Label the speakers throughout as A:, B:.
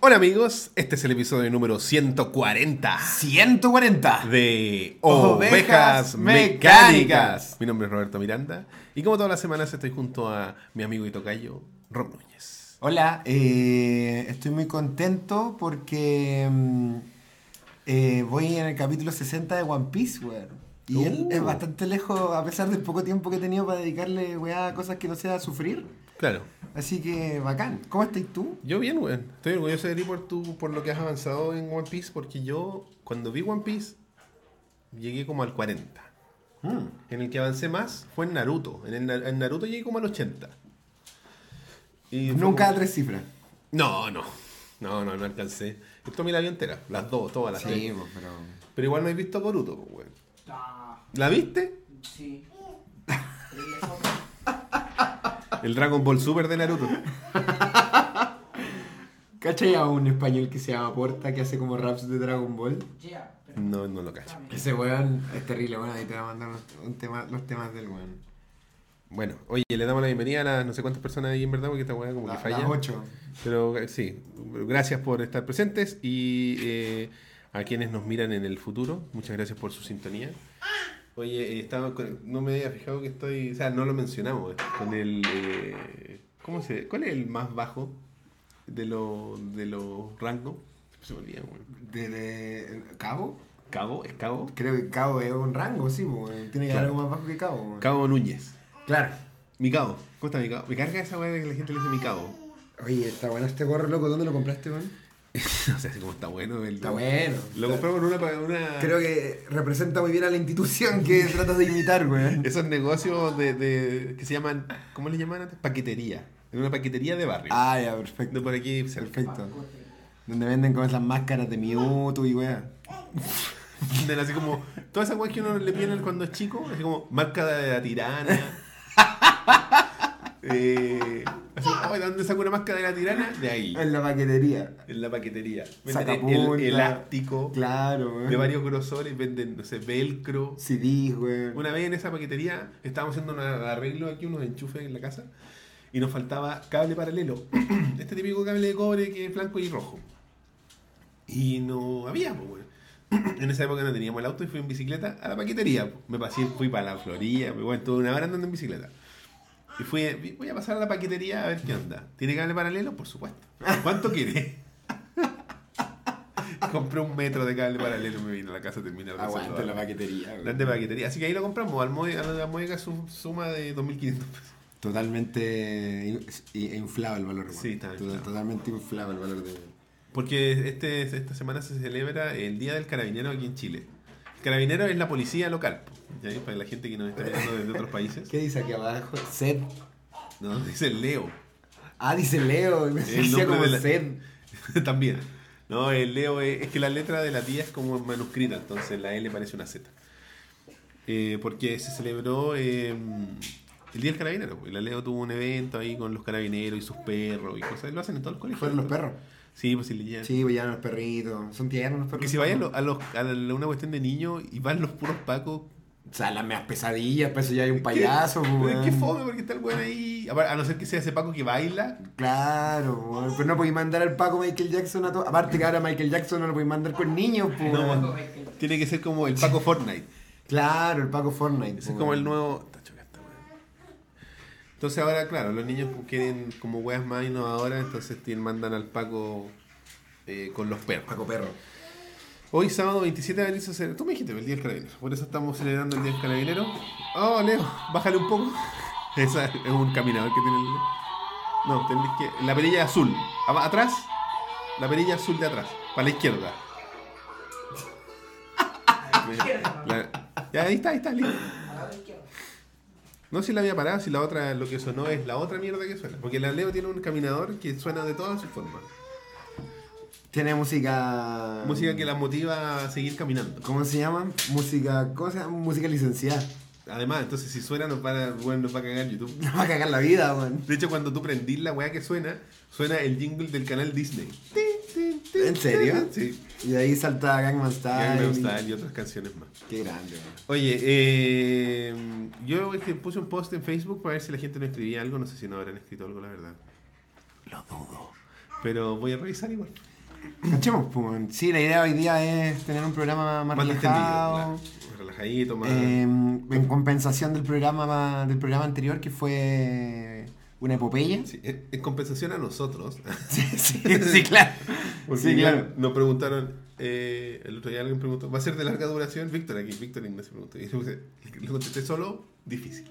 A: Hola amigos, este es el episodio número 140
B: 140.
A: de Ovejas, Mecánicas.
B: Ovejas Mecánicas.
A: Mi nombre es Roberto Miranda y como todas las semanas estoy junto a mi amigo y tocayo, Rob Núñez.
B: Hola, eh, estoy muy contento porque mm, eh, voy en el capítulo 60 de One Piece, weón. Y
A: Uh.
B: él es bastante lejos, a pesar del poco tiempo que he tenido para dedicarle, weá, a cosas que no sea sufrir.
A: Claro,
B: Así que, bacán. ¿Cómo estás tú?
A: yo bien, weón. Estoy orgulloso de ti por, tu, por lo que has avanzado en One Piece porque yo cuando vi One Piece llegué como al 40. En el que avancé más fue en Naruto. En, el Na- en Naruto llegué como al 80. Y fue
B: Nunca
A: como-
B: a tres cifras.
A: No, no. No, no, no alcancé. Esto me la vi entera. Las dos, todas las tres.
B: pues, pero...
A: Pero igual no he visto Boruto, pues, weón. ¿La viste?
C: Sí.
A: El Dragon Ball Super de Naruto.
B: ¿Cachai a un español que se llama Porta, que hace como raps de Dragon Ball?
C: Yeah, pero
A: No, no lo cacho.
B: Ese weón es terrible, bueno, ahí te va a mandar un- un tema- los temas del weón.
A: Bueno, oye, le damos la bienvenida a las no sé cuántas personas ahí en verdad, porque esta weá como que
B: La-
A: falla.
B: Las 8.
A: Pero eh, sí, gracias por estar presentes y eh, a quienes nos miran en el futuro, muchas gracias por su sintonía. Oye, eh, estaba con- no me había fijado que estoy, o sea, no lo mencionamos, eh, con el... eh, ¿Cómo se ¿Cuál es el más bajo de los de los rangos? Se me olvida, weón.
B: De, de- ¿Cabo?
A: ¿Cabo? ¿Es Cabo?
B: Creo que Cabo es un rango, sí, po, eh, tiene que
A: Claro.
B: haber algo más bajo que Cabo. po.
A: Cabo Núñez.
B: Claro.
A: Mi cabo. ¿Cómo está mi cabo? Me carga esa weá de que la gente le dice mi cabo.
B: Oye, está bueno este gorro, loco. ¿Dónde lo compraste, weón?
A: no sé si cómo está bueno. El,
B: Está bueno.
A: Lo compramos en una... pa- una...
B: Creo que representa muy bien a la institución que tratas de imitar, weón.
A: Esos negocios de, de- que se llaman, ¿cómo le llaman antes? Paquetería. En una paquetería de barrio.
B: Ah, ya,
A: De
B: perfecto.
A: por aquí cerca.
B: Perfecto. Donde venden con esas máscaras de Mewtwo y weá.
A: De la- Así como, todas esas weas que uno le piden cuando es chico, así como, marca de la tirana. eh, así, "Ay, ¿de dónde saco una máscara de la tirana? De ahí,
B: En la paquetería.
A: en la paquetería. Venden el,
B: Sacapunta.
A: elástico
B: Claro, weón.
A: de varios grosores, venden, no sé, velcro.
B: CDs, weón.
A: Eh, Una vez en esa paquetería estábamos haciendo un arreglo aquí, unos enchufes en la casa, y nos faltaba cable paralelo. este típico cable de cobre que es blanco y rojo. Y no había, pues, weón. En esa época no teníamos el auto y fui en bicicleta a la paquetería. po. Me pasé, fui para la Florida, pues, bueno, estuve una hora andando en bicicleta. Y fui, voy a pasar a la paquetería a ver qué onda. ¿Tiene cable paralelo? Por supuesto. ¿Cuánto quiere? Compré un metro de cable paralelo, me vine a la casa terminaba
B: Aguante la paquetería, weón.
A: Grande paquetería. Así que ahí lo compramos. Al Moe- a la mueca su suma de 2.500 pesos.
B: Totalmente in- i- inflado el valor. weón.
A: Sí, está
B: Total-
A: inflado.
B: Totalmente inflado el valor de.
A: Porque este, esta semana se celebra el Día del Carabinero aquí en Chile. El carabinero es la policía local. po, ¿ya ves? Para la gente que nos está mirando desde otros países.
B: ¿Qué dice aquí abajo? Sed.
A: No, dice Leo.
B: Ah, dice Leo. Me
A: El
B: decía
A: nombre
B: como
A: de la-
B: Sed.
A: También. No, el Leo es, es que la letra de la tía es como manuscrita, entonces la L parece una Z. Eh, porque se celebró eh, el Día del Carabinero. po, y La Leo tuvo un evento ahí con los carabineros y sus perros y cosas. Lo hacen en todos los colegios.
B: Fueron los perros.
A: Sí, pues sí, le llevan.
B: Sí, pues ya los perritos. Son tiernos los perros.
A: Porque si vayan lo- a, los, a la- una cuestión de niños y van los puros pacos.
B: O sea, las meas pesadillas, para eso pues, ya hay un payaso, pues,
A: ¿Qué,
B: weón.
A: qué fome porque está el weón ahí. A, a no ser que sea ese paco que baila.
B: Claro, weón. Pero no podéis mandar al Paco Michael Jackson a todo. Aparte que ahora Michael Jackson no lo podéis mandar con niños, pues. weón.
A: No, tiene que ser como el paco Fortnite.
B: Claro, el Paco
A: Ese
B: Fortnite.
A: es
B: pues,
A: como el
B: weón.
A: nuevo. Está chula esta weá. Entonces ahora, claro, los niños quieren como weas más innovadoras, entonces tienen- mandan al paco eh, con los perros.
B: Paco Perro.
A: Hoy sábado 27 de abril se celebra- Tú me dijiste el Día del Carabinero. Por eso estamos celebrando el Día del Carabinero. Oh, Leo, bájale un poco. Esa es un caminador que tiene el... No, tenés que... La perilla azul. Ab- Atrás. La perilla azul de atrás. Para la izquierda. La- Ya, ahí está, ahí está, listo.
C: al lado izquierdo.
A: No si la había parado, si la otra, lo que sonó es la otra mierda que suena. Porque la Leo tiene un caminador que suena de todas sus formas.
B: Tiene música.
A: Música que la motiva a seguir caminando.
B: ¿Cómo se llama? Música. ¿Cómo se llama? Música licenciada.
A: Además, entonces si suena nos van a, bueno, nos va a cagar YouTube.
B: Nos va a cagar la vida, weón.
A: De hecho, cuando tú prendís la weá que suena, suena el jingle del canal Disney.
B: ¿En serio?
A: Sí.
B: Y de ahí salta Gangnam Style.
A: Gangnam Style y otras canciones más.
B: Qué grande, weón.
A: Oye, eh, yo este, puse un post en Facebook para ver si la gente no escribía algo. No sé si no habrán escrito algo, la verdad. Lo dudo. Pero voy a revisar igual.
B: Cachemos, pues, weón. Sí, la idea hoy día es tener un programa más,
A: Más
B: relajado.
A: distendido, claro. relajadito, más.
B: eh, en compensación del programa ma- del programa anterior que fue una epopeya.
A: Sí, en en compensación a nosotros,
B: Sí, sí, sí, claro.
A: porque
B: sí,
A: ya
B: claro.
A: nos preguntaron, eh, el otro día alguien preguntó, ¿va a ser de larga duración? Víctor aquí, Víctor Ignacio preguntó, y le puse- le contesté solo, difícil.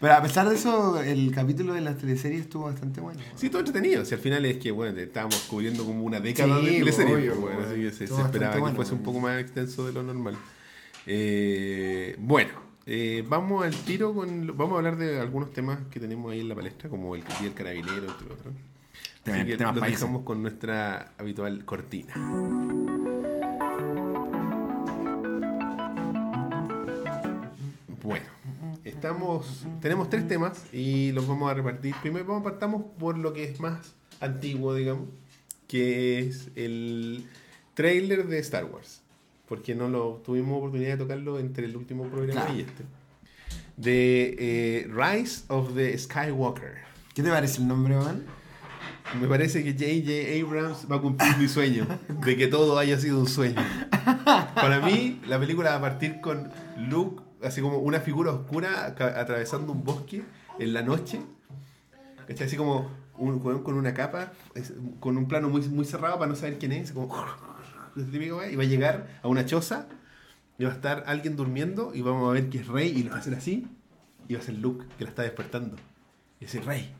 B: Pero a pesar de eso, el capítulo de las teleseries estuvo bastante bueno. weón.
A: Sí, todo entretenido. Si al final es que, bueno, estábamos cubriendo como una década
B: Sí,
A: de teleseries,
B: obvio,
A: pues, bueno,
B: bueno.
A: así que se,
B: Todo
A: se
B: bastante
A: esperaba que
B: bueno,
A: fuese un
B: bueno.
A: poco más extenso de lo normal. Eh, bueno, eh, vamos al tiro con... lo- Vamos a hablar de algunos temas que tenemos ahí en la palestra, como el que el carabinero, entre otros. Así
B: Temas-
A: que
B: temas
A: los
B: países.
A: dejamos con nuestra habitual cortina. Bueno, estamos, tenemos tres temas y los vamos a repartir. Primero vamos, partamos por lo que es más antiguo, digamos, que es el trailer de Star Wars. Porque no lo tuvimos oportunidad de tocarlo entre el último programa
B: Claro.
A: y este. De eh, Rise of the Skywalker.
B: ¿Qué te parece el nombre, weón?
A: Me parece que J.J. Abrams va a cumplir mi sueño de que todo haya sido un sueño. Para mí, la película va a partir con Luke, así como una figura oscura aca- atravesando un bosque en la noche. Está así como un weón con una capa, es- con un plano muy, muy cerrado para no saber quién es. Como, el típico weón, y va a llegar a una choza y va a estar alguien durmiendo y vamos a ver que es Rey y lo hacen así. Y va a ser Luke que la está despertando. Y dice, Rey,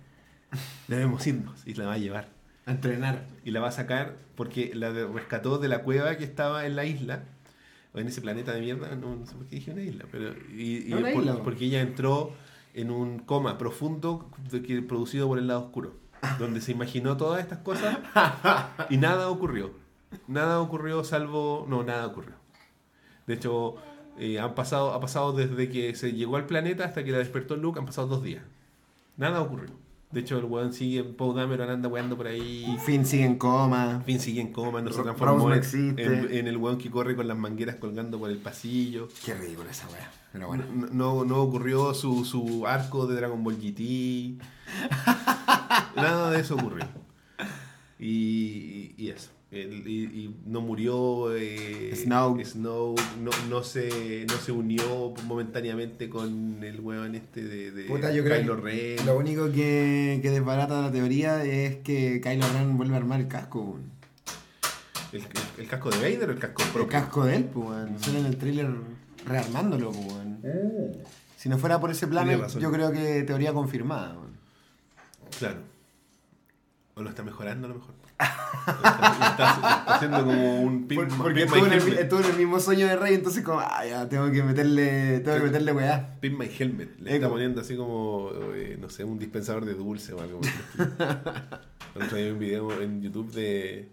A: debemos irnos. Y la va a llevar
B: A entrenar.
A: y la va a sacar porque la de- rescató de la cueva que estaba en la isla o en ese planeta de mierda no, no sé por qué dije una isla pero y, y
B: Es una
A: por-
B: isla, po.
A: porque ella entró en un coma profundo de que- producido por el lado oscuro donde se imaginó todas estas cosas y nada ocurrió nada ocurrió salvo no nada ocurrió de hecho eh, han pasado ha pasado desde que se llegó al planeta hasta que la despertó Luke han pasado dos días nada ocurrió de hecho el weón sigue Poe Dameron anda weando por ahí
B: Finn sigue en coma.
A: Finn sigue en coma, no se
B: Ro-
A: transformó
B: Rose no
A: en,
B: existe.
A: en- en el weón que corre con las mangueras colgando por el pasillo.
B: Qué ridícula esa weá. Pero Ah, bueno.
A: No, no- no ocurrió su, su arco de Dragon Ball GT. Nada de eso ocurrió. Y, y eso. El- y, y no murió eh,
B: Snow.
A: Snow, no, no se, no se unió momentáneamente con el weón este de, de
B: Puta, yo creo
A: Kylo
B: que
A: Ren.
B: Lo único que, que desbarata la teoría es que Kylo Ren vuelve a armar el casco, weón.
A: El, el- el casco de Vader o el casco
B: El
A: propio.
B: casco de él, pues, weón. Solo en el tráiler rearmándolo, pues, weón. Si no fuera por ese plan,
A: Tenía razón.
B: yo creo que teoría confirmada, weón.
A: Claro. O lo está mejorando a lo mejor. Lo está, lo está- lo está haciendo como un pin,
B: Por- porque
A: pin my
B: estuvo en, el,
A: helmet.
B: estuvo en el mismo sueño de Rey, entonces como, ah, ya, tengo que meterle, tengo que meterle weá.
A: Pin my helmet. Le
B: Eh,
A: está
B: como-
A: poniendo así como, eh, no sé, un dispensador de dulce o algo. por el estilo. El otro día vi un video en YouTube de...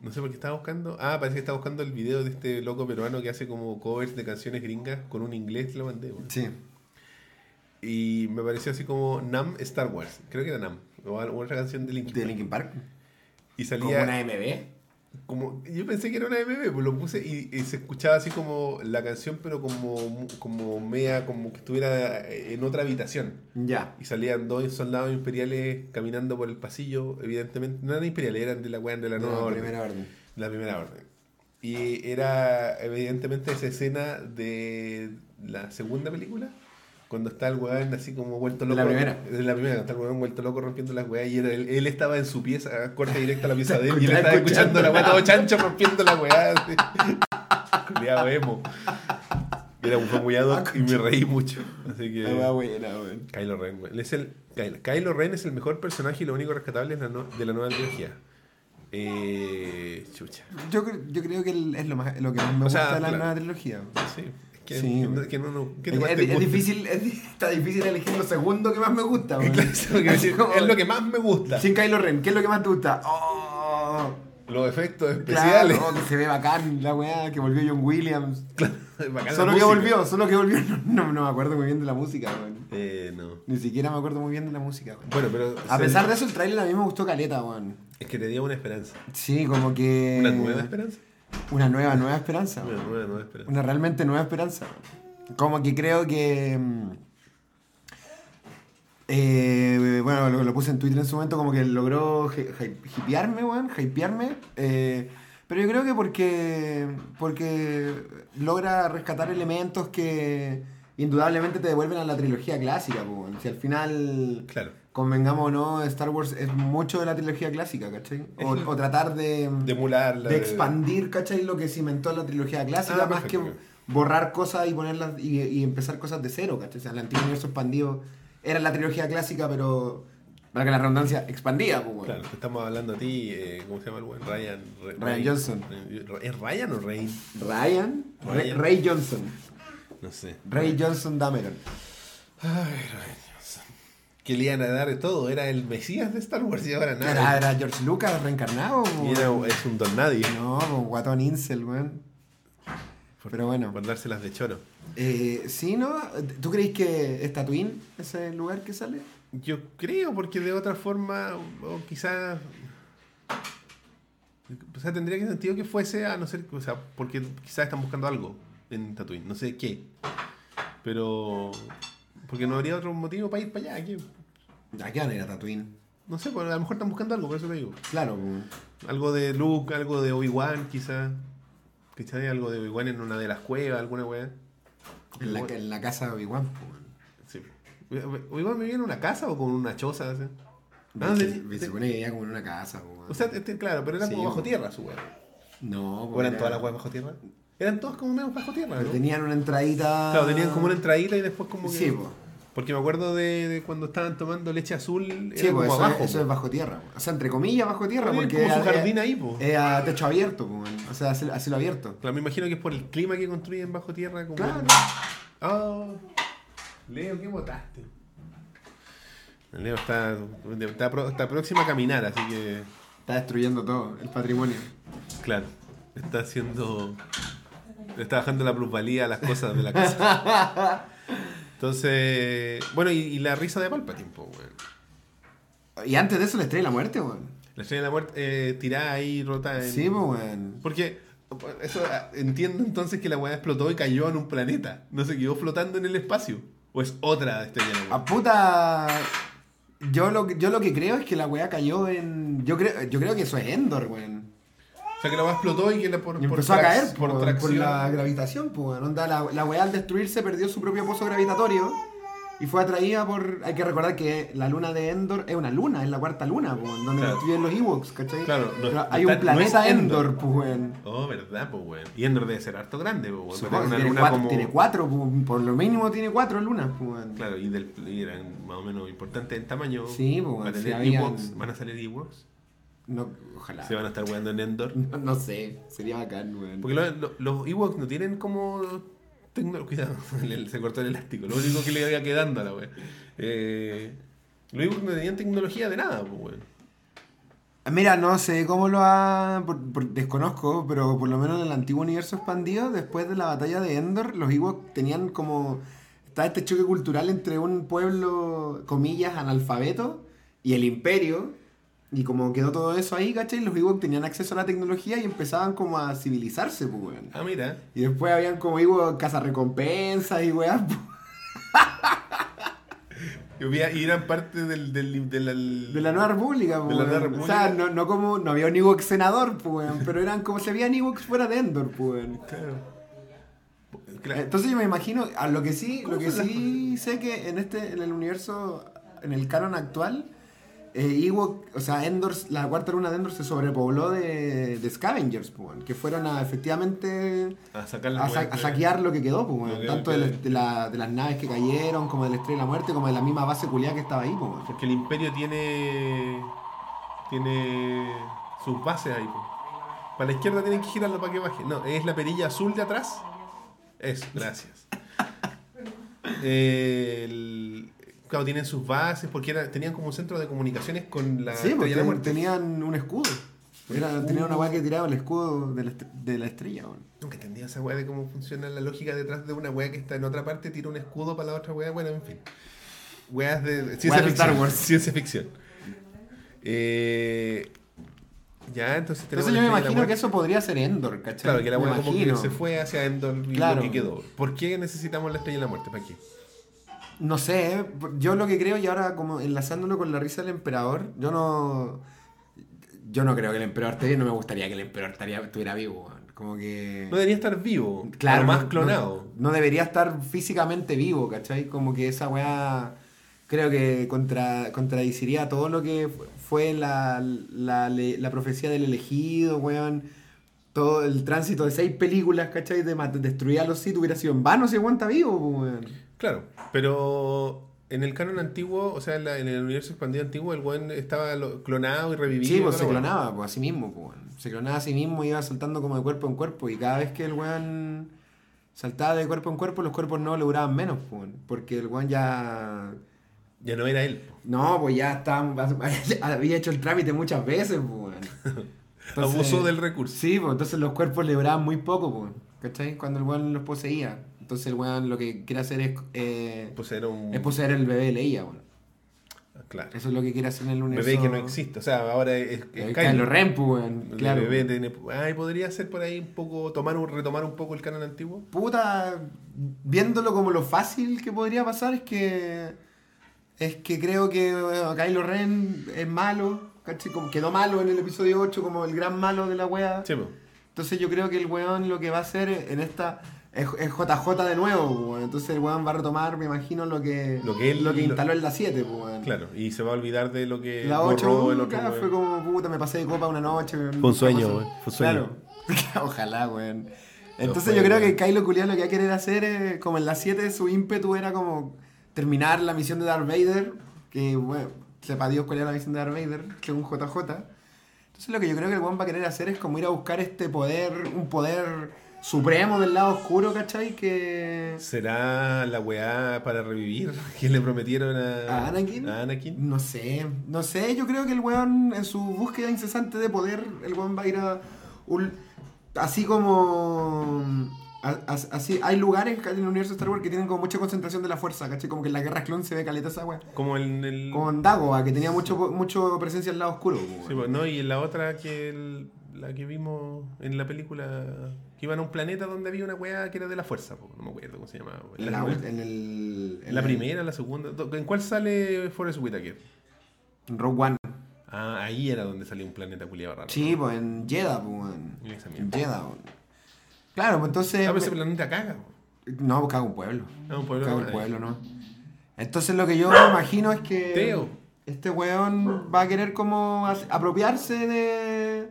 A: No sé por qué estaba buscando. Ah, parece que estaba buscando el video de este loco peruano que hace como covers de canciones gringas con un inglés, lo mandé. weón.
B: Sí.
A: Y me pareció así como Nam Star Wars. Creo que era Nam. O al- otra canción de Linkin
B: De
A: Park.
B: Linkin Park.
A: Y
B: Como
A: salía...
B: una MB.
A: Como, yo pensé que era una MB, pues lo puse y, y se escuchaba así como la canción, pero como, como media, como que estuviera en otra habitación.
B: Ya.
A: Y salían dos soldados imperiales caminando por el pasillo, evidentemente. No eran imperiales, eran de la weá de la nueva
B: No,
A: orden.
B: primera orden.
A: La primera orden. Y era evidentemente esa escena de la segunda película, cuando está el weón así como vuelto
B: De
A: loco.
B: la primera.
A: De la primera, está el weón vuelto loco rompiendo las weas y era él, él estaba en su pieza, corte directa a la pieza de él y él
B: Escuchaba-
A: estaba escuchando
B: escuchando
A: la wea
B: la-
A: todo chancho rompiendo la wea. así. Culeado emo. Era un famullado y me reí mucho. Así que...
B: La weá buena, weón.
A: Kylo Ren, güey. Él Es el, Kylo, Kylo Ren es el mejor personaje y lo único rescatable es la no- de la nueva trilogía. Eh, chucha.
B: Yo, cre- yo creo que el- es lo, más, lo que más me
A: O
B: gusta
A: sea,
B: de la
A: claro.
B: nueva trilogía. weón.
A: Sí. Es que,
B: Sí,
A: que no-
B: güey.
A: que no, no- ¿qué
B: Es,
A: más
B: es-
A: te
B: es
A: gusta?
B: difícil, es di- está difícil elegir lo segundo que más me gusta, weón.
A: Claro, eso es lo que
B: Así
A: decir,
B: como-
A: es lo que más me gusta.
B: Sin Kylo Ren, ¿qué es lo que más te gusta? Oh,
A: Los efectos
B: claro,
A: especiales.
B: oh, que se ve bacán la weá, que volvió John Williams.
A: Bacán la
B: Solo que
A: música.
B: volvió, solo que volvió. No, no me acuerdo muy bien de la música, weón.
A: Eh, no.
B: Ni siquiera me acuerdo muy bien de la música, weón.
A: Bueno, pero.
B: A
A: se-
B: pesar de eso, el trailer a mí me gustó caleta, weón.
A: Es que te dio una esperanza.
B: Sí, como que.
A: Una nueva esperanza.
B: Una nueva, nueva esperanza, weón.
A: Una nueva, nueva esperanza.
B: Una realmente nueva esperanza. Como que creo que. mm, Eh, bueno, lo, lo puse en Twitter en su momento, como que logró hi- hi- hipearme, weón, hypearme. eh, pero yo creo que porque, porque logra rescatar elementos que indudablemente te devuelven a la trilogía clásica, po, weón. Si al final,
A: Claro.
B: convengamos o no, Star Wars es mucho de la trilogía clásica, ¿cachai? O,
A: Es-
B: o tratar de, mm,
A: De emular la
B: de expandir, ¿cachai? Lo que cimentó la trilogía clásica,
A: Ah,
B: más que
A: perfecto.
B: borrar cosas y ponerlas y, y empezar cosas de cero, ¿cachai? O sea, el antiguo universo expandido era la trilogía clásica, pero para que la redundancia expandía, pues, weón.
A: Claro, te estamos hablando a ti, eh, ¿cómo se llama el buen? Ryan. Re-
B: Ryan
A: Ray-
B: Johnson.
A: Re- ¿Es Ryan o Ray?
B: Ryan, Re-
A: Ryan.
B: Ray Johnson,
A: No sé.
B: Ray Johnson Dameron.
A: Ay, Ryan Johnson. Que le iban a dar de todo, era el Mesías de Star Wars y ahora
B: Era,
A: nada.
B: era George Lucas reencarnado, pues,
A: Y
B: weón.
A: era- es un don nadie.
B: No, con guatón incel, weón.
A: Por-
B: Pero bueno.
A: Por dárselas de choro.
B: Eh, sí, ¿no? ¿Tú crees que es Tatooine ese lugar que sale?
A: Yo creo, porque de otra forma, o quizás. O sea, tendría que sentido que fuese a no ser. O sea, porque quizás están buscando algo en Tatooine, no sé qué. Pero. Porque no habría otro motivo para ir para allá. ¿qué?
B: ¿A qué van a ir a Tatooine?
A: No sé, pues, a lo mejor están buscando algo, por eso te digo.
B: Claro, pues, weón.
A: Algo de Luke, algo de Obi-Wan, quizás. Quizás hay algo de Obi-Wan en una de las cuevas, alguna weá.
B: En la, en la casa de Obi-Wan, po, weón.
A: Sí. ¿Obi-Wan vivía en una casa o con una choza? así? Ah,
B: Se-
A: sí,
B: se,
A: sí.
B: supone que vivía como en una casa, po, weón.
A: O sea, este, claro, pero era
B: Sí,
A: como bajo
B: bueno.
A: tierra su weá.
B: No,
A: ¿O
B: po,
A: eran
B: era-
A: todas las weas bajo tierra? Eran todas como menos bajo tierra,
B: pero
A: ¿no?
B: Tenían una entradita.
A: Claro, tenían como una entradita y después como que...
B: Ah. Sí, po.
A: Porque me acuerdo de, de cuando estaban tomando leche azul, era
B: Sí, po,
A: como
B: eso,
A: abajo.
B: es, eso es bajo tierra. po. O sea, entre comillas, bajo tierra,
A: Tenían
B: porque.
A: como su
B: era-
A: jardín
B: era-
A: ahí, po.
B: era a techo abierto, po, weón. O sea, a cielo a cielo abierto.
A: Claro, me imagino que es por el clima que construyen bajo tierra. Como
B: Claro.
A: Ah, Leo, ¿qué votaste? Leo está, está, pro- está próximo a caminar, así que...
B: Está destruyendo todo, el patrimonio.
A: Claro, está haciendo... le Está bajando la plusvalía a las cosas de la casa. Entonces, bueno, y, y la risa de Palpatine, po, weón.
B: y antes de eso, la estrella de la muerte, weón.
A: La estrella de la muerte eh, tirada ahí, rota en...
B: Sí, po, weón.
A: Porque eso ah, entiendo entonces que la weá explotó y cayó en un planeta. No se quedó flotando en el espacio. O es otra estrella de la
B: A
A: muerte.
B: puta. Yo lo, que- yo lo que creo es que la weá cayó en. Yo creo, yo creo que eso es Endor, weón.
A: O sea que la weá explotó y que la por,
B: Y
A: por
B: empezó a
A: trac-
B: caer
A: por,
B: por, por
A: tracción.
B: la gravitación, pues, weón. onda, la, la weá al destruirse perdió su propio pozo gravitatorio y fue atraída por... Hay que recordar que la luna de Endor es una luna, es la cuarta luna, pues, weón, donde
A: Claro.
B: viven los Ewoks, ¿cachai?
A: Claro, no
B: Pero
A: es-
B: hay
A: no
B: un
A: está- no es
B: planeta
A: Endor.
B: Endor, pues, weón.
A: Oh, verdad, pues weón. Y Endor debe ser harto grande, pues weón.
B: Supongo que
A: Una
B: tiene,
A: luna
B: cuatro,
A: como-
B: tiene cuatro, pues, por lo mínimo tiene cuatro lunas, pues, weón.
A: Claro, y, del, y eran más o menos importantes en tamaño.
B: Sí, pues,
A: Van a
B: sí,
A: tener
B: habían-
A: Ewoks, Van a salir Ewoks.
B: No, ojalá.
A: Se van a estar weando en Endor.
B: No, no sé, sería bacán, weón.
A: Porque lo- lo- los Ewoks no tienen como. tecno- Cuidado, le- se cortó el elástico. Lo único que le había quedando a la wea. Eh, los Ewoks no tenían tecnología de nada, pues, weón.
B: Ah, Mira, no sé cómo lo ha... por- por- desconozco, pero por lo menos en el antiguo universo expandido, después de la batalla de Endor, los Ewoks tenían como... Está este choque cultural entre un pueblo, comillas, analfabeto y el imperio. Y como quedó todo eso ahí, ¿cachai? Los Ewoks tenían acceso a la tecnología y empezaban como a civilizarse, pues, weón.
A: Ah, mira.
B: Y después habían como Ewoks cazarrecompensas y weas, pues,
A: Y había- y eran parte del, del, del- del-
B: De la Nueva República, pues,
A: De la Nueva
B: weón.
A: República.
B: O sea, no, no como... No había un Ewok senador, pues, weón, pero eran como se veían Ewoks fuera de Endor, pues. weón.
A: Claro. Claro.
B: Entonces yo me imagino, a lo que sí,
A: ¿Cómo
B: lo que
A: son las
B: sí sé que en este, en el universo, en el canon actual, eh, Ewok, o sea, Endor, la cuarta luna de Endor se sobrepobló de, de scavengers, pues, weón, que fueron a efectivamente
A: a sacar las
B: a, sa-
A: weas
B: a
A: de-
B: saquear lo que quedó, pues,
A: Lo
B: weón,
A: que-
B: tanto de,
A: que-
B: la- de la- de las naves que cayeron, como de la estrella de la muerte, como de la misma base culiada que estaba ahí, pues, weón.
A: Porque el Imperio tiene. Tiene. Sus bases ahí, pues. Para la izquierda tienen que girarlo para que baje. No, es la perilla azul de atrás. Eso, gracias. Eh, el- claro, tienen sus bases porque era- tenían como un centro de comunicaciones con la
B: Sí,
A: Estrella
B: porque
A: de la Muerte. Uh.
B: tenían un escudo. Era-
A: escudo.
B: tenían una weá que tiraba el escudo de la, est- de la estrella, weón.
A: Nunca entendí esa weá de cómo funciona la lógica detrás de una weá que está en otra parte, tira un escudo para la otra weá. Bueno, en fin. Weas de ciencia
B: Weas de
A: ficción.
B: Star Wars.
A: Ciencia ficción. Eh, ya, entonces tenemos. la estrella
B: Entonces yo me
A: de la
B: imagino
A: muerte.
B: que eso podría ser Endor, ¿cachai?
A: Claro, que la
B: Me
A: weá como que
B: imagino.
A: se fue hacia Endor y
B: Claro.
A: lo que quedó. ¿Por qué necesitamos la estrella de la muerte? ¿Para qué?
B: No sé, eh, yo lo que creo, y ahora como enlazándolo con la risa del emperador, yo no. Yo no creo que el emperador esté vivo, no me gustaría que el emperador estaría- estuviera vivo, weón. Como que.
A: No debería estar vivo.
B: Claro,
A: o más
B: no-
A: clonado.
B: No, no debería estar físicamente vivo, ¿cachai? Como que esa weá creo que contra, contradiciría todo lo que fu- fue la, la, le- la profecía del elegido, weón. Todo el tránsito de seis películas, ¿cachai? De mat- destruir a los Sith hubiera sido en vano si aguanta vivo, po, weón.
A: Claro, pero en el canon antiguo, o sea, en, la- en el universo expandido antiguo, el buen estaba lo- clonado y revivido.
B: Sí,
A: y
B: pues se
A: toda la weá.
B: clonaba, pues a sí mismo, pues, weón. Se clonaba a sí mismo, iba saltando como de cuerpo en cuerpo. Y cada vez que el weón saltaba de cuerpo en cuerpo, los cuerpos no le duraban menos, pues, weón. Porque el weón ya
A: Ya no era él.
B: No, pues ya estábamos. Había hecho el trámite muchas veces, pues. weón. Entonces-
A: Abusó del recurso.
B: Sí, pues entonces los cuerpos le duraban muy poco, pues. ¿Cachai? Cuando el weón los poseía. Entonces el weón lo que quiere hacer es. eh,
A: Pues era un.
B: es poseer el bebé de Leia, weón.
A: Claro.
B: Eso es lo que quiere hacer en el universo.
A: Bebé que no existe. O sea, ahora es, es
B: El
A: Kylo.
B: Kylo Ren, pues, weón.
A: El
B: Claro.
A: bebé tiene- Ay, podría ser por ahí un poco. tomar un, retomar un poco el canon antiguo.
B: Puta, viéndolo como lo fácil que podría pasar es que. Es que creo que bueno, Kylo Ren es malo, ¿cachai? Como quedó malo en el episodio 8 como el gran malo de la wea.
A: Sí, pues.
B: Entonces yo creo que el weón lo que va a hacer en esta es, es JJ de nuevo, pues, weón. entonces el weón va a retomar, me imagino, lo que,
A: Lo que él- lo-
B: instaló en la 7, pues, weón.
A: Claro, y se va a olvidar de lo que
B: La
A: borró
B: 8
A: el otro.
B: fue
A: weón.
B: como puta, me pasé de copa una noche. Fue
A: un sueño, weón, fue un sueño.
B: Claro. Ojalá, weón. Entonces
A: fue,
B: yo creo
A: weón.
B: que Kylo Culiao lo que va a querer hacer es, como en la 7 su ímpetu era como terminar la misión de Darth Vader, que bueno, sepa Dios cuál era la misión de Darth Vader, que un JJ. Entonces lo que yo creo que el weón va a querer hacer es como ir a buscar este poder, un poder supremo del lado oscuro, ¿cachai? Que...
A: ¿Será la weá para revivir que le prometieron a,
B: ¿A Anakin?
A: a Anakin?
B: No sé, no sé, yo creo que el weón en su búsqueda incesante de poder, el weón va a ir a un- Así como... a- a- así, hay lugares en el universo Star Wars que tienen como mucha concentración de la fuerza, ¿cachai? Como que en la guerra clon se ve caleta esa weá.
A: Como en el.
B: Con Dagoba, que tenía mucho, mucho presencia al lado oscuro. weón.
A: Sí, pues, no, y en la otra que el- la que vimos en la película, que iban a un planeta donde había una weá que era de la fuerza, po, no me acuerdo cómo se llamaba. po.
B: en,
A: La,
B: la,
A: primera-
B: en el... en
A: la
B: el-
A: primera, la segunda. do- ¿En cuál sale Forrest Whitaker?
B: En Rogue One.
A: Ah, ahí era donde salía un planeta culiado raro.
B: Sí, pues en Jeddah, pues, weón.
A: En esa
B: En
A: mierda.
B: Jeddah, weón. Claro, pues entonces...
A: Ah, pero ese planeta caga. po.
B: No, pues cago un pueblo.
A: Ah, un pueblo.
B: Cago el
A: ahí. ¡Ah!
B: pueblo, ¿no? Entonces lo que yo me imagino es que
A: Teo.
B: este weón va a querer como as- apropiarse de...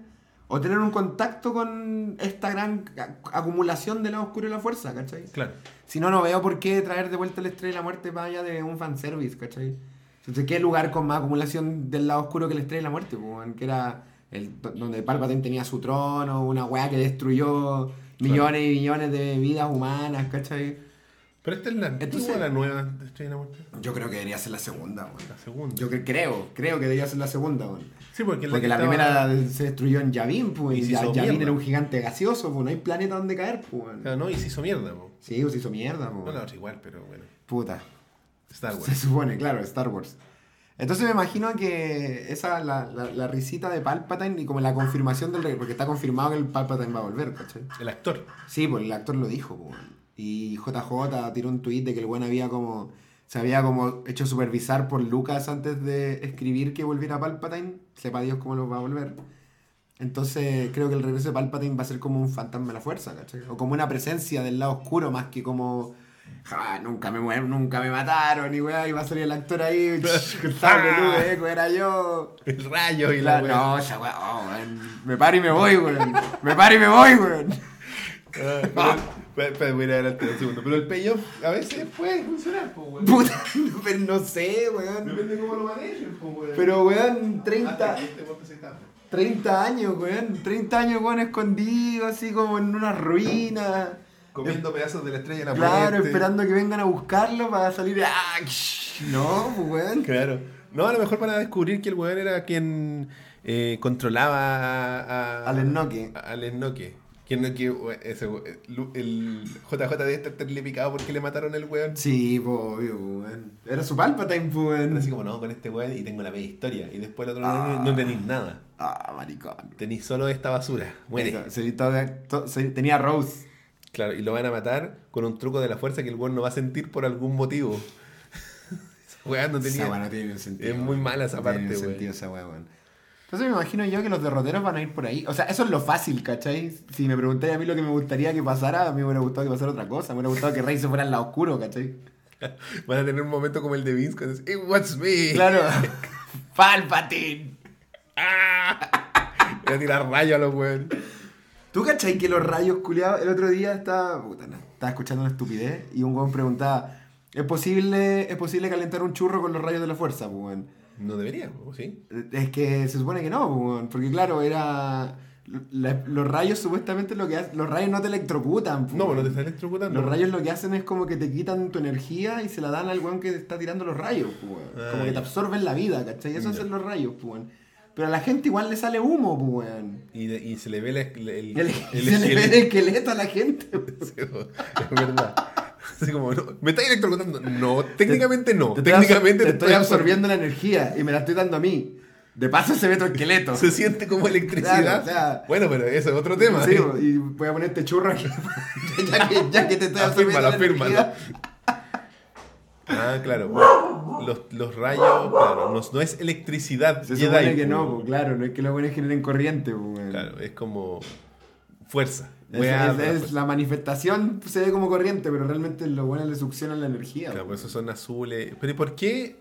B: o tener un contacto con esta gran ac- acumulación de la oscura y la fuerza, ¿cachai?
A: Claro.
B: Si no, no veo por qué traer de vuelta la estrella de la muerte para allá de un fanservice, ¿cachai? Entonces, ¿qué lugar con más acumulación del lado oscuro que la estrella de la muerte? po, weón? Que era el, do- donde Palpatine tenía su trono, una weá que destruyó millones y millones de vidas humanas, ¿cachai?
A: Pero esta es la antigua
B: Entonces-
A: o la nueva de Estrella de la Muerte.
B: Yo creo que debería ser la segunda, weón.
A: La segunda.
B: Yo cre- creo, creo que debería ser la segunda, weón.
A: Sí, porque,
B: Porque
A: que
B: la
A: estaba-
B: primera se destruyó en Yavin, pues.
A: Y
B: Y
A: se
B: Ya-
A: hizo
B: Yavin
A: mierda.
B: era un gigante gaseoso, pues. No hay planeta donde caer, pues. weón.
A: Ah, no, y se hizo mierda, po.
B: Sí, pues se hizo mierda, pues.
A: No,
B: weón.
A: la otra igual, pero bueno.
B: Puta.
A: Star
B: Se
A: Wars.
B: supone, claro, Star Wars. Entonces me imagino que esa, la, la, la risita de Palpatine y como la confirmación del rey, porque está confirmado que el Palpatine va a volver, ¿cachai?
A: El actor.
B: Sí, pues el actor lo dijo, pues, weón. Y JJ tiró un tuit de que el buen había como. Se había como hecho supervisar por Lucas antes de escribir que volviera Palpatine. Sepa Dios cómo lo va a volver. Entonces creo que el regreso de Palpatine va a ser como un fantasma de la fuerza, ¿cachai? O como una presencia del lado oscuro más que como. "Ja, nunca me muer- nunca me mataron y weá, y va a salir el actor ahí, que estaba en el UV, era yo.
A: El rayo y la.
B: Claro, no, esa weá, oh, weón. me paro y me voy, weón. Me paro y me voy, weón.
A: Ah, pero- espera, voy a ir adelante un segundo. Pero el payoff a veces puede funcionar, po, weón.
B: Puta, no, pero no sé, weón.
A: Depende de cómo lo manejen, po, weón.
B: Pero, weón,
A: Hasta
B: 30,
A: que este podcast se tapa.
B: 30 años, weón. 30 años, weón, escondido, así como en una ruina.
A: Comiendo pedazos de la estrella de la
B: Claro,
A: muerte.
B: esperando que vengan a buscarlo para salir. ¡Ah! ksh, No, pues, weón.
A: Claro. No, a lo mejor van a descubrir que el weón era quien eh, controlaba a, a-
B: Al Enoque.
A: a- Al Enoque. Quien, que, ese, we- Lu- el JJ debe estar terrible picado porque este le mataron el weón.
B: Sí, pues, obvio, pues, weón. Era su Palpatine, pues,
A: Pero Así
B: weón.
A: como, no, con este weón y tengo la media historia. Y después el otro
B: Ah.
A: no, no tenéis nada.
B: Ah, maricón.
A: Tenéis solo esta basura. Muere.
B: Se- to- to- se- Tenía Rose.
A: Claro, y lo van a matar con un truco de la fuerza que el weón no va a sentir por algún motivo. Weón, no
B: Esa weá
A: tenía.
B: no tiene ningún sentido.
A: Es muy
B: weón.
A: mala esa
B: No tiene
A: parte,
B: ningún
A: weón.
B: sentido esa weá, weón. Entonces me imagino yo que los derroteros van a ir por ahí. O sea, eso es lo fácil, ¿cachai? Si me preguntáis a mí lo que me gustaría que pasara, a mí me hubiera gustado que pasara otra cosa. Me hubiera gustado que Rey se fuera al lado oscuro, ¿cachai?
A: Van a tener un momento como el de Vince cuando dice, It was me.
B: Claro. Palpatine.
A: Voy a tirar rayos a los weón.
B: ¿Tú cachai que los rayos culiados? El otro día estaba, puta, no, estaba escuchando una estupidez y un weón preguntaba: ¿Es posible, ¿Es posible calentar un churro con los rayos de la fuerza, pues, weón?
A: No deberían, ¿o ¿sí?
B: Es que se supone que no, po, weón, porque claro, era. la- los rayos supuestamente lo que hacen. Los rayos no te electrocutan. po,
A: No, pues no te
B: weón.
A: está electrocutando.
B: Los rayos lo que hacen es como que te quitan tu energía y se la dan al weón que te está tirando los rayos, po, weón.
A: Ah,
B: Como que te
A: ya.
B: absorben la vida, ¿cachai? Eso
A: Ya.
B: hacen los rayos, po, weón. Pero a la gente igual le sale humo, po, weón.
A: Y, de- y se le ve la- el. el,
B: El-
A: el-
B: se le ve
A: el-
B: el esqueleto a la gente. pues.
A: Sí,
B: po.
A: weón. Es verdad. Así como, no, ¿me estás electrocutando? No, técnicamente no.
B: Te estoy
A: técnicamente
B: absor- te estoy absorbiendo la energía y me la estoy dando a mí. De paso se ve tu esqueleto.
A: Se siente como electricidad.
B: Claro, o sea-
A: bueno, pero eso es otro tema.
B: Sí,
A: ¿eh?
B: y voy a ponerte churro aquí. ya, que, ya que te estoy absorbiendo
A: Afírmalo,
B: la
A: afírmalo.
B: energía.
A: Ah, claro. Los, los rayos, claro, no, no es electricidad.
B: Se
A: Jedi,
B: supone que no,
A: weón.
B: pues, claro, no es que los buenos generen corriente, pues, weón.
A: Claro, es como fuerza.
B: Es-
A: Weá, pues.
B: es- es
A: fuerza.
B: la manifestación pues, se ve como corriente, pero realmente los buenos le succionan la energía.
A: Claro, por
B: weón.
A: eso son azules. Pero ¿y por qué?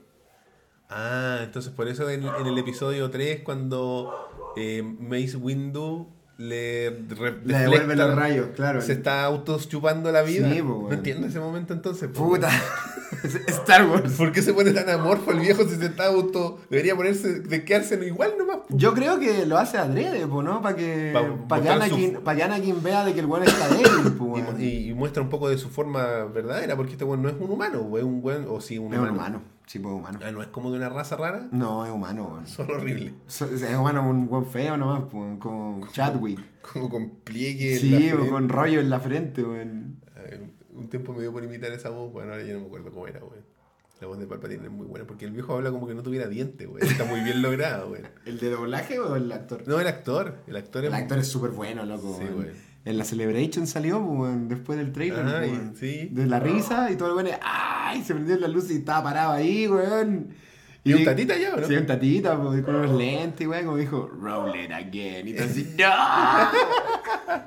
A: Ah, entonces por eso en, en el episodio 3, cuando eh, Mace Windu le, re-
B: Le devuelven
A: deflecta,
B: los rayos, claro.
A: Se está autochupando la vida.
B: Sí, po,
A: no
B: weón.
A: entiendo ese momento entonces. po,
B: Puta. Star Wars.
A: ¿Por qué se pone tan amorfo el viejo si se está auto... Debería ponerse, de quedarse igual nomás. po.
B: Yo creo que lo hace adrede, pues, ¿no? Para que,
A: Pa-
B: pa que
A: mostrar su-
B: Anakin, pa' que Anakin vea de que el bueno está débil, pues,
A: Y,
B: weón.
A: mu- y- y muestra un poco de su forma verdadera, porque este weón no es un humano, es un weón, o sí, un
B: Es un
A: humano.
B: humano, sí, pues, humano.
A: Ah, no es como de una raza rara,
B: No, es humano, weón.
A: solo horrible.
B: So- Es humano, un buen feo nomás, pues, weón, como Chadwick.
A: Como con pliegue. en la
B: Sí,
A: frente.
B: con rollo en la frente, weón.
A: A ver, Eh, Un tiempo me dio por imitar esa voz, bueno, ahora yo no me acuerdo cómo era, weón. La voz de Palpatine es muy buena, porque el viejo habla como que no tuviera dientes, weón. Está muy bien logrado, weón.
B: ¿El de doblaje o el actor?
A: No, el actor, el actor es...
B: El actor es súper bueno, loco.
A: Sí,
B: weón.
A: güey.
B: En la Celebration salió, weón, después del trailer.
A: Ay,
B: weón.
A: sí. Oh.
B: De la risa y todo el bueno. ¡Ay! Se prendió la luz y estaba parado ahí, weón.
A: Y un tatita ya, ¿o ¿no? Oh.
B: Sí, un tatita, pues, con los lentes, weón, como dijo, roll it again. Y todo así, ¡No!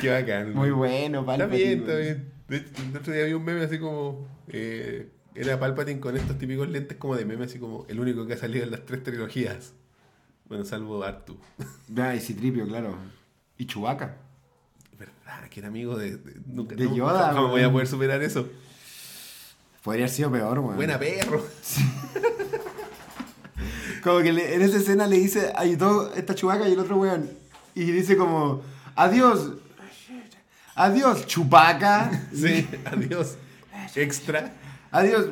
A: Qué bacán.
B: Muy
A: weón.
B: bueno,
A: Está
B: Palpatine,
A: bien, está
B: weón.
A: bien. De hecho, el otro día vi un meme así como. eh, era Palpatine con estos típicos lentes como de meme, así como el único que ha salido en las tres trilogías. Bueno, salvo Artu.
B: Ah, y Citripio, claro. Y Chubaca.
A: ¿Verdad? Que era amigo de. De, nunca-
B: De
A: no,
B: Yoda,
A: ¿Cómo
B: weón.
A: voy a poder superar eso?
B: Podría haber sido peor, weón.
A: Buena perro.
B: Como que le- en esa escena le dice, ayudó esta chubaca y el otro weón. Y dice como, adiós, adiós, chubaca,
A: Sí, adiós. Extra.
B: adiós.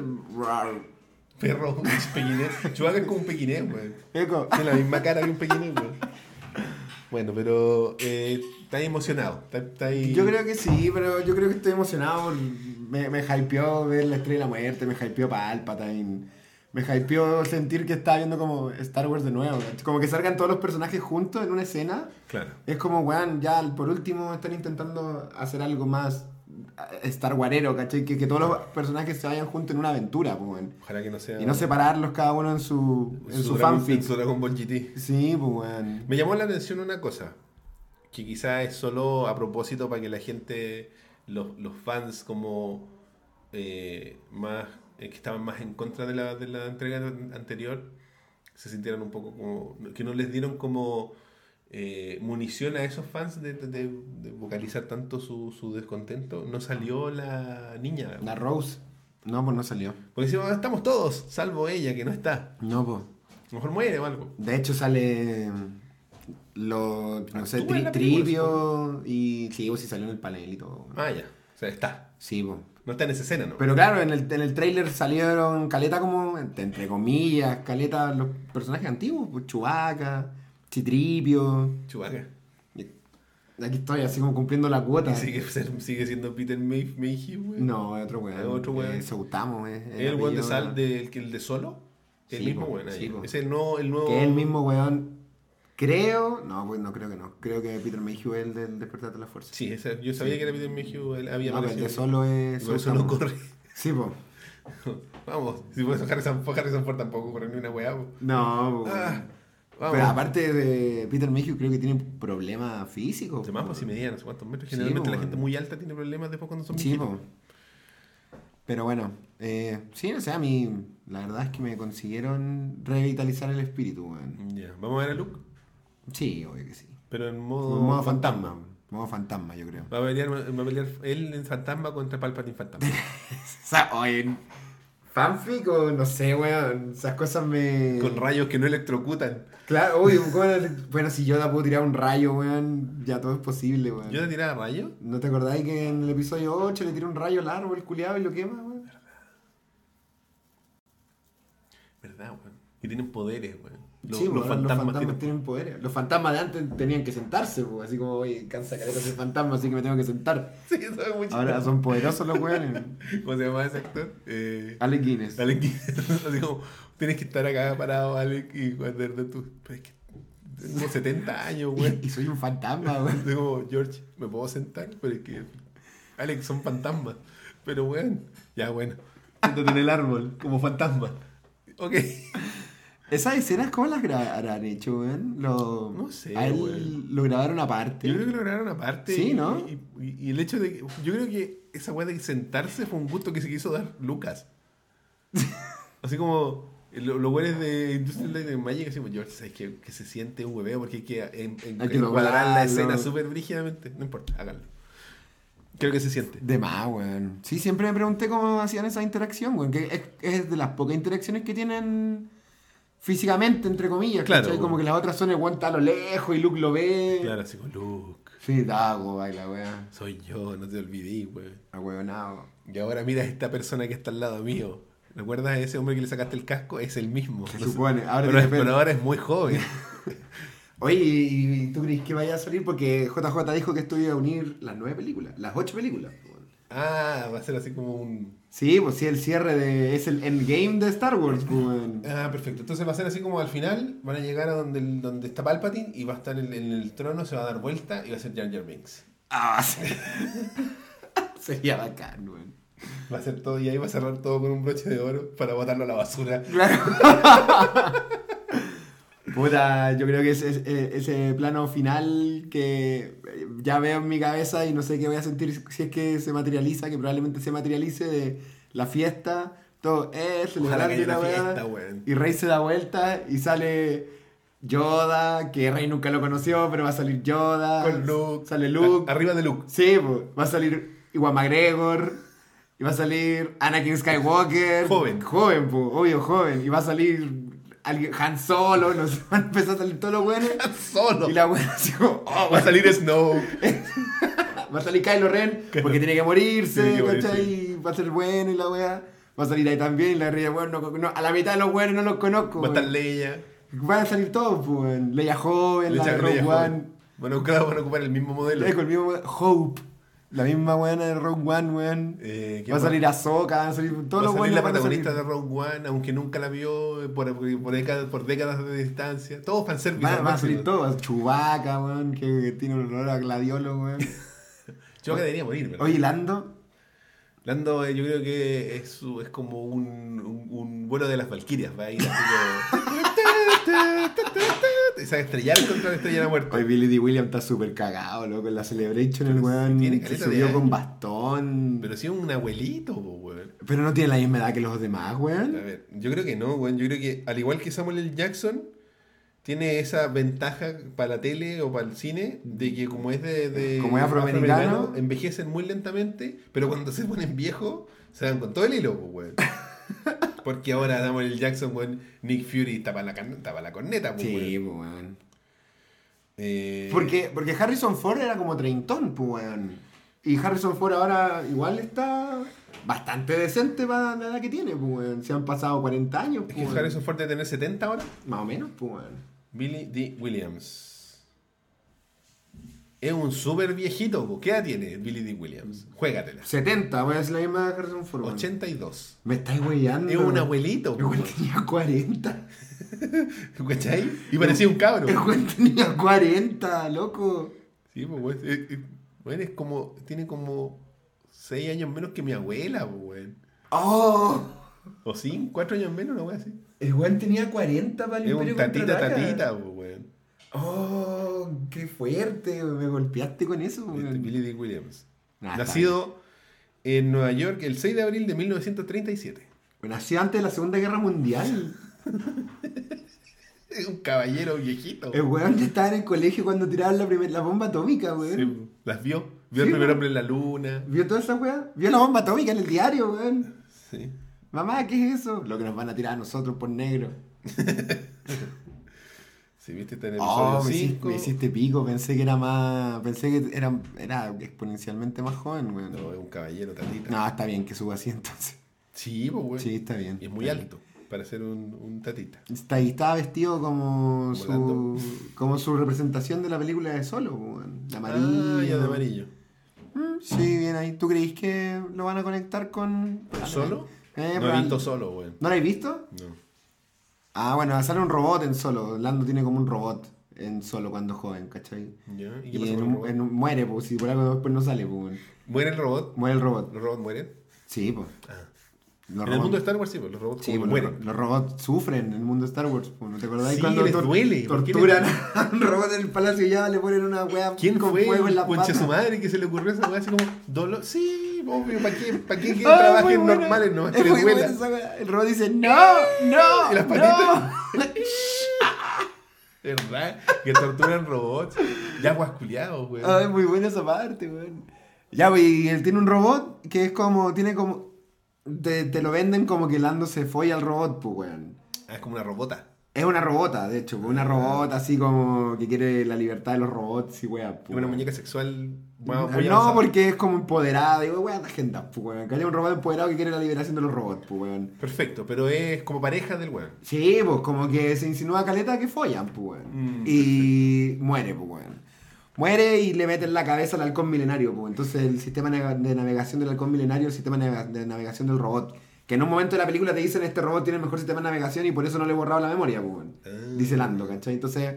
A: Perro. Pequinés. Chubaca es como un pequinés, weón.
B: Eco.
A: Tiene la misma cara que un pequinés, weón. Bueno, pero. Eh, está emocionado. Está, está ahí-
B: Yo creo que sí, pero yo creo que estoy emocionado. por- Me, me hypeó ver la estrella de la muerte, me hypeó Palpatine. Me hypeó sentir que estaba viendo como Star Wars de nuevo. Como que salgan todos los personajes juntos en una escena.
A: Claro.
B: Es como, weón, ya por último están intentando hacer algo más eh, Star Warero, ¿cachai? Que, que todos los personajes se vayan juntos en una aventura, pues, weón.
A: Ojalá que no sea.
B: Y no separarlos cada uno en su, en su
A: Dragon-
B: fanfic.
A: en su Dragon Ball GT.
B: Sí, pues, weón.
A: Me llamó la atención una cosa, que quizás es solo a propósito para que la gente, los, los fans como eh, más eh, que estaban más en contra de la, de la entrega an- anterior, se sintieran un poco como, que no les dieron como eh, munición a esos fans de, de- de- de vocalizar tanto su, su descontento. No salió la niña.
B: La Rose. No, pues no salió.
A: Porque decimos, estamos todos, salvo ella que no está.
B: No, pues.
A: A lo mejor muere o algo.
B: De hecho sale mm, lo, no sé,
A: Actúa en la
B: tri-
A: película,
B: Trivio y sí, pues sí salió en el panel y todo. weón.
A: Ah, ya. O sea, está.
B: Sí, pues.
A: No está en esa escena, ¿no?
B: Pero claro, en el, en el trailer salieron caleta como, entre entre comillas, caleta los personajes antiguos, pues Chubaca, Citripio.
A: Chewbacca.
B: Aquí estoy así como cumpliendo la cuota.
A: Y sigue, ser- sigue siendo Peter May- Mayhew, güey.
B: No, es otro weón.
A: Es otro weón.
B: Eh, Sautamos, eh,
A: el weón de
B: apellido,
A: Sal,
B: ¿no?
A: de, el, que- el de Solo. El
B: Sí,
A: mismo
B: po,
A: weón. ahí.
B: sí, po.
A: Ese no, el nuevo.
B: Que es el mismo weón. Creo. No, pues no creo que no. Creo que Peter Mayhew es el del despertar de la fuerza.
A: Sí, ese- yo sabía que era Peter Mayhew. Él había
B: no, pero el
A: aparecido.
B: de solo es.
A: Por eso no
B: Sautamos.
A: corre.
B: Sí, po.
A: Vamos, si puedes a Harrison Ford, Harrison Ford tampoco corre ni una weá. po.
B: No, pues,
A: Ah, vamos.
B: pero aparte de Peter Mayhew creo que tiene problemas físicos.
A: Además, pues
B: pues.
A: si medían no sé cuántos metros.
B: Sí,
A: Generalmente
B: po,
A: la gente
B: weón.
A: muy alta tiene problemas después cuando son
B: Sí,
A: viejitos.
B: po. Pero bueno, eh, sí, no sé, a mí la verdad es que me consiguieron revitalizar el espíritu, weón.
A: Ya, vamos a ver a Luke,
B: Sí, obvio que sí.
A: pero en modo.
B: Como modo fantasma, modo fantasma, yo creo.
A: Va a pelear, va a pelear él en fantasma contra Palpatine fantasma.
B: O sea, oye, fanfic o no sé, weón, esas cosas me...
A: Con rayos que no electrocutan.
B: Claro, uy, bueno, bueno, si Yoda puedo tirar un rayo, weón, ya todo es posible, weón.
A: ¿Yo le tiraba rayos?
B: ¿No te acordáis que en el episodio 8 le tiró un rayo al árbol culiado y lo quema, weón?
A: ¿Verdad, weón? Que tienen poderes, weón. Los,
B: Sí,
A: los
B: weón,
A: fantasmas, tienen.
B: tienen poderes. Los fantasmas de antes tenían que sentarse, weón. Así como, oye, cansa caleta ser fantasma, así que me tengo que sentar.
A: Sí, eso es muy
B: Ahora
A: chistoso.
B: son poderosos los weones.
A: ¿Cómo se llama ese actor? Eh,
B: Alec Guinness.
A: Alec Guinness. Así como, tienes que estar acá parado, Alec, y cuando de tu. Pero es que tengo 70 años, weón.
B: Y, y soy un fantasma, weón.
A: Así como, George, ¿me puedo sentar? Pero es que. Alec, son fantasmas. Pero, weón, ya, bueno. Siéntate en el árbol, como fantasma. Ok.
B: Esas escenas, ¿cómo las grabarán hecho, weón? Lo...
A: No sé,
B: a él
A: weón.
B: lo grabaron aparte.
A: Yo creo que lo grabaron aparte.
B: Sí,
A: y-
B: ¿no?
A: Y, y- y el hecho de que. Yo creo que esa weá de sentarse fue un gusto que se quiso dar Lucas. Así como. eh, lo- Los güeyes de Industrial Light and Magic, así como, George, ¿sabes qué? Que se siente un hueveo porque hay que, eh, en, en-
B: Hay que
A: encuadrar la
B: doblarlo.
A: escena súper brígidamente. No importa, háganlo. Creo que se siente.
B: De más, weón. Sí, siempre me pregunté cómo hacían esa interacción, weón. Que es, es de las pocas interacciones que tienen físicamente, entre comillas.
A: Claro,
B: ¿cachai?
A: weón.
B: Como que las otras son el weón está a lo lejos y Luke lo ve.
A: Claro, así como, Luke,
B: Sí, Dago baila, weón.
A: soy yo, no te olvidé, güey.
B: A weonado.
A: Y ahora mira a esta persona que está al lado mío. ¿Recuerdas a ese hombre que le sacaste el casco? Es el mismo.
B: Se
A: No sé-
B: supone. Ahora
A: pero
B: tiene
A: es- pero
B: pelo.
A: ahora es muy joven.
B: Oye, ¿y y tú crees que vaya a salir? Porque JJ dijo que esto iba a unir las nueve películas, las ocho películas. weón.
A: Ah, va a ser así como un.
B: Sí, pues sí, el cierre de. Es el endgame de Star Wars, weón.
A: Ah, perfecto. Entonces va a ser así como al final van a llegar a donde, el- donde está Palpatine y va a estar en, en el trono, se va a dar vuelta y va a ser Jar Jar Binks.
B: Ah, sí. Sería bacán, weón.
A: Va a ser todo y ahí va a cerrar todo con un broche de oro para botarlo a la basura.
B: Claro. Puta, yo creo que es- es- eh, ese plano final que eh, ya veo en mi cabeza y no sé qué voy a sentir si es que se materializa, que probablemente se materialice de la fiesta, todo, eh,
A: Ojalá
B: celebrando
A: que haya
B: la
A: una
B: weá.
A: fiesta, weón.
B: Y Rey se da vuelta y sale Yoda, que Rey nunca lo conoció, pero va a salir Yoda.
A: Con Luke.
B: Ah, Sale Luke.
A: A- arriba de Luke.
B: Sí, po. va a salir Iwan McGregor, y va a salir Anakin Skywalker.
A: Joven.
B: Joven, po, obvio, joven. Y va a salir alguien, Han Solo, no sé, van a empezar a salir todos los buenos.
A: Solo. Ah,
B: Y la buena así como, oh,
A: Va a salir Snow.
B: va a salir Kylo Ren porque tiene que morirse,
A: Tiene que morir,
B: ¿cachai? Y Va a ser bueno y la wea. Va a salir ahí también, y la ría, bueno, no- no- a la mitad de los buenos no los conozco.
A: Va a estar
B: weón.
A: Leia.
B: Van a salir todos, pues. Leia joven, la
A: Leia-
B: de Rogue
A: Leia
B: One.
A: joven. Van a, buscar- van a ocupar el mismo modelo.
B: Loco, el mismo we- Hope. La misma weona de Rogue One, weón.
A: Eh, ¿qué
B: va a
A: más?
B: salir Ahsoka, van a salir todos
A: va
B: los
A: a salir
B: weones
A: la
B: van a
A: protagonista de
B: salir.
A: Rogue One, aunque nunca la vio eh, por, por, décadas, por décadas de distancia. Todos fanservice.
B: Van,
A: al
B: van a salir
A: máximo.
B: todos. Chubaca, weón, que tiene un olor a gladiolo, weón.
A: Yo creo que debería morir, ¿verdad?
B: Oye, Lando.
A: Lando, eh, yo creo que es, su- es como un, un, un vuelo de las Valquirias. Va a ir así como. y se va a estrellar contra la estrella de la muerte.
B: Hoy Billy D. William está súper cagado, loco. En la Celebration, el
A: Pero
B: weón
A: tiene
B: se
A: caleta
B: subió
A: de
B: con
A: años.
B: bastón. Pero,
A: Pero si es un abuelito, po, weón.
B: no tiene la misma edad que los demás,
A: A
B: weón.
A: ver, yo creo que no, weón. Yo creo que, al igual que Samuel L. Jackson, tiene esa ventaja para la tele o para el cine de que, como es de. de
B: Como es afroamericano.
A: envejecen muy lentamente, pero cuando se ponen viejos, se dan con todo el hilo, pues, weón. Porque ahora Samuel L. Jackson, weón, Nick Fury tapa la, can- tapa la corneta, pues,
B: Sí,
A: weón.
B: pues, weón.
A: Eh,
B: Porque, porque Harrison Ford era como treintón, pues, weón. Y Harrison Ford ahora igual está bastante decente para la edad que tiene, pues, weón. Se han pasado 40 años,
A: Es
B: pues,
A: que
B: weón.
A: Harrison Ford debe tener 70 ahora.
B: Más o menos, pues, weón.
A: Billy D. Williams. Es un súper viejito, po. ¿qué edad tiene Billy D. Williams? Juégatela.
B: 70, voy a decir la misma de Harrison Ford, weón.
A: 82.
B: Me estáis weyando.
A: Es un abuelito,
B: El
A: po,
B: weón tenía 40.
A: ¿cachai? Y parecía un cabro.
B: El weón tenía 40, loco.
A: Sí, pues, weón. Eh, eh, weón, es como. Tiene como 6 años menos que mi abuela, pues, weón.
B: ¡Oh!
A: O cinco, cuatro años menos, una wea así.
B: El weón tenía 40 para el
A: Es
B: Imperio
A: un tatita,
B: Contraataca.
A: tatita, po, weón.
B: Oh, qué fuerte, me golpeaste con eso,
A: Este,
B: weón.
A: Billy Dee Williams.
B: Ah,
A: Nacido en Nueva York el 6 de abril de 1937.
B: está bien. Nació antes de la Segunda Guerra Mundial.
A: Es un caballero viejito.
B: El weón estaba en el colegio cuando tiraron la, primer- la bomba atómica,
A: Sí,
B: weón.
A: po. las vio. Vio
B: Sí,
A: el primer
B: po.
A: hombre en la luna.
B: ¿Vio toda esa weá? ¿Vio la bomba atómica en el diario, weón?
A: Sí.
B: Mamá, ¿qué es eso? Lo que nos van a tirar a nosotros por negro.
A: Sí, viste, está en el
B: Oh, me
A: episodio
B: hiciste,
A: 5.
B: me hiciste pico, pensé que era más. Pensé que era, era exponencialmente más joven, weón.
A: No,
B: No.
A: es un caballero, tatita.
B: está bien que suba así entonces.
A: Sí, pues, weón.
B: Sí, está bien.
A: Y es muy
B: Está bien.
A: alto para ser un, un tatita.
B: Está, y estaba vestido como
A: Volando.
B: su, como su representación de la película de Solo, weón. De
A: Ah, ya
B: amarillo.
A: de amarillo.
B: Mm, sí, bien ahí. ¿Tú creís que lo van a conectar con.
A: ¿Solo?
B: Eh,
A: no he
B: probable-
A: visto solo, weón.
B: ¿No lo habéis visto?
A: No.
B: Ah, bueno, sale un robot en solo. Lando tiene como un robot en solo cuando joven, ¿cachai?
A: ¿Ya? ¿Y
B: Y,
A: qué pasa
B: en
A: con el
B: un-
A: robot?
B: en un- muere, pues, si por algo después no sale, pues. weón.
A: ¿Muere el robot?
B: Muere el robot.
A: ¿Los robots mueren?
B: Sí, pues.
A: Ah. en
B: Los
A: el
B: robots-
A: mundo de Star Wars sí, pues, los robots
B: Sí,
A: como
B: pues,
A: mueren.
B: los, los robots sufren en el mundo de Star Wars. pues, ¿No te acordás?
A: Sí,
B: cuando
A: les duele, ¿por qué les
B: torturan
A: duele?
B: a un robot en el palacio y ya le ponen una wea
A: ¿Quién
B: con
A: fue
B: fuego en la
A: concha su
B: pata.
A: madre que se le ocurrió esa weá así como dolor? Sí, obvio, ¿para qué, pa qué que
B: Ah, muy
A: trabajen
B: buena.
A: normales no?
B: Es
A: Que les
B: muy buena
A: duela.
B: esa wea. El robot dice, no, no.
A: Y las
B: no".
A: patitas. ¿Verdad? Que torturan robots. Ya guasculeados, weón.
B: Ah, es muy buena esa parte, weón. Ya, wey, y él tiene un robot que es como, tiene como... Te, te lo venden como que Lando se folla al robot, pues, weón.
A: Ah, es como una robota.
B: Es una robota, de hecho, pues,
A: Ah.
B: una robota así como que quiere la libertad de los robots y weá. pues,
A: Es una
B: weón.
A: muñeca sexual.
B: No,
A: Wow, muy
B: Mm, no,
A: avanzada.
B: porque es como empoderada, digo, weón, agenda, pues, weón. Que haya un robot empoderado que quiere la liberación de los robots, pues, weón.
A: Perfecto, pero es como pareja del weón.
B: Sí, pues como que se insinúa caleta que follan, pues, weón.
A: Mm,
B: y muere, pues, weón. Muere y le meten la cabeza al halcón milenario, pues. Entonces el sistema nega- de navegación del halcón milenario, el sistema nega- de navegación del robot. Que en un momento de la película te dicen, este robot tiene el mejor sistema de navegación y por eso no le he borrado la memoria, pues, weón.
A: Ah.
B: Dice Lando, ¿cachai? Entonces,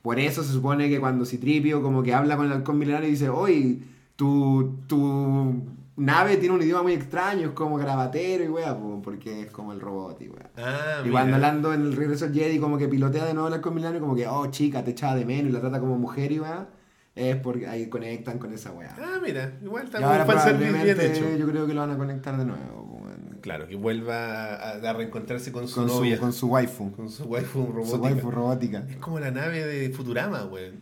B: por eso se supone que cuando Citripio como que habla con el halcón milenario y dice, oye, tu, tu nave tiene un idioma muy extraño, es como grabatero y weá, po, porque es como el robot y weá.
A: Ah,
B: Y
A: mira.
B: cuando Lando en el regreso al Jedi como que pilotea de nuevo al halcón milenario como que, oh chica, te echaba de menos y la trata como mujer y weá, es porque ahí conectan con esa weá.
A: Ah, mira, igual
B: Y
A: está
B: ahora
A: un fanservice bien
B: probablemente
A: hecho.
B: yo creo que lo van a conectar de nuevo, po, weón.
A: Claro, que vuelva a, a reencontrarse con su
B: con,
A: novia.
B: su, con su waifu,
A: con su waifu
B: su
A: robótica.
B: waifu robótica.
A: Es como la nave de Futurama, weón.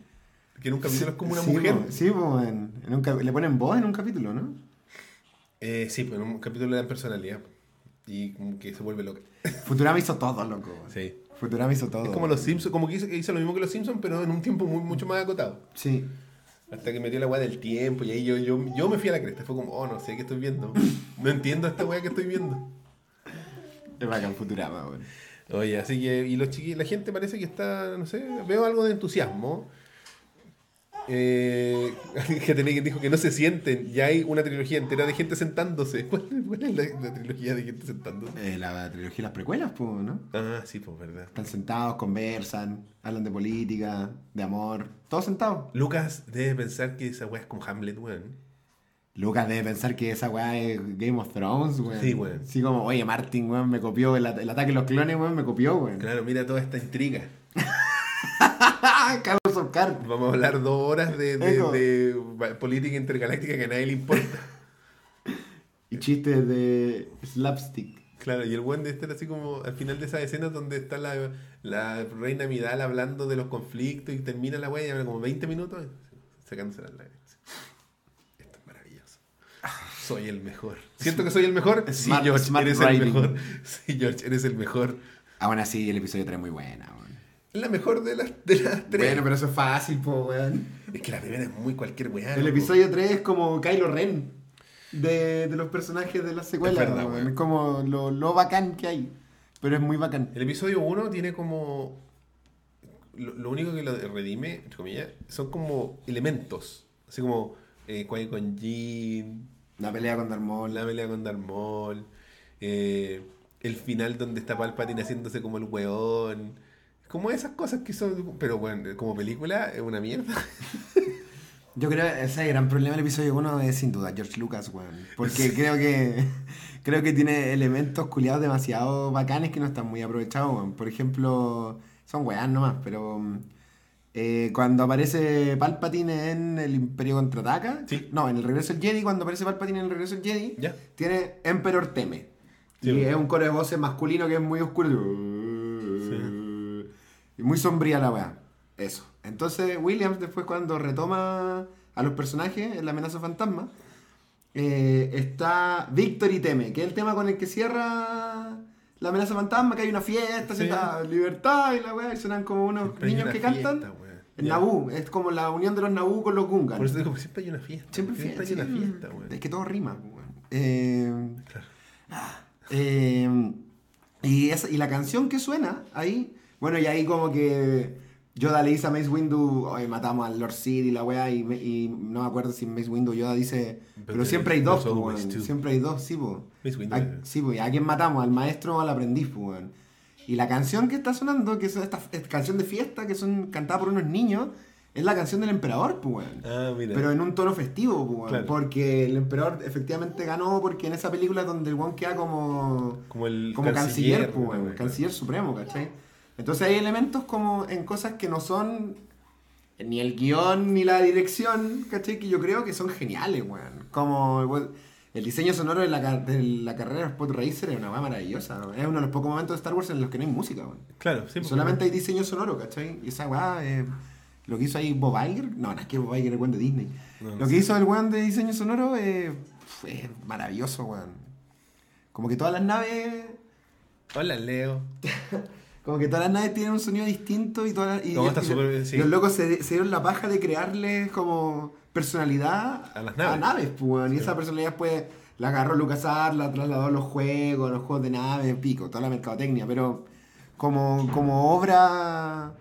A: Que en un capítulo es como una
B: Sí,
A: mujer.
B: po, sí, po, en- en un cap- le ponen voz en un capítulo, ¿no?
A: Eh, sí, pero en un capítulo le dan personalidad. Y como que se vuelve loca.
B: Futurama hizo todo, loco.
A: Sí.
B: Futurama hizo todo.
A: Es como los Simpsons, como que hizo, que hizo lo mismo que los Simpsons, pero en un tiempo muy- mucho más acotado.
B: Sí.
A: Hasta que metió la weá del tiempo y ahí yo, yo, yo me fui a la cresta. Fue como, oh, no sé qué estoy viendo. No entiendo esta weá que estoy viendo.
B: Es bacán Futurama, weón.
A: Oye, así que, y los chiquillos, la gente parece que está, no sé, veo algo de entusiasmo. Eh, que tenía que dijo que no se sienten, ya hay una trilogía entera de gente sentándose. ¿Cuál, cuál es la, la trilogía de gente sentándose?
B: Eh, la trilogía de las precuelas, pues, ¿no?
A: Ah, sí, pues verdad.
B: Están sentados, conversan, hablan de política, de amor. Todos sentados.
A: Lucas debe pensar que esa weá es como Hamlet, weón.
B: Lucas debe pensar que esa weá es Game of Thrones, weón.
A: Sí, weón.
B: Sí, como, oye, Martin, weón, me copió el, at- el ataque de los clones, weón, me copió, weón.
A: Claro, mira toda esta intriga.
B: Carlos Oscar.
A: Vamos a hablar dos horas de, de-
B: Eco.
A: de ba- política intergaláctica que a nadie le importa.
B: Y chistes de slapstick.
A: Claro, y el buen de estar así como al final de esa escena donde está la, la reina Midal hablando de los conflictos y termina la wea y habla como 20 minutos sacándose las lágrimas. Esto es maravilloso. Soy el mejor. ¿Siento que soy el mejor? Sí,
B: Smart-
A: George,
B: smart
A: eres el
B: writing.
A: mejor. Sí, George, eres el mejor.
B: Ah, bueno, sí, el episodio 3 es muy buena, weón.
A: La mejor de las, de las tres.
B: Bueno, pero eso es fácil, po, weón.
A: Es que la primera es muy cualquier weá.
B: El
A: loco.
B: episodio 3 es como Kylo Ren de, de los personajes de la secuela.
A: Es verdad,
B: weón.
A: weón.
B: Es como lo, lo bacán que hay. Pero es muy bacán.
A: El episodio 1 tiene como. Lo, lo único que lo redime, entre comillas, son como elementos. Así como eh, con Jin,
B: La pelea con Darmol.
A: la pelea con Darth Maul, eh, el final donde está Palpatine haciéndose como el weón. Como esas cosas que son. Pero bueno, como película es una mierda.
B: Yo creo que ese gran problema del episodio 1 es sin duda George Lucas, weón. Porque creo que creo que tiene elementos culiados demasiado bacanes que no están muy aprovechados, weón. Por ejemplo, son weas nomás, pero mm, eh, cuando aparece Palpatine en el Imperio Contraataca,
A: Sí.
B: no, en el Regreso del Jedi, cuando aparece Palpatine en el Regreso del Jedi,
A: Ya.
B: tiene Emperor Teme.
A: Sí,
B: y
A: weón.
B: es un coro de voces masculino que es muy oscuro. Y muy sombría la weá. Eso. Entonces, Williams, después cuando retoma a los personajes en la amenaza fantasma, eh, está Victory Teme, que es el tema con el que cierra la amenaza fantasma, que hay una fiesta,
A: Sí.
B: cierta libertad y la weá, y suenan como unos
A: Siempre hay
B: niños
A: una
B: que
A: fiesta,
B: cantan.
A: weón.
B: El
A: Ya.
B: Nabú, es como la unión de los Nabú con los Gungan.
A: Por eso digo, siempre hay una fiesta.
B: Siempre,
A: siempre
B: fie-
A: hay una
B: sí.
A: fiesta, weón.
B: Es que todo rima, weón. Eh,
A: Claro.
B: eh, y, esa- y la canción que suena ahí, bueno, y ahí como que Yoda le dice a Mace Windu, hoy matamos al Lord Sid y la weá, y, me- y no me acuerdo si Mace Windu o Yoda dice,
A: But
B: pero
A: there
B: siempre hay
A: is
B: dos, po,
A: always
B: weón,
A: two".
B: siempre hay dos, sí, po.
A: Mace Windu,
B: A-
A: eh.
B: sí, po, ¿y ¿a quién matamos? ¿Al maestro o al aprendiz, po, weón? Y la canción que está sonando, que es esta, esta canción de fiesta, que son cantada por unos niños, es la canción del emperador, po, weón.
A: Ah, mira.
B: Pero en un tono festivo, pues, weón,
A: Claro.
B: porque el emperador efectivamente ganó porque en esa película es donde el weón queda como,
A: como el
B: como canciller, pues, weón,
A: weón.
B: canciller supremo, ¿cachai? Entonces hay elementos como en cosas que no son ni el guión ni la dirección, ¿cachai? Que yo creo que son geniales, weón. Como weón, el diseño sonoro de la, ca- de la carrera de Spot Racer es una weá maravillosa. weón. Es uno de los pocos momentos de Star Wars en los que no hay música, weón.
A: Claro, sí. pues,
B: Solamente hay diseño sonoro, ¿cachai? Y esa weá, eh, lo que hizo ahí Bob Iger, no, no es que Bob Iger es el weón de Disney.
A: No, no
B: lo que hizo el weón de diseño sonoro eh, fue maravilloso, weón. Como que todas las naves,
A: Hola, Leo.
B: como que todas las naves tienen un sonido distinto y todas las- y,
A: No, está
B: y-
A: súper- sí.
B: los locos se, se dieron la paja de crearles como personalidad
A: A las naves.
B: pues, weón. Y esa personalidad pues la agarró Lucas la trasladó a los juegos, a los juegos de naves, pico, toda la mercadotecnia, pero como, como obra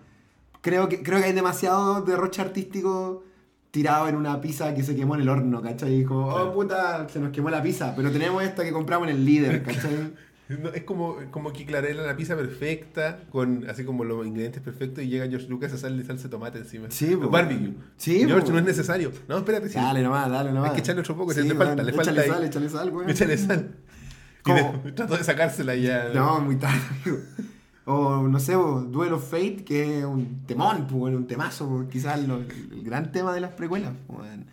B: creo que, creo que hay demasiado derroche artístico tirado en una pizza que se quemó en el horno, ¿cachai? Y como, oh
A: Claro.
B: puta, se nos quemó la pizza, pero tenemos esta que compramos en el líder, ¿cachai?
A: No, es como, como que clarela la pizza perfecta, con así como los ingredientes perfectos, y llega George Lucas a hacerle salsa de tomate encima.
B: Sí, po.
A: Barbecue.
B: Sí,
A: George,
B: po.
A: no es necesario. No, espérate. sí.
B: Dale nomás, dale nomás.
A: Hay que echarle otro poco, si le
B: weón,
A: falta, le falta
B: Échale
A: ahí.
B: sal, échale sal, weón.
A: Échale sal. Y
B: ¿Cómo?
A: de- trató de sacársela y ya.
B: No, muy tarde, amigo. O no sé, bo, Duel of Fate, que es un temón, pues, bueno, un temazo, pues, quizás lo- el gran tema de las precuelas. pues, bueno.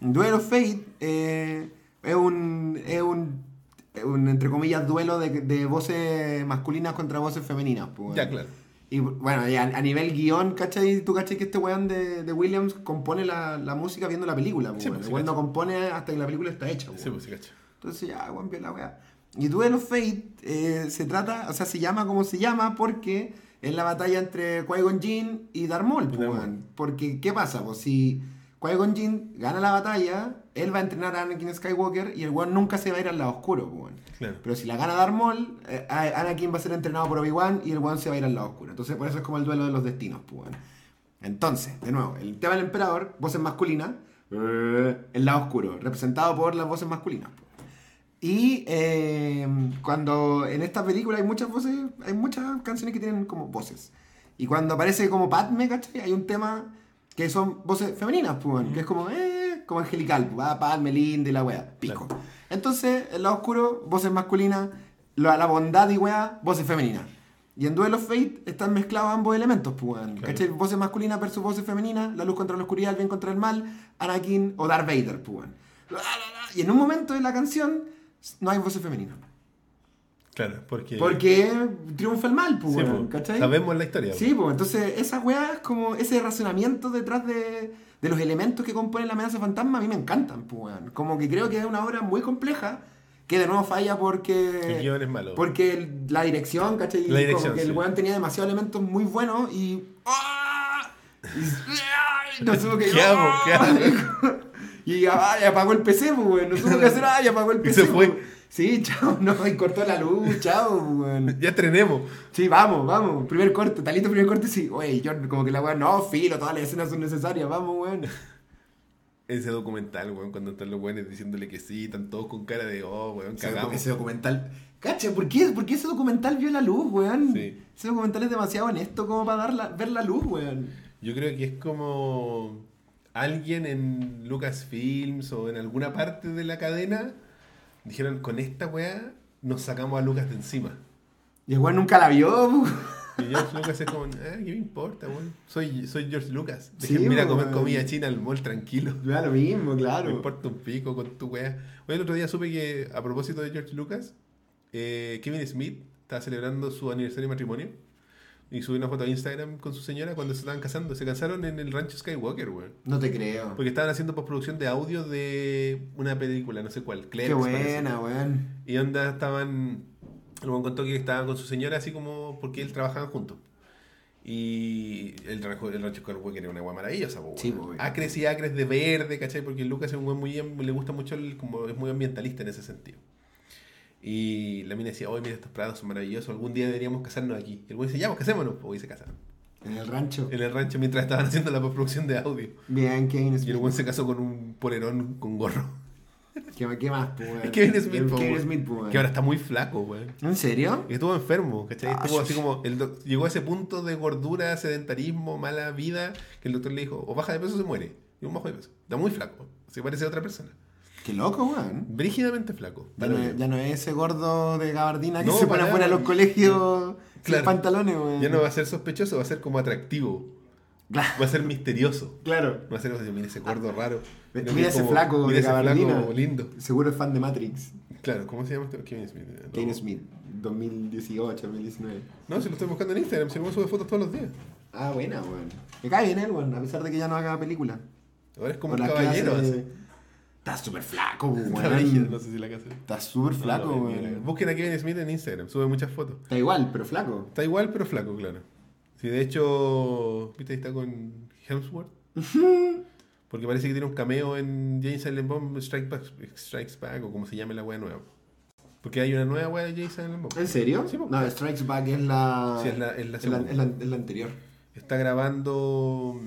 B: Duel of Fate eh, es un. es un. es un, entre comillas duelo de, de voces masculinas contra voces femeninas. pues, bueno.
A: Ya, claro.
B: Y bueno, y a, a nivel guión, ¿cachai? ¿Tú cachai que este weón de, de Williams compone la, la música viendo la película? pues,
A: Sí,
B: bueno?
A: pues,
B: el weón
A: sí,
B: no
A: cacho.
B: compone hasta que la película está hecha. pues,
A: Sí, pues, sí, cacho.
B: entonces ya, weón, vio la weá. Y Duel of Fate eh, se trata, o sea, se llama como se llama porque es la batalla entre Qui-Gon Jinn y Darth Maul, po,
A: Darth Maul.
B: weón. Porque, ¿qué pasa? Pues si Qui-Gon Jinn gana la batalla, él va a entrenar a Anakin Skywalker y el weón nunca se va a ir al lado oscuro, po, weón.
A: Claro.
B: Pero si la gana Darth Maul, eh, a- Anakin va a ser entrenado por Obi-Wan y el weón se va a ir al lado oscuro. Entonces, por eso es como el duelo de los destinos, pues, weón. Entonces, de nuevo, el tema del emperador, voces masculinas, eh, el lado oscuro, representado por las voces masculinas. pues. po. Y eh, cuando en esta película hay muchas voces, hay muchas canciones que tienen como voces. Y cuando aparece como Padme, ¿cachai? Hay un tema que son voces femeninas, po, weón, que es como, eh, como angelical, po, ah, Padme, linda y la wea, pico. Entonces, el lado oscuro, voces masculinas, la, la bondad y wea, voces femeninas. Y en Duel of Fate están mezclados ambos elementos, pues, weón.
A: Claro.
B: ¿Cachai? Voces masculinas versus voces femeninas, la luz contra la oscuridad, el bien contra el mal, Anakin o Darth Vader, pues, weón. La, la, la. Y en un momento de la canción no hay voces femeninas.
A: Claro, porque.
B: Porque triunfa el mal, pues,
A: Sí,
B: weón,
A: pues,
B: ¿cachai?
A: Sabemos la historia.
B: Sí, pues, entonces esa weá es como ese razonamiento detrás de, de los elementos que componen la amenaza fantasma, a mí me encantan, pues, weón. Como que creo que es una obra muy compleja que de nuevo falla porque...
A: pues. El guión es malo.
B: Porque el- la dirección, ¿cachai?
A: La dirección,
B: Como que el
A: sí.
B: weón tenía demasiados elementos muy buenos y. ¡Ah! Y- ¡Ay! No supo que.
A: ¿Qué hago? ¿Qué
B: hago? Y ah, y apagó el PC, pues, weón. No supo qué hacer. ¡Ay! Apagó el
A: Y
B: PC.
A: se fue.
B: pues. Sí, chao. No, y cortó la luz, chao, pues, weón.
A: Ya trenemos.
B: Sí, vamos, vamos. Primer corte, talito, primer corte. Sí, oye, yo como que la weón. No, filo, todas las escenas son necesarias, vamos, weón.
A: Ese documental, weón, cuando están los weones diciéndole que sí, están todos con cara de, oh, weón,
B: pues, Ese docu-
A: cagamos.
B: Ese documental. Cacha, ¿por qué, por qué ese documental vio la luz, weón?
A: Sí.
B: Ese documental es demasiado honesto como para dar la- ver la luz, weón.
A: Yo creo que es como alguien en Lucasfilms o en alguna parte de la cadena dijeron, con esta weá nos sacamos a Lucas de encima.
B: Y el weón nunca la vio. pu.
A: Y George Lucas es como, ah, ¿qué me importa, weón? Soy, soy George Lucas.
B: Sí,
A: Déjenme ir a comer
B: weón.
A: comida china al mall tranquilo.
B: Me da lo mismo,
A: No me
B: claro.
A: importa un pico con tu weá. Oye, el otro día supe que, a propósito de George Lucas, eh, Kevin Smith está celebrando su aniversario de matrimonio. Y subió una foto a Instagram con su señora cuando se estaban casando. Se casaron en el rancho Skywalker, weón.
B: No te creo.
A: Porque estaban haciendo postproducción de audio de una película, no sé cuál. Clerks,
B: Qué
A: parece.
B: buena, weón.
A: Y onda estaban. El buen contó que estaba con su señora, así como porque él trabajaban juntos. Y el, trabajo- el rancho Skywalker era una agua maravillosa, po,
B: Sí,
A: weón.
B: po, weón.
A: Acres y acres de verde, ¿cachai? Porque Lucas es un buen muy. le gusta mucho, el- como es muy ambientalista en ese sentido. Y la mina decía, oye, mira, estos prados son maravillosos, algún día deberíamos casarnos aquí. Y el güey dice, ya, pues casémonos, po", y se casaron.
B: En el rancho.
A: En el rancho mientras estaban haciendo la postproducción de audio.
B: Bien, Kevin
A: Y el
B: Smith.
A: buen se casó con un polerón con gorro.
B: ¿Qué, qué más, pues?
A: Es Kevin Smith, po,
B: Kevin
A: weón.
B: Smith, po, weón.
A: Que ahora está muy flaco, güey.
B: ¿En serio?
A: Y estuvo enfermo, ¿cachai?
B: Ah,
A: Estuvo
B: sí.
A: así como. el doc- llegó a ese punto de gordura, sedentarismo, mala vida, que el doctor le dijo: o baja de peso o se muere. Y un bajo de peso. Está muy flaco. Se parece a otra persona.
B: Qué loco, weón.
A: Brígidamente flaco.
B: Ya no, es, ya no es ese gordo de gabardina que
A: No,
B: se
A: para
B: pone afuera a
A: nada.
B: los colegios
A: Claro.
B: sin pantalones, weón.
A: Ya no va a ser sospechoso, va a ser como atractivo.
B: Claro.
A: Va a ser misterioso.
B: Claro.
A: Va a ser como, mira ese gordo raro.
B: Mira
A: que es
B: ese
A: como-
B: flaco
A: mira
B: de
A: ese
B: gabardina.
A: flaco lindo.
B: Seguro es fan de Matrix.
A: Claro, ¿cómo se llama este? Kevin Smith.
B: Kane
A: No.
B: Smith, 2018, 2019.
A: No, si lo estoy buscando en Instagram, si no sube fotos todos los días.
B: Ah, buena, weón. Me cae bien él, weón, a pesar de que ya no haga película.
A: Ahora es como
B: Por
A: un
B: la
A: caballero.
B: clase-
A: así.
B: Está súper flaco,
A: Está brígido, no
B: weón.
A: sé si la casa.
B: Está súper flaco,
A: No, no, mira,
B: weón.
A: Busquen a Kevin Smith en Instagram, sube muchas fotos.
B: Está igual, pero flaco.
A: Está igual, pero flaco, claro. Sí, de hecho, viste, ahí está con Hemsworth. Porque parece que tiene un cameo en James Silent Bomb Strike Back, Strikes Back o como se llame la wea nueva. Porque hay una nueva wea de James Silent Bomb.
B: ¿En serio?
A: Sí, po.
B: no, Strikes Back es la.
A: Sí, es la- es la segunda.
B: es la- es la anterior.
A: Está grabando.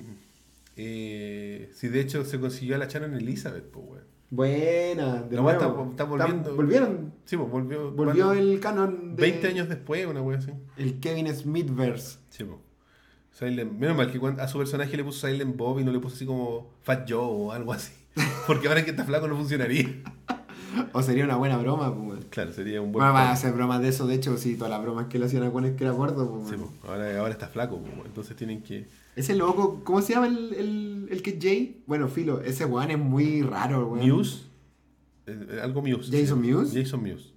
A: Eh, sí, de hecho, se consiguió a la Shannon Elizabeth, pues, weón.
B: Buena, de
A: La weá
B: nuevo.
A: está- está volviendo.
B: volvieron.
A: Sí, pues volvió.
B: Volvió
A: bueno,
B: el canon de.
A: 20 años después, una wea así.
B: El Kevin Smithverse.
A: Sí, po. Silent, menos mal que cuan- a su personaje le puso Silent Bob y no le puso así como Fat Joe o algo así. Porque ahora que está flaco no funcionaría.
B: O sería una buena broma, pues. weón.
A: Claro, sería un buen.
B: Bueno, van a
A: plan.
B: hacer bromas de eso, de hecho, sí, todas las bromas que le hacían a Juan es que era gordo, pues.
A: Sí,
B: weón.
A: po. ahora, ahora está flaco, po. entonces tienen que.
B: Ese loco, ¿cómo se llama el, el, el que es Jay? Bueno, Filo, ese weón es muy raro, weón.
A: Muse. eh, eh, algo Muse.
B: ¿Jason
A: sí.
B: Muse?
A: Jason Muse.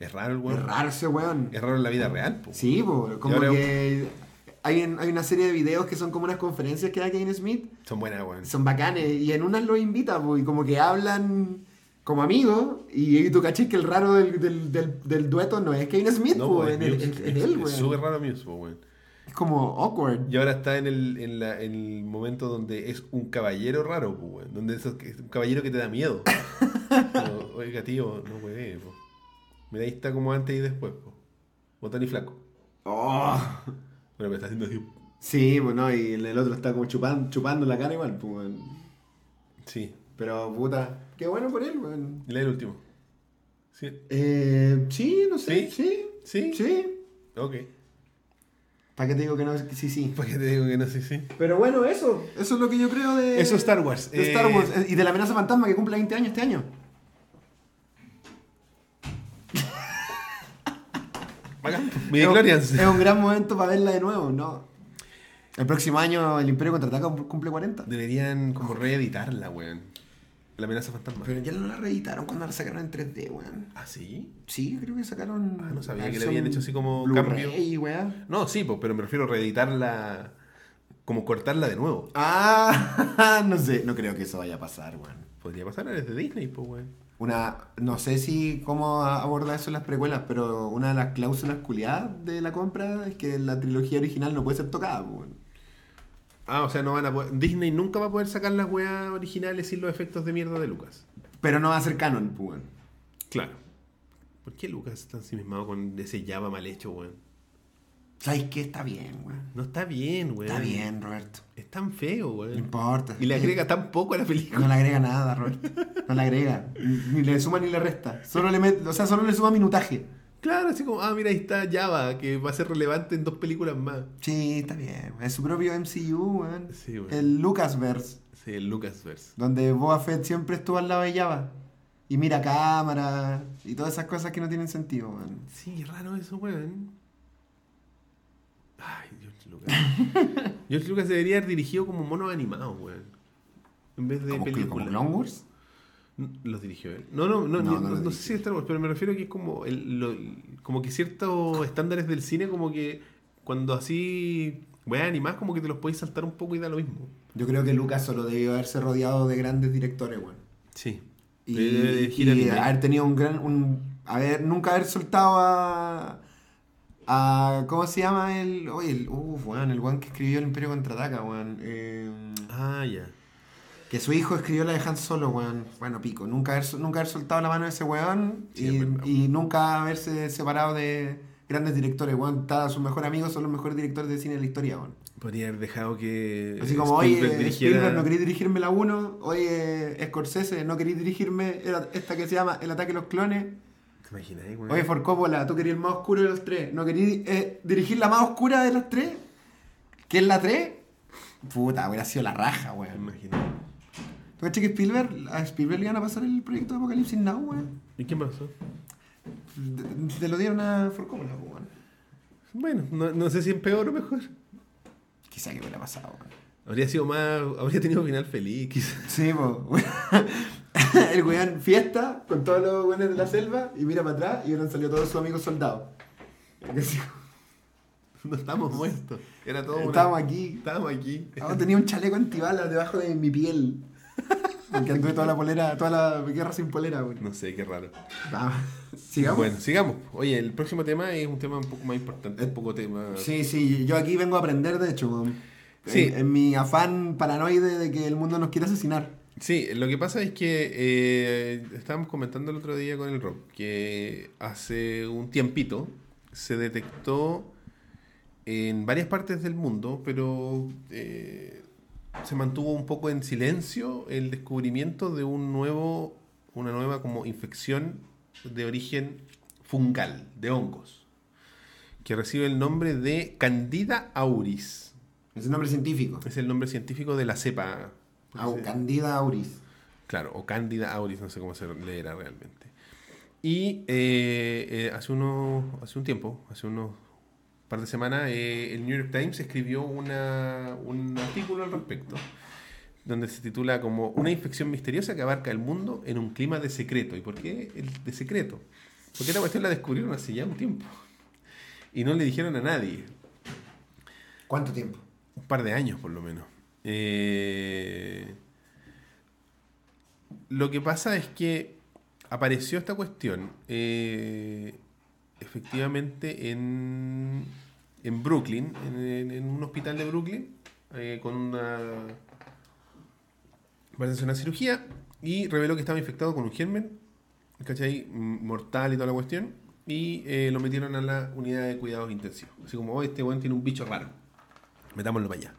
A: Es raro el weón.
B: Es raro ese weón.
A: Es raro en la vida real, po.
B: Sí, pues, como
A: Y ahora-
B: que hay, en- hay una serie de videos que son como unas conferencias que da Kevin Smith.
A: Son buenas, weón.
B: Son bacanes y en unas los invita, po, y como que hablan como amigos. Y, y tú caché que el raro del, del, del, del dueto no es Kevin Smith,
A: No,
B: po,
A: po, es
B: en el-
A: Muse.
B: es- es
A: Es-
B: él,
A: Es
B: weón.
A: súper raro Muse, po, weón.
B: Es como awkward.
A: Y ahora está en el, en la- en el momento donde es un caballero raro, pues, weón. Donde es, es un caballero que te da miedo. Como, Oiga, tío, no hueve, po. Mira, ahí está como antes y después, po. Botán y flaco.
B: Oh.
A: Bueno, me está haciendo así.
B: Sí, bueno, y el, el otro está como chupando, chupando la cara igual, pues, weón.
A: Sí.
B: Pero puta, qué bueno por él, weón.
A: Y la del último. Sí.
B: Eh, sí, no sé, sí,
A: ¿Sí?
B: sí. sí.
A: Ok.
B: ¿Para qué te digo que no? Que Sí, sí.
A: ¿Para qué te digo que no sé sí?
B: Pero bueno, eso. Eso es lo que yo creo de.
A: Eso es Star Wars.
B: de
A: Eh,
B: Star Wars. eh, Y de la amenaza fantasma que cumple 20 años este año.
A: Bacán.
B: Es un-
A: Midichlorians.
B: Es un gran momento para verla de nuevo, ¿no? El próximo año el Imperio Contraataca cumple 40.
A: Deberían como reeditarla, weón. La amenaza fantasma.
B: Pero ya no la reeditaron cuando la sacaron en 3D, weón.
A: ¿Ah, sí?
B: Sí, creo que sacaron.
A: Ah, no sabía
B: la
A: que le
B: versión
A: habían hecho así como
B: Blu-ray,
A: cambio.
B: weón.
A: No, sí, po, pero me refiero a reeditarla. Como cortarla de nuevo.
B: Ah, no sé, no creo que eso vaya a pasar, weón.
A: Podría pasar, eres de Disney, pues, weón.
B: Una, no sé si cómo aborda eso en las precuelas, pero una de las cláusulas culiadas de la compra es que la trilogía original no puede ser tocada, pues, weón.
A: Ah, o sea, no van a poder- Disney nunca va a poder sacar las weas originales sin los efectos de mierda de Lucas.
B: Pero no va a ser canon, pues, weón.
A: Claro. ¿Por qué Lucas está ensimismado con ese Java mal hecho, weón?
B: ¿Sabes qué? Está bien, weón.
A: No está bien, weón.
B: Está bien, Roberto.
A: Es tan feo,
B: No
A: weón.
B: importa.
A: Y le agrega tan poco a la película.
B: No le agrega nada, Roberto. No le agrega. Ni le suma ni le resta. Solo le, met- o sea, solo le suma minutaje.
A: Claro, así como, ah, mira, ahí está Java, que va a ser relevante en dos películas más.
B: Sí, está bien. Es su propio MCU, weón.
A: Sí, weón.
B: El Lucasverse,
A: Sí, el Lucasverse.
B: donde Boba Fett siempre estuvo al lado de Java. Y mira cámara y todas esas cosas que no tienen sentido, weón.
A: Sí, raro eso, weón. Ay, George Lucas. George Lucas debería haber dirigido como monos animados, weón. En vez de
B: ¿Como, como
A: películas.
B: Clone Wars?
A: N- ¿Los dirigió él? No, no, no,
B: No,
A: ni- no,
B: no los
A: no
B: dirigió.
A: sé si Star Wars, pero me refiero que es como, el- lo- como que ciertos estándares del cine, como que cuando así weas animadas, como que te los podéis saltar un poco y da lo mismo.
B: Yo creo que Lucas solo debió haberse rodeado de grandes directores, weón.
A: Sí.
B: Y,
A: De- de- de
B: y
A: gira libre.
B: haber tenido un gran. Un, haber, nunca haber soltado a. a ¿Cómo se llama el. Oye, el. Uf, weón, el weón que escribió El Imperio contraataca, weón. Eh,
A: Ah, ya.
B: que su hijo escribió la de Han Solo, weón. Bueno, pico. Nunca haber, sol- nunca haber soltado la mano de ese weón.
A: Sí,
B: y,
A: es verdad.
B: y nunca haberse separado de grandes directores, weón. Está- Sus mejores amigos son los mejores directores de cine de la historia, weón.
A: Podría haber dejado que.
B: Así como,
A: Eh, Spielberg
B: oye,
A: dirigiera-
B: Spielberg, no queréis dirigirme la 1, oye, Scorsese, no queréis dirigirme era- esta que se llama El ataque a los clones,
A: ¿Te imaginas, eh, weón?
B: oye, For Coppola, tú querías el más oscuro de los tres, no queréis eh, dirigir la más oscura de las tres, que es la 3, puta, hubiera sido la raja,
A: ¿Te
B: weón.
A: imaginas?
B: ¿Tú cachai que Spielberg, a Spielberg le iban a pasar el proyecto de Apocalipsis Now, weón?
A: ¿Y qué pasó?
B: De- Te lo dieron a For Coppola, po, weón.
A: Bueno, no, no sé si es peor o mejor.
B: Quizá que hubiera pasado, weón.
A: Habría sido más. Habría tenido final feliz, quizás.
B: Sí, pues. El weón fiesta con todos los weones de la selva y mira para atrás y hubieran salido todos sus amigos soldados.
A: No estamos muertos. Era todo. una-
B: Estábamos aquí.
A: Estábamos aquí.
B: Ahora tenía un chaleco antibalas debajo de mi piel. Porque anduve toda la polera, toda la guerra sin polera, weón.
A: No sé, qué raro.
B: Vamos, Sigamos.
A: Bueno, sigamos. Oye, el próximo tema es un tema un poco más importante. Un poco tema.
B: Sí, sí, yo aquí vengo a aprender, de hecho, weón.
A: Sí.
B: En, en mi afán paranoide de que el mundo nos quiere asesinar.
A: Sí, lo que pasa es que eh, estábamos comentando el otro día con el Rob que hace un tiempito se detectó en varias partes del mundo, pero eh, se mantuvo un poco en silencio el descubrimiento de un nuevo, una nueva como infección de origen fungal, de hongos, que recibe el nombre de Candida auris.
B: Es un nombre científico.
A: Es el nombre científico de la cepa.
B: Au-
A: Sí.
B: Candida auris.
A: Claro, o Cándida Auris, no sé cómo se leerá realmente. Y eh, eh, hace, uno, hace un tiempo, hace unos par de semanas, eh, el New York Times escribió una- un artículo al respecto, donde se titula como Una infección misteriosa que abarca el mundo en un clima de secreto. ¿Y por qué el de secreto? Porque esta cuestión la descubrieron hace ya un tiempo. Y no le dijeron a nadie
B: ¿Cuánto tiempo?
A: un par de años por lo menos. Eh, lo que pasa es que apareció esta cuestión eh, efectivamente en, en Brooklyn, en, en- en un hospital de Brooklyn, eh, con una... Parece hacer una cirugía y reveló que estaba infectado con un germen, ¿cachai? M- Mortal y toda la cuestión. Y eh, lo metieron a la unidad de cuidados intensivos. Así como, oh, este weón tiene un bicho raro metámoslo para allá.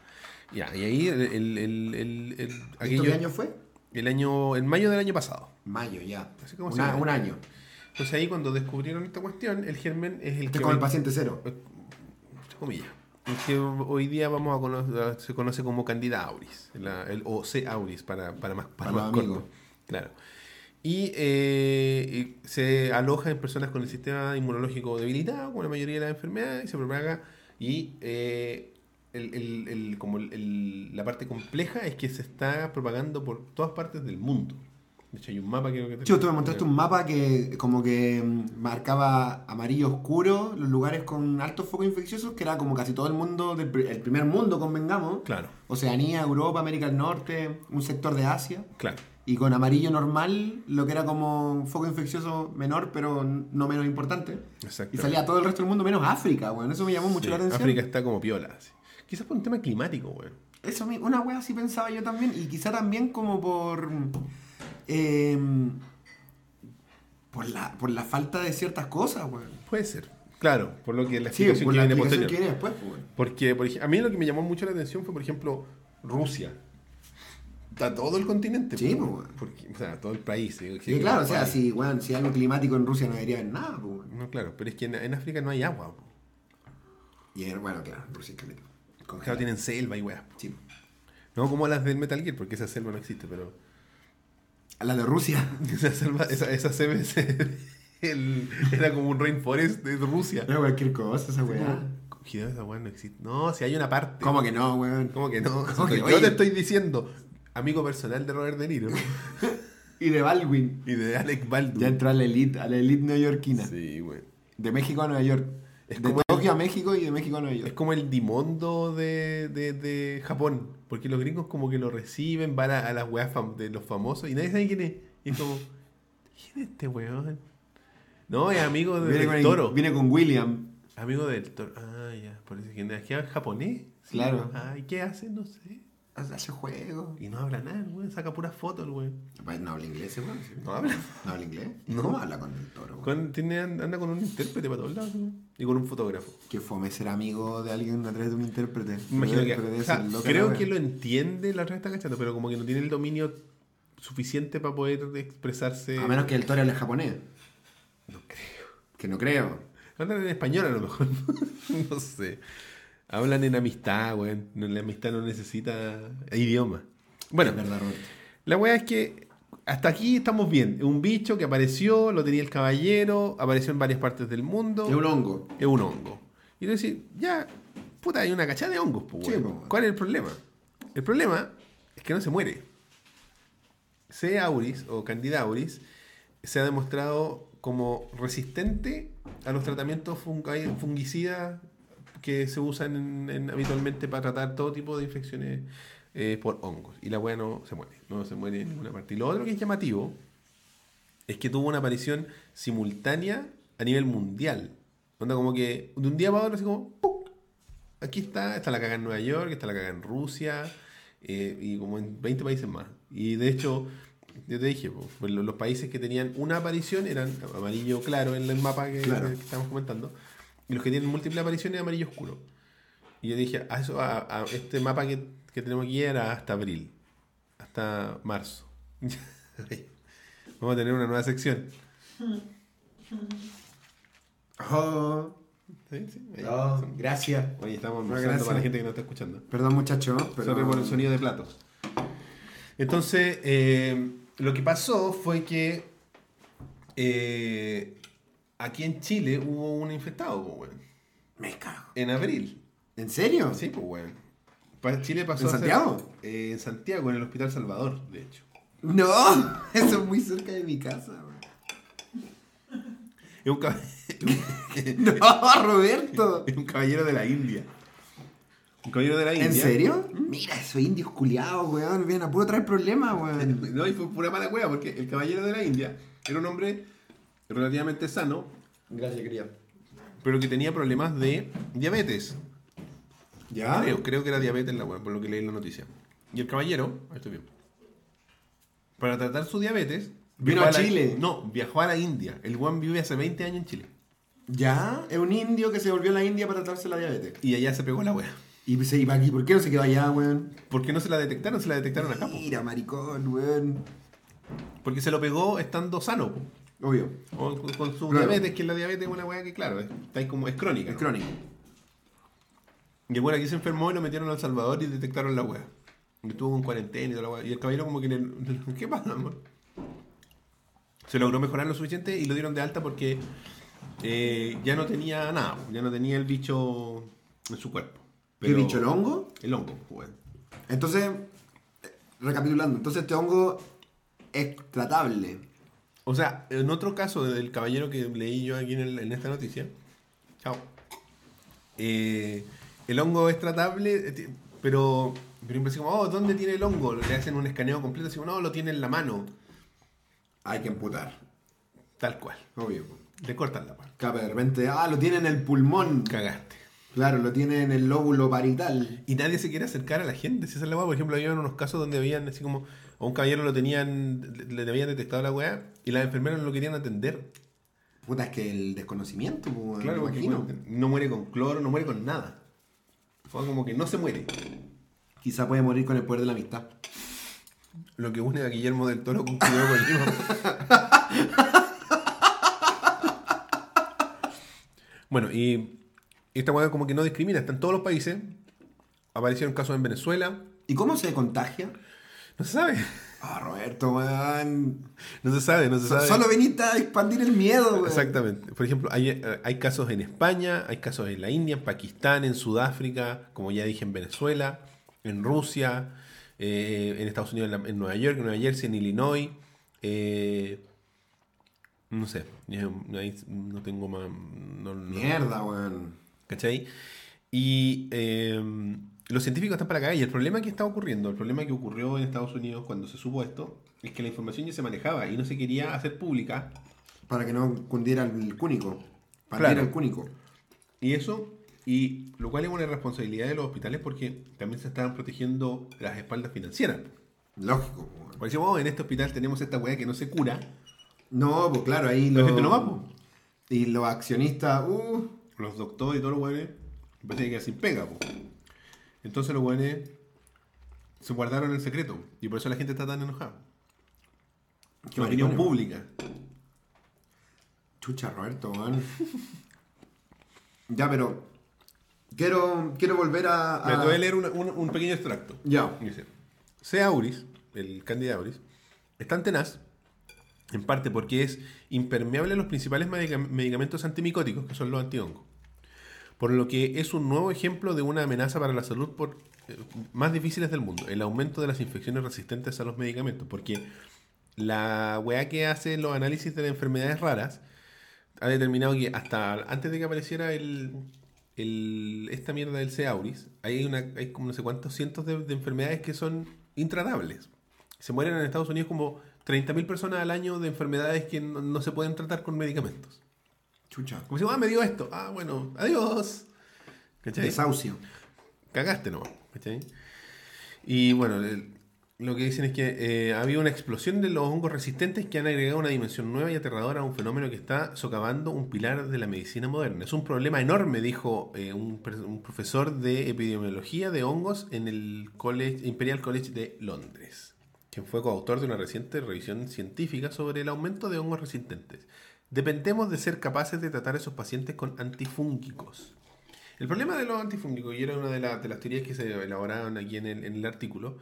A: Ya, y ahí el, el, el, el- el-
B: ¿Esto
A: aquello-
B: qué año fue?
A: el año, en mayo del año pasado.
B: Mayo ya.
A: Así como
B: Una-
A: siempre.
B: un año.
A: Entonces ahí cuando descubrieron esta cuestión, el germen es el
B: Este
A: que
B: es como el
A: hoy-
B: paciente cero.
A: entre comillas, el que hoy día vamos a conocer, se conoce como Candida auris, la- el, o C auris para, para más, para
B: Para
A: más
B: los
A: corto.
B: amigos.
A: Claro. Y eh, y se aloja en personas con el sistema inmunológico debilitado, como la mayoría de las enfermedades, y se propaga. Y eh, el- el- el- como el- el- la parte compleja es que se está propagando por todas partes del mundo. De hecho, hay un mapa que creo que te-
B: Chico, tú me mostraste un mapa que como que mm, marcaba amarillo oscuro los lugares con altos focos infecciosos, que era como casi todo el mundo, del pri- el primer mundo, convengamos.
A: Claro,
B: Oceanía, Europa, América del Norte, un sector de Asia.
A: claro.
B: Y con amarillo normal, lo que era como un foco infeccioso menor, pero n- no menos importante.
A: Exacto.
B: Y salía todo el resto del mundo, menos África, weón. Eso me llamó mucho
A: Sí,
B: la atención.
A: África está como piola. así. Quizás por un tema climático, güey.
B: Eso, mi- una wea así pensaba yo también, y quizá también como por. em, por, la, por la falta de ciertas cosas, weón.
A: Puede ser. Claro, por lo que la
B: Sí,
A: explicación
B: por
A: que
B: la
A: viene
B: explicación
A: posterior.
B: que viene después, pues, weón.
A: Porque por ej- a mí lo que me llamó mucho la atención fue, por ejemplo, Rusia. a todo el continente.
B: Sí,
A: po,
B: po, weón.
A: Porque, o sea, todo el país. eh,
B: Y claro, o sea,
A: hay.
B: si, weón, si hay algo climático en Rusia no debería haber nada, pues, weón.
A: No, claro, pero es que en, en África no hay agua. po.
B: Y eh, bueno, claro, Rusia es caleta. Congelado.
A: Claro, tienen selva y weas. po.
B: Sí.
A: No como las del Metal Gear, porque esa selva no existe, pero.
B: La de Rusia.
A: Esa selva, esa, esa selva es el- el- era como un rainforest de Rusia.
B: Era cualquier cosa esa weá.
A: Congelado, esa wea no existe. No, si hay una parte.
B: ¿Cómo que no, weón?
A: ¿Cómo que no?
B: ¿Cómo que,
A: yo
B: oye?
A: te estoy diciendo, amigo personal de Robert De Niro
B: Y de Baldwin.
A: y de Alec
B: Ya
A: Baldwin.
B: entró a la elite, a la elite neoyorquina.
A: Sí, güey.
B: De México a Nueva York.
A: Es
B: de
A: como-
B: Tokio a México y de México a Nueva
A: Es
B: York.
A: como el dimondo de, de, de Japón. Porque los gringos como que lo reciben, van a, a las weas fam- de los famosos y nadie sabe quién es. Y es como, ¿quién es este weón? No, es amigo de-
B: Viene
A: del
B: con, el-
A: toro.
B: viene con William.
A: Amigo del toro. Ah, ya. Por eso que es que es japonés. Sí.
B: Claro.
A: Ah, ¿y qué hace? No sé.
B: Hace juego. Pues,
A: Y no habla nada, el weón. Saca puras fotos, el weón.
B: No habla inglés, ese weón. sí.
A: No habla.
B: No habla inglés.
A: No.
B: ¿Cómo habla con el toro? weón?
A: Con- tiene, anda con un intérprete para todos lados, weón. Y con un fotógrafo.
B: Que fome ser amigo de alguien a través de un intérprete.
A: Me Imagino que.
B: Pero debe
A: o sea,
B: ser loca
A: creo
B: la
A: que
B: wea.
A: lo entiende, la otra vez está cachando, pero como que no tiene el dominio suficiente para poder expresarse.
B: A menos que el toro hable japonés.
A: No creo.
B: Que no creo.
A: Hablan en español a lo mejor. no sé. Hablan en amistad, weón. No, La amistad no necesita idioma. Bueno,
B: Es verdad, Roberto.
A: La weá es que hasta aquí estamos bien. Un bicho que apareció, lo tenía el caballero, apareció en varias partes del mundo.
B: Es un hongo.
A: Es un hongo. Y tú decís, ya, puta, hay una cachada de hongos, po,
B: Sí,
A: weón.
B: po, weón.
A: ¿Cuál es el problema? El problema es que no se muere. C. auris o Candida auris se ha demostrado como resistente a los tratamientos fungi- fungicidas que se usan en- en- habitualmente para tratar todo tipo de infecciones eh, por hongos. Y la weá no se muere, no se muere en ninguna parte. Y lo otro que es llamativo es que tuvo una aparición simultánea a nivel mundial. Onda como que de un día para otro, así como, ¡pum! Aquí está, está la caga en Nueva York, está la caga en Rusia, eh, y como en 20 países más. Y de hecho, yo te dije, po, pues, lo- los países que tenían una aparición eran amarillo claro en el mapa que,
B: Claro.
A: que estamos comentando, y los que tienen múltiples apariciones amarillo oscuro. Y yo dije, a eso, a, a este mapa que, que tenemos aquí era hasta abril, hasta marzo. Vamos a tener una nueva sección.
B: Oh,
A: Sí, sí, ahí.
B: oh, gracias.
A: Oye, estamos
B: No,
A: almorzando
B: gracias.
A: para la gente que no está escuchando.
B: Perdón, muchachos. Pero...
A: Sorry por el sonido de platos. Entonces, eh, lo que pasó fue que eh, aquí en Chile hubo un infectado, pues, weón.
B: Me cago.
A: En abril.
B: ¿En serio?
A: Sí, pues, weón. Pa- Chile pasó
B: ¿En
A: a ser-
B: Santiago?
A: eh, en Santiago, en el Hospital Salvador, de hecho.
B: No, eso es muy cerca de mi casa. weón.
A: Es un, cab-
B: No, Roberto.
A: es un caballero de la India. Un caballero de la India.
B: ¿En serio? Mira, esos indios culiados, weón. Vienen a puro traer problemas, weón.
A: No, y fue pura mala cueva, porque el caballero de la India era un hombre relativamente sano,
B: Gracias, querida.
A: pero que tenía problemas de diabetes.
B: ¿Ya?
A: Creo, creo que era diabetes la web, por lo que leí en la noticia. Y el caballero, ahí estoy bien. Para tratar su diabetes.
B: Vino
A: viajó
B: a
A: la-
B: Chile.
A: no, viajó a la India. El Juan vive hace 20 años en Chile.
B: ¿Ya? Es un indio que se volvió a la India para tratarse la diabetes.
A: Y allá se pegó la wea.
B: Y se iba aquí. ¿Por qué no se quedó allá, weón?
A: ¿Por qué no se la detectaron? Se la detectaron acá. po.
B: Mira, maricón, weón.
A: Porque se lo pegó estando sano. po.
B: Obvio.
A: O con, con su
B: Claro.
A: diabetes, que la diabetes es una weá que, claro, es, está ahí como, es crónica.
B: Es
A: ¿no?
B: crónico.
A: Y bueno, aquí se enfermó y lo metieron al Salvador y detectaron la weá. Y estuvo en cuarentena y toda la weá. Y el caballero como que... en el- ¿Qué pasa, amor? Se logró mejorar lo suficiente y lo dieron de alta porque eh, ya no tenía nada. Ya no tenía el bicho en su cuerpo.
B: ¿Qué
A: Pero-
B: bicho, el hongo?
A: El hongo, pues, weón.
B: Entonces, eh, recapitulando, entonces este hongo es tratable.
A: O sea, en otro caso del caballero que leí yo aquí en, el- en esta noticia. Chao. Eh, el hongo es tratable, eh, ti- pero. Pero siempre así como, oh, ¿dónde tiene el hongo? Le hacen un escaneo completo, así como, no, lo tiene en la mano.
B: Hay que amputar,
A: Tal cual.
B: obvio.
A: Le cortan la mano.
B: Capa, de repente, ah, lo tiene en el pulmón.
A: Cagaste.
B: Claro, lo tiene en el lóbulo parital.
A: Y nadie se quiere acercar a la gente. Si esa es la weá, por ejemplo, había unos casos donde habían, así como, a un caballero lo tenían, le, le habían detectado la weá y las enfermeras no lo querían atender.
B: Puta, es que el desconocimiento, pues, weón, me
A: porque,
B: imagino.
A: bueno, no muere con cloro, no muere con nada. Fue como que no se muere.
B: Quizá puede morir con el poder de la amistad.
A: Lo que une a Guillermo del Toro con Hideo Kojima. bueno, y esta hueá como que no discrimina, está en todos los países. Aparecieron casos en Venezuela.
B: ¿Y cómo se contagia?
A: No se sabe.
B: Ah, Roberto, weón.
A: No se sabe, no se sabe.
B: Solo veniste a expandir el miedo, weón.
A: Exactamente. Por ejemplo, hay, eh, hay casos en España, hay casos en la India, en Pakistán, en Sudáfrica, como ya dije, en Venezuela, en Rusia, eh, en Estados Unidos, en, la- en Nueva York, en Nueva Jersey, en Illinois. eh, no sé, eh, ahí no tengo más. no- no-
B: Mierda, weón.
A: ¿Cachai? Y eh, los científicos están para acá. Y el problema que está ocurriendo, el problema que ocurrió en Estados Unidos cuando se supo esto, es que la información ya se manejaba y no se quería hacer pública.
B: Para que no cundiera el cúnico. Para
A: Claro.
B: el cúnico.
A: Y eso, y lo cual es una responsabilidad de los hospitales porque también se estaban protegiendo las espaldas financieras.
B: Lógico, weón.
A: Porque decimos, "Oh, en este hospital tenemos esta weá que no se cura.
B: No, pues claro, ahí
A: La
B: los.
A: gente no va, po.
B: Y los accionistas, uh,
A: Los doctores y todos los weones parece que quedar sin pega. po. Entonces los weones se guardaron el secreto y por eso la gente está tan enojada.
B: Qué
A: La opinión
B: maricón,
A: pública.
B: chucha Roberto, weón. ya, pero quiero quiero volver a, a-
A: Me voy a leer una- un, un pequeño extracto.
B: Ya.
A: Dice, C. auris, el Candida auris, es tan tenaz, en parte porque es impermeable a los principales medica- medicamentos antimicóticos, que son los antihongos. Por lo que es un nuevo ejemplo de una amenaza para la salud por, eh, más difíciles del mundo. El aumento de las infecciones resistentes a los medicamentos. Porque la weá que hace los análisis de las enfermedades raras ha determinado que hasta antes de que apareciera el, el- esta mierda del C. auris, hay, una, hay como no sé cuántos cientos de, de enfermedades que son intratables. Se mueren en Estados Unidos como 30.000 personas al año de enfermedades que no, no se pueden tratar con medicamentos.
B: Chucha.
A: Como si, ah, me dio esto. Ah, bueno, adiós. ¿Cachai?
B: Desahucio.
A: cagaste nomás. ¿cachai? Y bueno, el- lo que dicen es que eh, ha habido una explosión de los hongos resistentes que han agregado una dimensión nueva y aterradora a un fenómeno que está socavando un pilar de la medicina moderna. Es un problema enorme, dijo eh, un, pre- un profesor de epidemiología de hongos en el College, Imperial College de Londres, quien fue coautor de una reciente revisión científica sobre el aumento de hongos resistentes. Dependemos de ser capaces de tratar a esos pacientes con antifúngicos. El problema de los antifúngicos, y era una de, la- de las teorías que se elaboraron aquí en el, en el artículo,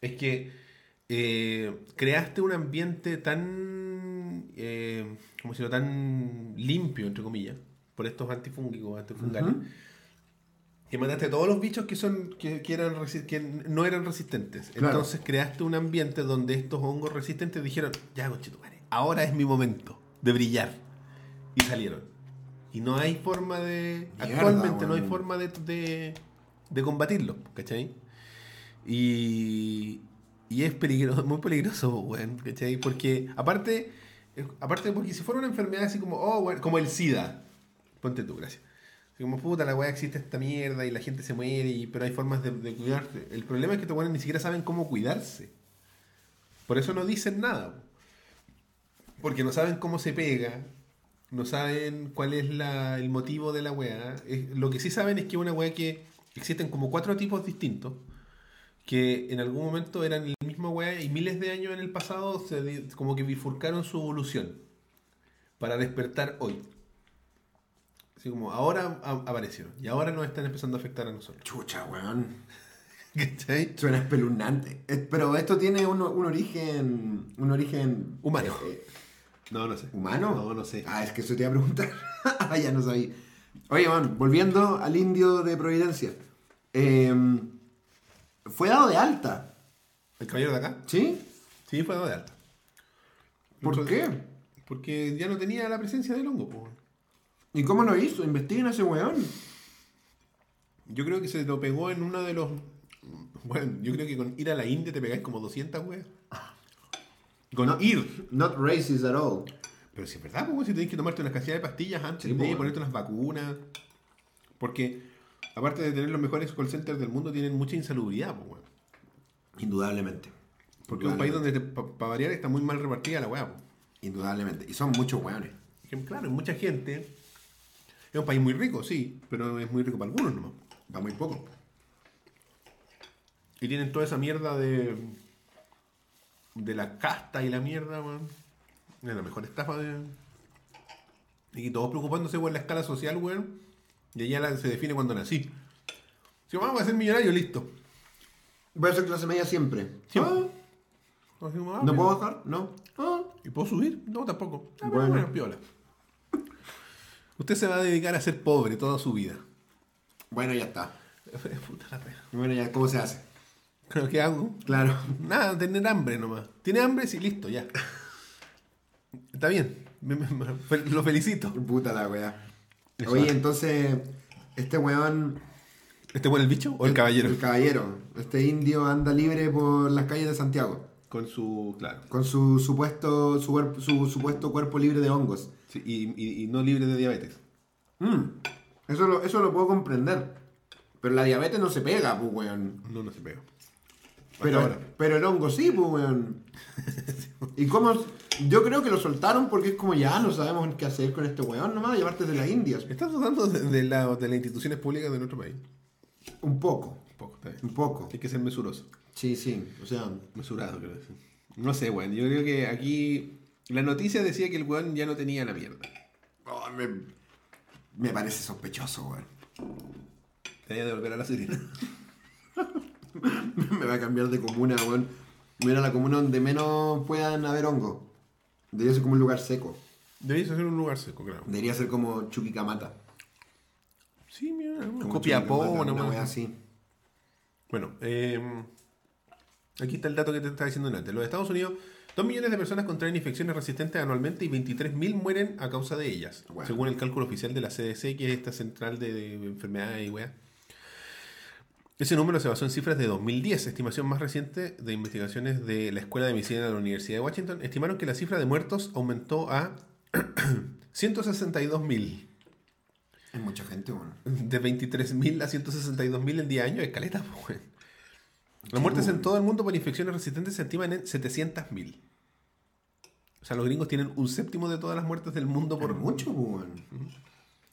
A: es que eh, creaste un ambiente tan, eh, ¿cómo decirlo? tan limpio, entre comillas, por estos antifúngicos, antifungales,
B: Ujú.
A: que mataste a todos los bichos que, son, que, que eran, resi- que no eran resistentes.
B: Claro.
A: Entonces creaste un ambiente donde estos hongos resistentes dijeron, ya, conchetumare, ahora es mi momento de brillar. Y salieron. Y no hay forma de.
B: Mierda,
A: actualmente no hay
B: weón.
A: forma de, de, de combatirlo, ¿cachai? Y. Y es peligroso, muy peligroso, weón, ¿cachai? Porque, aparte, eh, aparte porque si fuera una enfermedad así como, oh, weón, como el SIDA, ponte tú, gracias. Así como, puta, la weá existe esta mierda y la gente se muere, y- pero hay formas de, de cuidarte. El problema es que estos weones ni siquiera saben cómo cuidarse. Por eso no dicen nada. Porque no saben cómo se pega, no saben cuál es la- el motivo de la weá. Es- Lo que sí saben es que es una weá que existen como cuatro tipos distintos, que en algún momento eran la misma weá y miles de años en el pasado se di- como que bifurcaron su evolución para despertar hoy. Así como ahora a- apareció y ahora nos están empezando a afectar a nosotros.
B: Chucha, weón.
A: ¿Cachai?
B: Suena espeluznante. Es- Pero esto tiene un, un origen. Un origen.
A: Humano.
B: eh,
A: No, no sé.
B: ¿Humano?
A: No, no sé.
B: Ah, es que eso te iba a preguntar. ah, ya no sabía. Oye, man, volviendo al indio de Providencia. Eh, fue dado de alta,
A: ¿El caballero de acá?
B: ¿sí?
A: Sí, fue dado de alta.
B: ¿Por
A: Entonces-
B: qué?
A: Porque ya no tenía la presencia del hongo. po.
B: ¿Y cómo lo hizo? Investiguen a ese weón.
A: Yo creo que se lo pegó en uno de los... Bueno, yo creo que con ir a la India te pegáis como 200 weas. Con
B: No.
A: ir.
B: Not racist at all.
A: Pero si es verdad, pues, si tenés que tomarte unas cantidad de pastillas antes
B: Sí,
A: de
B: po, weón.
A: ponerte unas vacunas. Porque, aparte de tener los mejores call centers del mundo, tienen mucha insalubridad, pues, weón.
B: Indudablemente.
A: Porque es un país donde, para variar, está muy mal repartida la wea, po.
B: Indudablemente. Y son muchos weones.
A: Que, Claro, hay mucha gente. Es un país muy rico, sí, pero es muy rico para algunos nomás.
B: Va muy poco.
A: Y tienen toda esa mierda de. de la casta y la mierda, weón. Era la mejor estafa de. Y todos preocupándose, weón, la escala social, weón. Y ella la- se define cuando nací. Si vamos a ser millonario, listo.
B: Voy a ser clase media siempre.
A: Sí.
B: Ah,
A: No, así como, ah,
B: ¿No
A: mira.
B: puedo bajar? No. Ah.
A: ¿Y puedo subir? No, tampoco. Ah, pero
B: Bueno.
A: bueno, piola. Usted se va a dedicar a ser pobre toda su vida.
B: Bueno, ya está.
A: Puta la pena.
B: Bueno, ya, ¿cómo se hace?
A: ¿Pero ¿Qué hago?
B: Claro.
A: Nada, tener hambre nomás. Tiene hambre, sí, listo, ya. Está bien. Me- me- me- fel- lo felicito.
B: Puta la weá.
A: Eso
B: Oye,
A: es.
B: entonces, este weón.
A: ¿Este fue el bicho o el caballero?
B: El caballero. Este indio anda libre por las calles de Santiago.
A: Con su. Claro.
B: Con su supuesto, su, cuerp- su supuesto cuerpo libre de hongos.
A: Sí, y, y- y no libre de diabetes.
B: Mm, Eso, lo, eso lo puedo comprender. Pero la diabetes no se pega, pues, weón.
A: No, no se pega. Hasta
B: Pero,
A: ahora.
B: pero el hongo sí, pues, weón. ¿Y cómo? Yo creo que lo soltaron porque es como ya no sabemos qué hacer con este weón, nomás llevarte de las Indias.
A: Estás tratando de, de la- de las instituciones públicas de nuestro país.
B: Un poco,
A: Un poco, está bien.
B: un poco.
A: Hay que ser mesuroso.
B: Sí, sí, o sea,
A: Mesurado, creo. que sí. No sé, weón. Yo creo que aquí. La noticia decía que el weón ya no tenía la mierda.
B: oh, me, me parece sospechoso, weón.
A: Tenía que volver a la Serena.
B: me va a cambiar de comuna, weón. Mira la comuna donde menos puedan haber hongo. Debería ser como un lugar seco.
A: Debería ser un lugar seco, claro.
B: Debería ser como Chuquicamata.
A: Sí, mira.
B: Como
A: Copiapó,
B: Chuquicamata,
A: no
B: una
A: más.
B: wea así.
A: Bueno, eh, aquí está el dato que te estaba diciendo antes. Los Estados Unidos, 2 millones de personas contraen infecciones resistentes anualmente y 23.000 mueren a causa de ellas,
B: Bueno.
A: según el cálculo oficial de la CDC, que es esta central de, de enfermedades y weá. Ese número se basó en cifras de 2010, estimación más reciente de investigaciones de la Escuela de Medicina de la Universidad de Washington. Estimaron que la cifra de muertos aumentó a 162.000.
B: Es mucha gente, weón.
A: De 23.000 a 162.000 en 10 años, escaleta, pues. weón. Las muertes en todo el mundo pues, por infecciones resistentes se estiman en 700.000. O sea, los gringos tienen un séptimo de todas las muertes del mundo
B: Por
A: por...
B: mucho, pues, weón.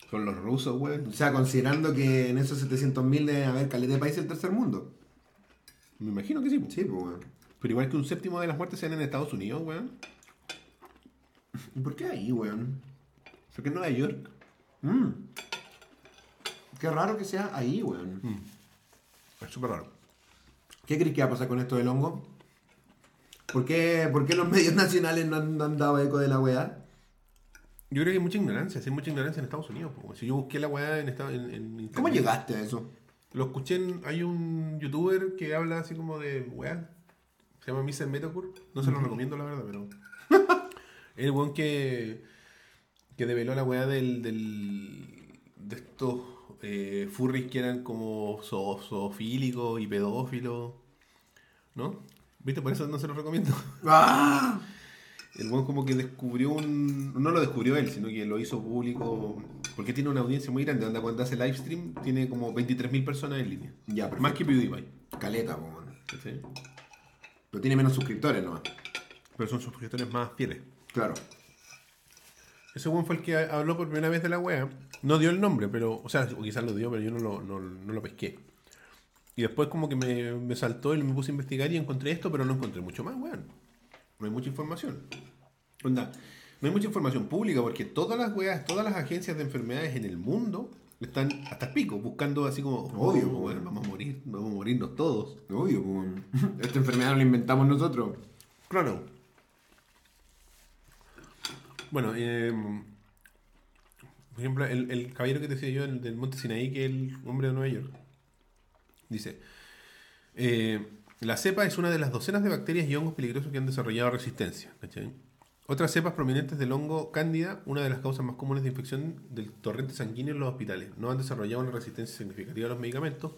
A: Son los rusos, güey.
B: O sea, considerando que en esos 700.000 deben haber caleta de países del tercer mundo.
A: Me imagino que sí. po.
B: Sí, pues, weón.
A: Pero igual que un séptimo de las muertes sean en Estados Unidos, güey.
B: ¿Y por qué ahí, weón?
A: Porque en Nueva York.
B: Mm. Qué raro que sea ahí, weón.
A: Mm. Es súper raro.
B: ¿Qué crees que va a pasar con esto del hongo? ¿Por qué, por qué los medios nacionales no han, no han dado eco de la weá?
A: Yo creo que hay mucha ignorancia, sí, hay mucha ignorancia en Estados Unidos. po, weón. Si yo busqué la weá en, esta- en, en internet-
B: ¿Cómo llegaste a eso?
A: Lo escuché en. Hay un youtuber que habla así como de weá. Se llama Misen Metacur. No se lo recomiendo, la verdad, pero. el weón que. Que develó la weá del. del de estos eh, furries que eran como zo- zoofílicos y pedófilos. ¿No? ¿Viste? Por eso no se lo recomiendo.
B: ¡Ah!
A: El weón como que descubrió un... No lo descubrió él, sino que lo hizo público. Porque tiene una audiencia muy grande. Onda, cuando hace live stream, tiene como 23.000 personas en línea.
B: Ya, pero
A: Más que PewDiePie.
B: caleta, po, weón.
A: ¿cachai?
B: Pero tiene menos suscriptores nomás.
A: Pero son suscriptores más fieles.
B: Claro.
A: Ese weón fue el que habló por primera vez de la wea. No dio el nombre, pero. O sea, o quizás lo dio, pero yo no lo, no, no lo pesqué. Y después como que me, me saltó y me puse a investigar y encontré esto, pero no encontré mucho más, weón. No hay mucha información. Onda, no hay mucha información pública porque todas las weas, todas las agencias de enfermedades en el mundo están hasta el pico, buscando así como,
B: Obvio,
A: obvio, weón, vamos a morir, vamos a morirnos todos.
B: Obvio, po, weón. Esta enfermedad no la inventamos nosotros.
A: Claro. Bueno, eh, por ejemplo, el, el caballero que te decía yo el del Monte Sinaí, que es el hombre de Nueva York, dice, eh, la cepa es una de las docenas de bacterias y hongos peligrosos que han desarrollado resistencia. ¿cachai? Otras cepas prominentes del hongo cándida, una de las causas más comunes de infección del torrente sanguíneo en los hospitales, no han desarrollado una resistencia significativa a los medicamentos,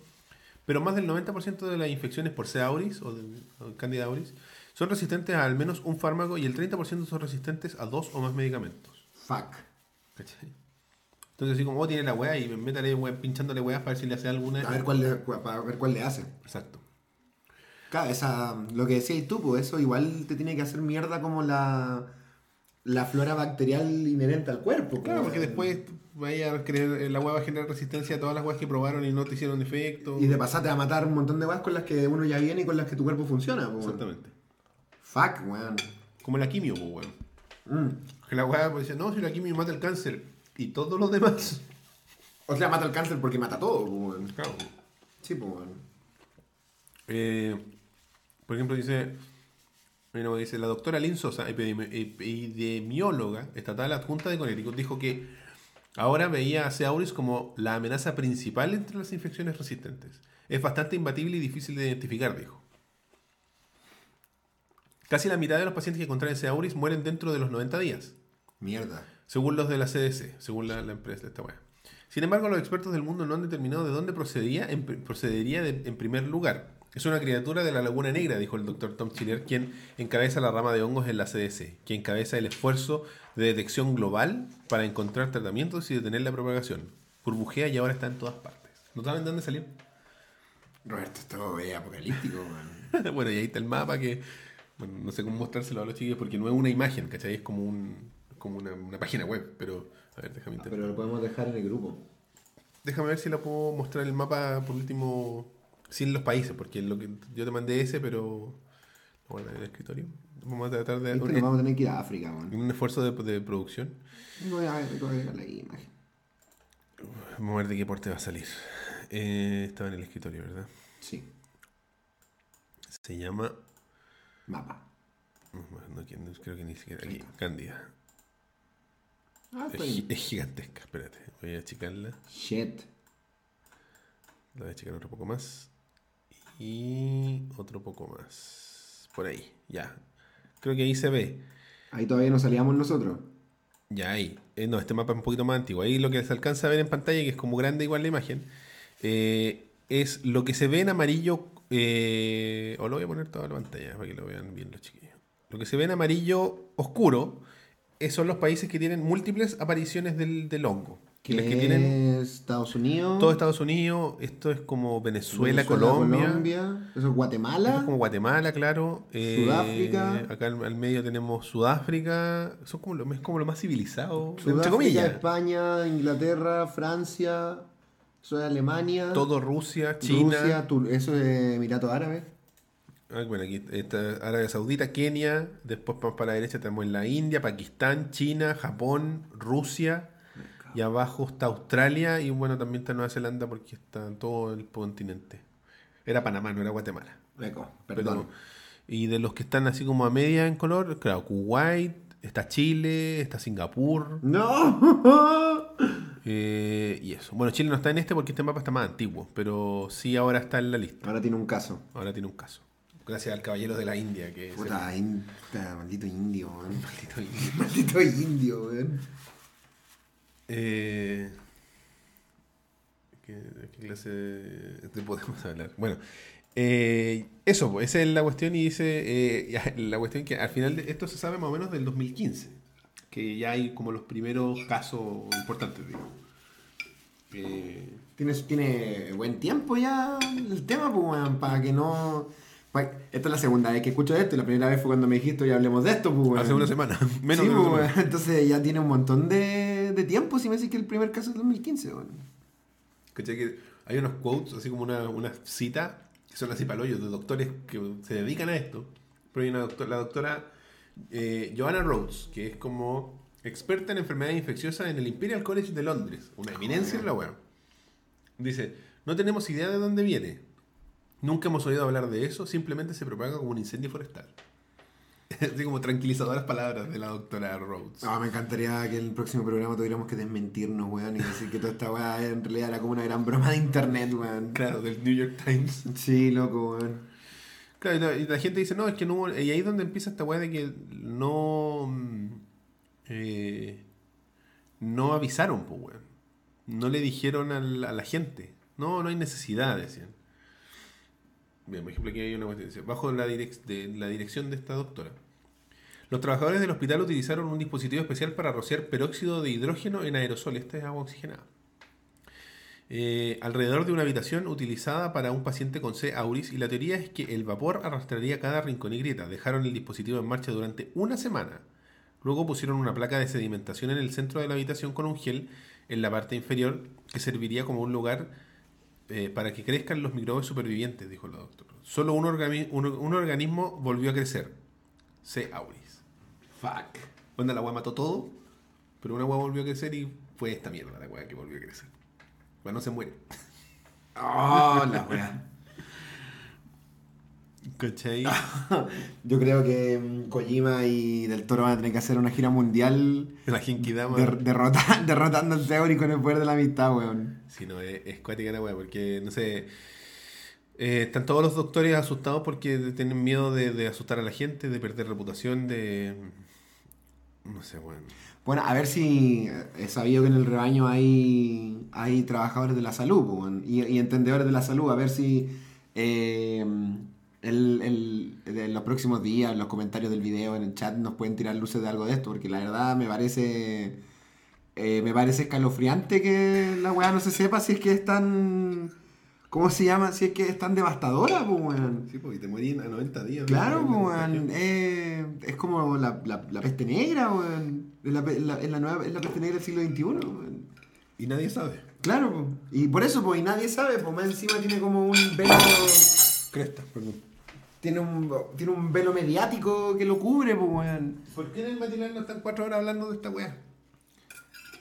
A: pero más del 90% de las infecciones por C. auris o, de- o Candida auris son resistentes a al menos un fármaco y el 30% son resistentes a dos o más medicamentos.
B: Fuck.
A: ¿Cachai? Entonces, así como vos tiene la weá y métale weá, pinchándole weá para ver si le hace alguna.
B: A ver cuál le, cua- para ver cuál le hace.
A: Exacto.
B: Claro, esa, lo que decías tú, pues eso igual te tiene que hacer mierda como la, la flora bacterial inherente al cuerpo.
A: Claro,
B: pues.
A: porque después vaya a creer, eh, la weá va a generar resistencia a todas las weas que probaron y no te hicieron efecto.
B: Y de pasate a matar un montón de weas con las que uno ya viene y con las que tu cuerpo funciona. pues.
A: Exactamente.
B: Fuck, weón.
A: Como la quimio, pues, weón.
B: Mm.
A: Que la weá pues, dice, no, si la quimio mata el cáncer y todos los demás.
B: O sea, mata el cáncer porque mata todo, pues, weón.
A: Claro.
B: Sí, pues, weón.
A: Eh, por ejemplo, dice, bueno, dice la doctora Lynn Sosa, epidemi- epidemióloga estatal adjunta de Connecticut, dijo que ahora veía a C. aureus como la amenaza principal entre las infecciones resistentes. Es bastante imbatible y difícil de identificar, dijo. Casi la mitad de los pacientes que contraen C. aureus mueren dentro de los 90 días.
B: Mierda.
A: Según los de la CDC, según la, la empresa de esta weá. Sin embargo, los expertos del mundo no han determinado de dónde procedía, en, pr- procedería de- en primer lugar. Es una criatura de la Laguna Negra, dijo el doctor Tom Chiller, quien encabeza la rama de hongos en la CDC, quien encabeza el esfuerzo de detección global para encontrar tratamientos y detener la propagación. Burbujea y ahora está en todas partes. ¿No saben de dónde salió?
B: Roberto, esto es apocalíptico, weón.
A: bueno, y ahí está el mapa que. Bueno, no sé cómo mostrárselo a los chiquillos porque no es una imagen, ¿cachai? Es como, un, como una, una página web, pero. A ver, déjame intentar.
B: Ah, Pero lo podemos dejar en el grupo.
A: Déjame ver si la puedo mostrar el mapa por último sin los países, porque lo que yo te mandé ese, pero lo guardé en el escritorio. Vamos a tratar de
B: Esto nos vamos a tener que ir a África, weón.
A: en un esfuerzo de, de producción.
B: Voy a ver, voy a ver la imagen.
A: Vamos a ver de qué porte va a salir. Eh, estaba en el escritorio, ¿verdad?
B: Sí.
A: Se llama.
B: Mapa.
A: no, no, que- no, creo que ni siquiera aquí. Cándida.
B: Ah,
A: Es,
B: está
A: gi-
B: bien.
A: es gigantesca, espérate. Voy a achicarla.
B: Shit.
A: La voy a achicar otro poco más. Y otro poco más. Por ahí, ya. Creo que ahí se ve.
B: Ahí todavía no salíamos nosotros.
A: Ya ahí. Eh, no, este mapa es un poquito más antiguo. Ahí lo que se alcanza a ver en pantalla, que es como grande igual la imagen, eh, es lo que se ve en amarillo. eh, o lo voy a poner toda la pantalla para que lo vean bien los chiquillos. Lo que se ve en amarillo oscuro eh, son los países que tienen múltiples apariciones del, del hongo. Que
B: Que
A: los que tienen
B: es Estados Unidos.
A: todo Estados Unidos, esto es como Venezuela,
B: Venezuela,
A: Colombia.
B: Eso es Guatemala.
A: Esto es como Guatemala, claro. eh,
B: Sudáfrica.
A: Acá al, al medio tenemos Sudáfrica. Son como lo, es como lo más civilizado. entre
B: Sudáfrica,
A: comillas.
B: España, Inglaterra, Francia, eso es Alemania,
A: Todo Rusia, China.
B: Rusia, Tur- eso es Emiratos Árabes.
A: Ah, bueno, aquí está Arabia Saudita, Kenia. Después vamos para la derecha, tenemos la India, Pakistán, China, Japón, Rusia. Y abajo está Australia. Y bueno, también está Nueva Zelanda porque está en todo el continente. Era Panamá, no era Guatemala.
B: Eco,
A: Pero-
B: perdón.
A: y de los que están así como a media en color, claro, Kuwait, está Chile, está Singapur.
B: ¡No!
A: eh, y eso. Bueno, Chile no está en este porque este mapa está más antiguo. Pero sí ahora está en la lista.
B: Ahora tiene un caso.
A: Ahora tiene un caso. Gracias al caballero de la India que es el-
B: Puta, in- puta, maldito indio, weón. Maldito indio. maldito indio, weón.
A: Eh, ¿qué, de qué clase de podemos hablar? Bueno, eh, eso, pues, esa es la cuestión y dice, eh, la cuestión que al final de- esto se sabe más o menos del 2015, que ya hay como los primeros casos importantes, digo. Eh,
B: Tienes, tiene buen tiempo ya el tema, pues, weón, para que no... pa- Esta es la segunda vez que escucho esto y la primera vez fue cuando me dijiste, ya hablemos de esto, pues, weón.
A: hace una semana, menos
B: Sí,
A: de una
B: pues,
A: semana.
B: weón, entonces ya tiene un montón de, de tiempo si me decís que el primer caso es 2015, weón.
A: ¿Cachai? Que hay unos quotes, así como una, una cita, que son así palollos, de doctores que se dedican a esto. Pero hay una doctora, la doctora eh, Joanna Rhodes, que es como experta en enfermedades infecciosas en el Imperial College de Londres, una eminencia en la web. Dice, no tenemos idea de dónde viene. Nunca hemos oído hablar de eso, simplemente se propaga como un incendio forestal. Así como tranquilizadoras palabras de la doctora Rhodes.
B: Ah, me encantaría que en el próximo programa tuviéramos que desmentirnos, weón, y decir que toda esta weá en realidad era como una gran broma de internet, weón.
A: Claro, del New York Times.
B: Sí, loco, weón.
A: Claro, y la, y la gente dice, no, es que no hubo... Y ahí es donde empieza esta weá de que no... mm, eh, no avisaron, pues, weón. No le dijeron al- a la gente. No, no hay necesidad, decían. Bien, por ejemplo, aquí hay una cuestión. dice, Bajo la, direc- de, la dirección de esta doctora. Los trabajadores del hospital utilizaron un dispositivo especial para rociar peróxido de hidrógeno en aerosol. Esta es agua oxigenada. Eh, alrededor de una habitación utilizada para un paciente con C. auris y la teoría es que el vapor arrastraría cada rincón y grieta. Dejaron el dispositivo en marcha durante una semana. Luego pusieron una placa de sedimentación en el centro de la habitación con un gel en la parte inferior que serviría como un lugar eh, para que crezcan los microbios supervivientes, dijo el doctor. Solo un, organi- un- un organismo volvió a crecer. C. auris.
B: Fuck.
A: Onda, la weá mató todo, pero una weá volvió a crecer y fue esta mierda la weá que volvió a crecer. Bueno, no se muere.
B: Oh, la wea.
A: ¿Cachai?
B: Yo creo que mm, Kojima y Del Toro van a tener que hacer una gira mundial
A: La Genkidama.
B: der- derrota- derrotando al Theory con el poder de la amistad, weón.
A: Si no, es, es cuática la weá, porque no sé. eh, están todos los doctores asustados porque tienen miedo de, de asustar a la gente, de perder reputación, de. No sé, weón.
B: Bueno, a ver si eh, he sabido que en el rebaño hay, hay trabajadores de la salud po, weón, y, y entendedores de la salud. A ver si eh, el- el- en los próximos días, en los comentarios del video, en el chat, nos pueden tirar luces de algo de esto, porque la verdad me parece eh, me parece escalofriante que la weá no se sepa si es que es tan... ¿Cómo se llama? Si es que es tan devastadora, po, weón.
A: Sí, porque te morían a 90 días.
B: Claro, po, weón. Eh, es como la, la- la peste negra, weón. Es la, pe- la- es la nueva, es la peste negra del siglo XXI, weón.
A: Y nadie sabe.
B: Claro, po. y por eso, pues, y nadie sabe, pues, más encima tiene como un velo.
A: Cresta, perdón.
B: Tiene un, tiene un velo mediático que lo cubre, pues, weón.
A: ¿Por qué en el matinal no están cuatro horas hablando de esta weá?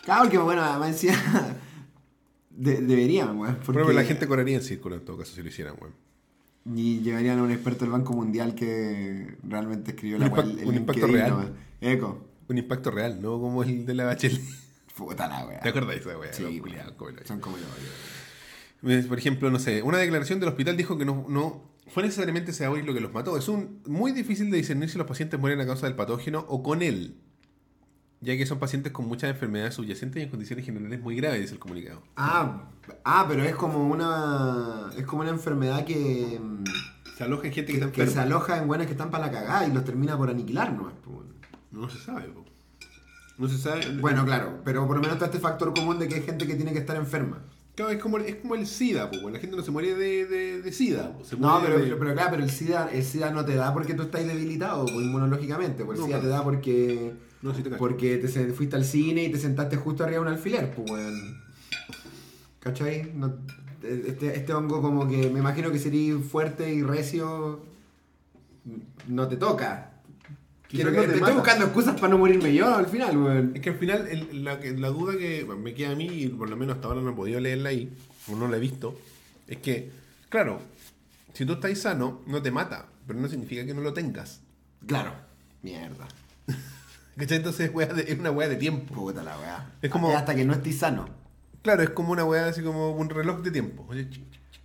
B: Claro, que bueno, más encima. de- deberían, weón.
A: Por
B: porque-
A: la gente correría en círculo en todo caso si lo hicieran, weón.
B: Y llevarían a un experto del Banco Mundial que realmente escribió
A: Un
B: la weá.
A: impact-
B: el
A: un impacto
B: LinkedIn,
A: real.
B: nomás. Eco.
A: Un impacto real, ¿no? Como el de la bachelet.
B: Puta la weá.
A: ¿Te acuerdas de esa weá?
B: Sí,
A: Los
B: weón.
A: culiados, cómo lo
B: Son como yo, weón.
A: Eh, Por ejemplo, no sé, una declaración del hospital dijo que no, no fue necesariamente ese auris lo que los mató. Es un muy difícil de discernir si los pacientes mueren a causa del patógeno o con él, ya que son pacientes con muchas enfermedades subyacentes y en condiciones generales muy graves, dice el comunicado.
B: Ah, ah, pero es como una. Es como una enfermedad que. mm,
A: Se aloja en gente
B: Que,
A: que, está
B: que se
A: enferma.
B: aloja en buenas que están para la cagada y los termina por aniquilar, pues, ¿no?
A: No se sabe, po. No se sabe.
B: Bueno, claro, pero por lo menos está este factor común de que hay gente que tiene que estar enferma.
A: Claro, es como, es como el SIDA, po. La gente no se muere de, de, de SIDA, po. Se
B: No,
A: muere
B: pero,
A: de-
B: pero, pero claro, pero el SIDA, el SIDA no te da porque tú estás debilitado pues, inmunológicamente, pues el
A: No,
B: SIDA te
A: claro.
B: da porque.
A: No, sí te cacho.
B: Porque te se- fuiste al cine y te sentaste justo arriba de un alfiler, pues weón. ¿Cachai? No- este, este hongo como que me imagino que sería fuerte y recio. No te toca.
A: Quizá
B: Quiero
A: no
B: que-
A: te
B: te estoy
A: mata.
B: buscando excusas para no morirme yo al final, weón.
A: Es que al final el- la, que- la duda que me queda a mí, y por lo menos hasta ahora no he podido leerla ahí, o no la he visto, es que, claro, si tú estás sano, no te mata, pero no significa que no lo tengas.
B: Claro. Mierda.
A: ¿Cachai? Entonces es, weá de- es una weá de tiempo.
B: Puta la weá.
A: Es como-
B: Hasta que no estés sano.
A: Claro, es como una weá así como un reloj de tiempo. Oye, ch- ch-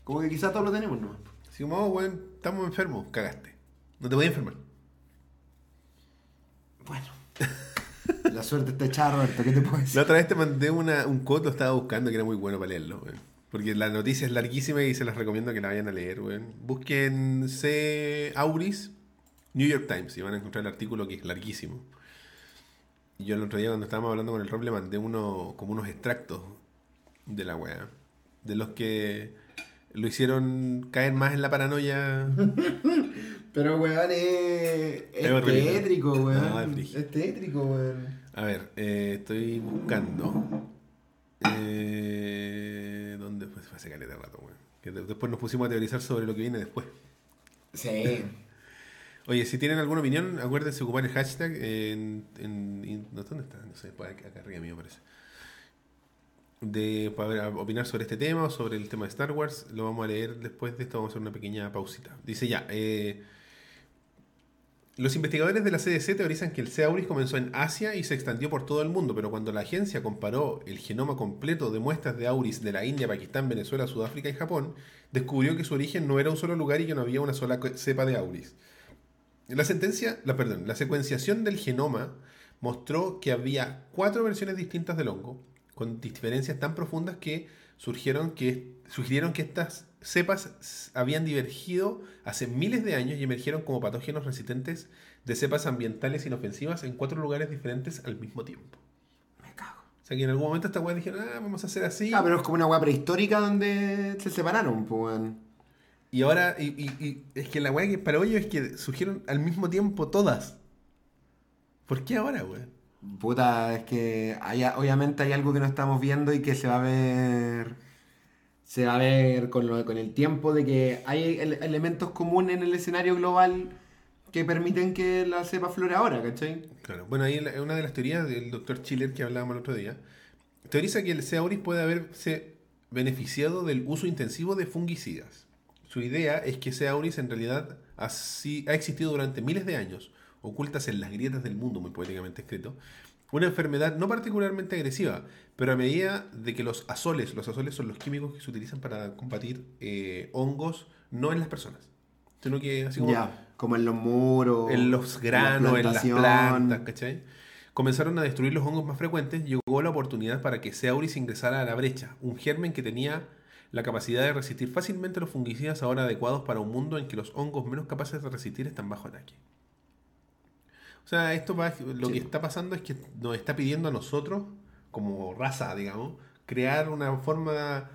B: Como que quizás todos lo tenemos, ¿no?
A: Así como, oh, weón, estamos enfermos, cagaste. No te voy a enfermar.
B: Bueno. La suerte está echada, Roberto. ¿Qué te puedo decir?
A: La otra vez te mandé una, un quote, lo estaba buscando, que era muy bueno para leerlo, weón. Porque la noticia es larguísima y se las recomiendo que la vayan a leer, weón. Busquen C. Auris, New York Times, y van a encontrar el artículo que es larguísimo. Y yo el otro día cuando estábamos hablando con el Rob le mandé uno, como unos extractos de la weá. De los que lo hicieron caer más en la paranoia.
B: Pero, weón, es,
A: Es
B: es
A: horrible.
B: tétrico, weón.
A: No, es
B: es,
A: brígido.
B: tétrico, weón.
A: A ver, eh, estoy buscando. Eh, ¿Dónde fue? Fue hace caleta de rato, weón. Que de- después nos pusimos a teorizar sobre lo que viene después.
B: Sí.
A: Oye, si tienen alguna opinión, acuérdense de ocupar el hashtag en... en- en- no, ¿Dónde está? No sé, por acá, acá arriba mío parece. De, para opinar sobre este tema o sobre el tema de Star Wars, lo vamos a leer después de esto, vamos a hacer una pequeña pausita. Dice ya, eh, los investigadores de la CDC teorizan que el C. auris comenzó en Asia y se extendió por todo el mundo, pero cuando la agencia comparó el genoma completo de muestras de auris de la India, Pakistán, Venezuela, Sudáfrica y Japón, descubrió que su origen no era un solo lugar y que no había una sola co- cepa de auris. La sentencia, la perdón, la secuenciación del genoma mostró que había cuatro versiones distintas del hongo, con diferencias tan profundas que surgieron que sugirieron que estas cepas s- habían divergido hace miles de años y emergieron como patógenos resistentes de cepas ambientales inofensivas en cuatro lugares diferentes al mismo tiempo.
B: Me cago.
A: O sea que en algún momento esta weá dijeron, ah, vamos a hacer así.
B: Ah, pero es como una weá prehistórica donde se separaron, pues, weón.
A: Y ahora, y, y- y es que la weá que para hoyo es que surgieron al mismo tiempo todas. ¿Por qué ahora, weón?
B: Puta, es que hay- obviamente hay algo que no estamos viendo y que se va a ver. Se va a ver con, lo- con el tiempo de que hay ele- elementos comunes en el escenario global que que permiten que la cepa flore ahora, ¿cachai?
A: Claro. Bueno, ahí la- una de las teorías del doctor Chiller que hablábamos el otro día. Teoriza que el C. auris puede haberse beneficiado del uso intensivo de fungicidas. Su idea es que C. auris en realidad así ha existido durante miles de años, ocultas en las grietas del mundo, muy poéticamente escrito. Una enfermedad no particularmente agresiva, pero a medida de que los azoles, los azoles son los químicos que se utilizan para combatir eh, hongos, no en las personas, sino que así como
B: ya, como en los muros.
A: en los granos, en las
B: plantación.
A: plantas, ¿cachai? Comenzaron a destruir los hongos más frecuentes, llegó la oportunidad para que Seauris ingresara a la brecha, un germen que tenía la capacidad de resistir fácilmente los fungicidas ahora adecuados para un mundo en que los hongos menos capaces de resistir están bajo ataque. O sea, esto va, lo
B: Sí.
A: que está pasando es que nos está pidiendo a nosotros, como raza, digamos, crear una forma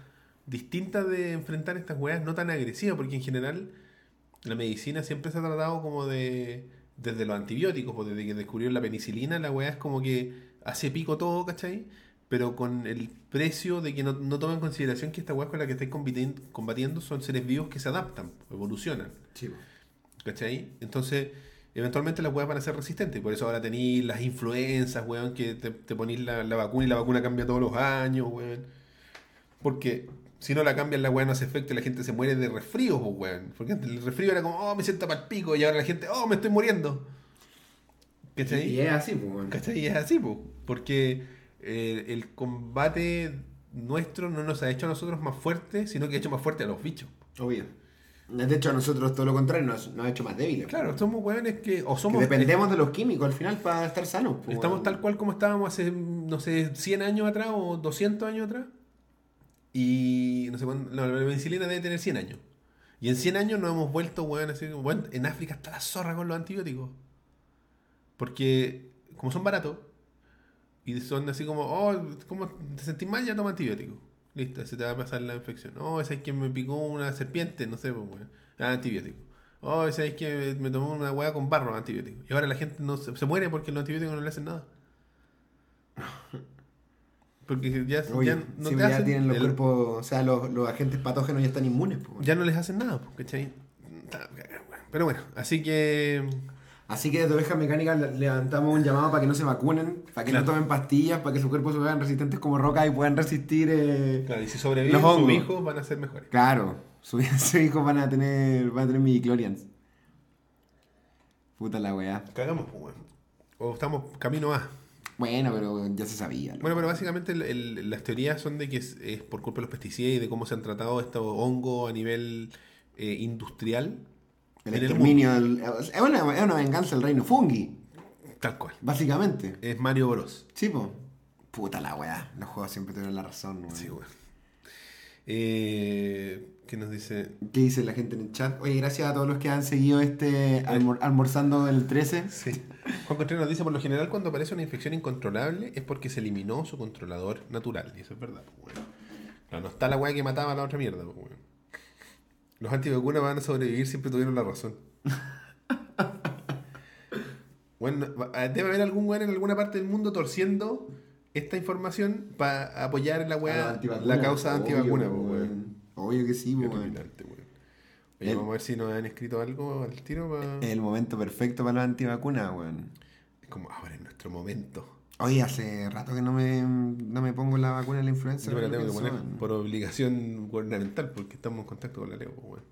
A: distinta de enfrentar estas weas, no tan agresiva, porque en general la medicina siempre se ha tratado como de. Desde los antibióticos, pues desde que descubrieron la penicilina, la weá es como que hace pico todo, ¿cachai? Pero con el precio de que no, no toman en consideración que estas weas con las que estáis combiten- combatiendo son seres vivos que se adaptan, evolucionan,
B: Sí, po.
A: ¿cachai? Entonces, eventualmente las weas van a ser resistentes. Por eso ahora tenéis las influencias, weón, que te, te ponís la, la vacuna y la vacuna cambia todos los años, weón. Porque si no la cambian, la weá no hace efecto y la gente se muere de resfrío, pues, weón. Porque antes el resfrío era como, oh, me siento pa'l pico, y ahora la gente, oh, me estoy muriendo. ¿Cachai?
B: Y es así, pues. bueno.
A: ¿Cachai? Y es así, po. porque eh, el combate nuestro no nos ha hecho a nosotros más fuertes, sino que ha hecho más fuerte a los bichos.
B: Obvio. De hecho, a nosotros todo lo contrario nos, nos ha hecho más débiles.
A: Claro, somos weones que. O
B: Que
A: somos.
B: dependemos de los químicos al final para estar sanos. pues,
A: Estamos
B: bueno.
A: tal cual como estábamos hace, mm, no sé, 100 años atrás o 200 años atrás. Y no sé cuándo. No, la penicilina debe tener 100 años. Y en 100 años nos hemos vuelto, weón, así, como, weón, en África está la zorra con los antibióticos. Porque, como son baratos, y son así como, oh, ¿cómo te sentís mal? Ya toma antibiótico. Listo, se te va a pasar la infección. Oh, ese es que me picó una serpiente, no sé, pues, weón. Ah, antibiótico. Oh, ese es que me tomó una hueá con barro, antibiótico. Y ahora la gente no se, se muere porque los antibióticos no le hacen nada. Porque ya,
B: Obvio.
A: ya no
B: Sí,
A: te
B: ya
A: hacen
B: tienen los
A: el-
B: cuerpos, o sea, los, los agentes patógenos ya están inmunes. pues, bueno.
A: ya no les hacen nada, pues, ¿cachai? Ta- Pero bueno, así que.
B: Así que desde Ovejas Mecánicas le- levantamos un llamado para que no se vacunen, para que
A: Claro.
B: no tomen pastillas, para que sus cuerpos se vean resistentes como rocas y puedan resistir. eh,
A: Claro, y si sobreviven,
B: Los
A: sus
B: hongos.
A: hijos van a ser mejores.
B: Claro, sus sus hijos van a tener, van a tener midichlorians. Puta la weá.
A: Cagamos, pues, weón. O estamos camino a.
B: Bueno, pero ya se sabía. loco.
A: Bueno, pero básicamente el- el- las teorías son de que es, es por culpa de los pesticidas y de cómo se han tratado estos hongos a nivel eh, industrial.
B: el
A: en el
B: exterminio. del- es, una, es una venganza del reino fungi,
A: Tal cual.
B: básicamente.
A: Es Mario Bros.
B: Sí, po. Puta la weá. Los juegos siempre tuvieron la razón, weón.
A: Sí, weón. Eh, ¿Qué nos dice?
B: ¿Qué dice la gente en el chat? Oye, gracias a todos los que han seguido este almor- almorzando el 13.
A: Eh. Sí. Juan Contreras nos dice, por lo general cuando aparece una infección incontrolable es porque se eliminó su controlador natural. Y eso es verdad. pues, weón. Claro, no está la weá que mataba a la otra mierda. pues, weón. Los antivacunas van a sobrevivir, siempre tuvieron la razón. bueno, va- ah, debe haber algún weón en alguna parte del mundo torciendo esta información para apoyar la
B: A los
A: weá,
B: antivacunas.
A: la causa
B: Obvio,
A: antivacuna. pues,
B: po,
A: weón.
B: Obvio que sí, po,
A: Qué
B: weón. Eh.
A: repugnante, weón. Oye,
B: El-
A: vamos a ver si nos han escrito algo al tiro. pa-
B: El momento perfecto para los antivacunas, weón.
A: Es como ahora es nuestro momento.
B: Oye, hace rato que no me, no me pongo la vacuna de la influenza.
A: Yo me la
B: no
A: tengo que
B: pienso,
A: poner
B: weón.
A: por obligación gubernamental, porque estamos en contacto con la ley, pues, weón.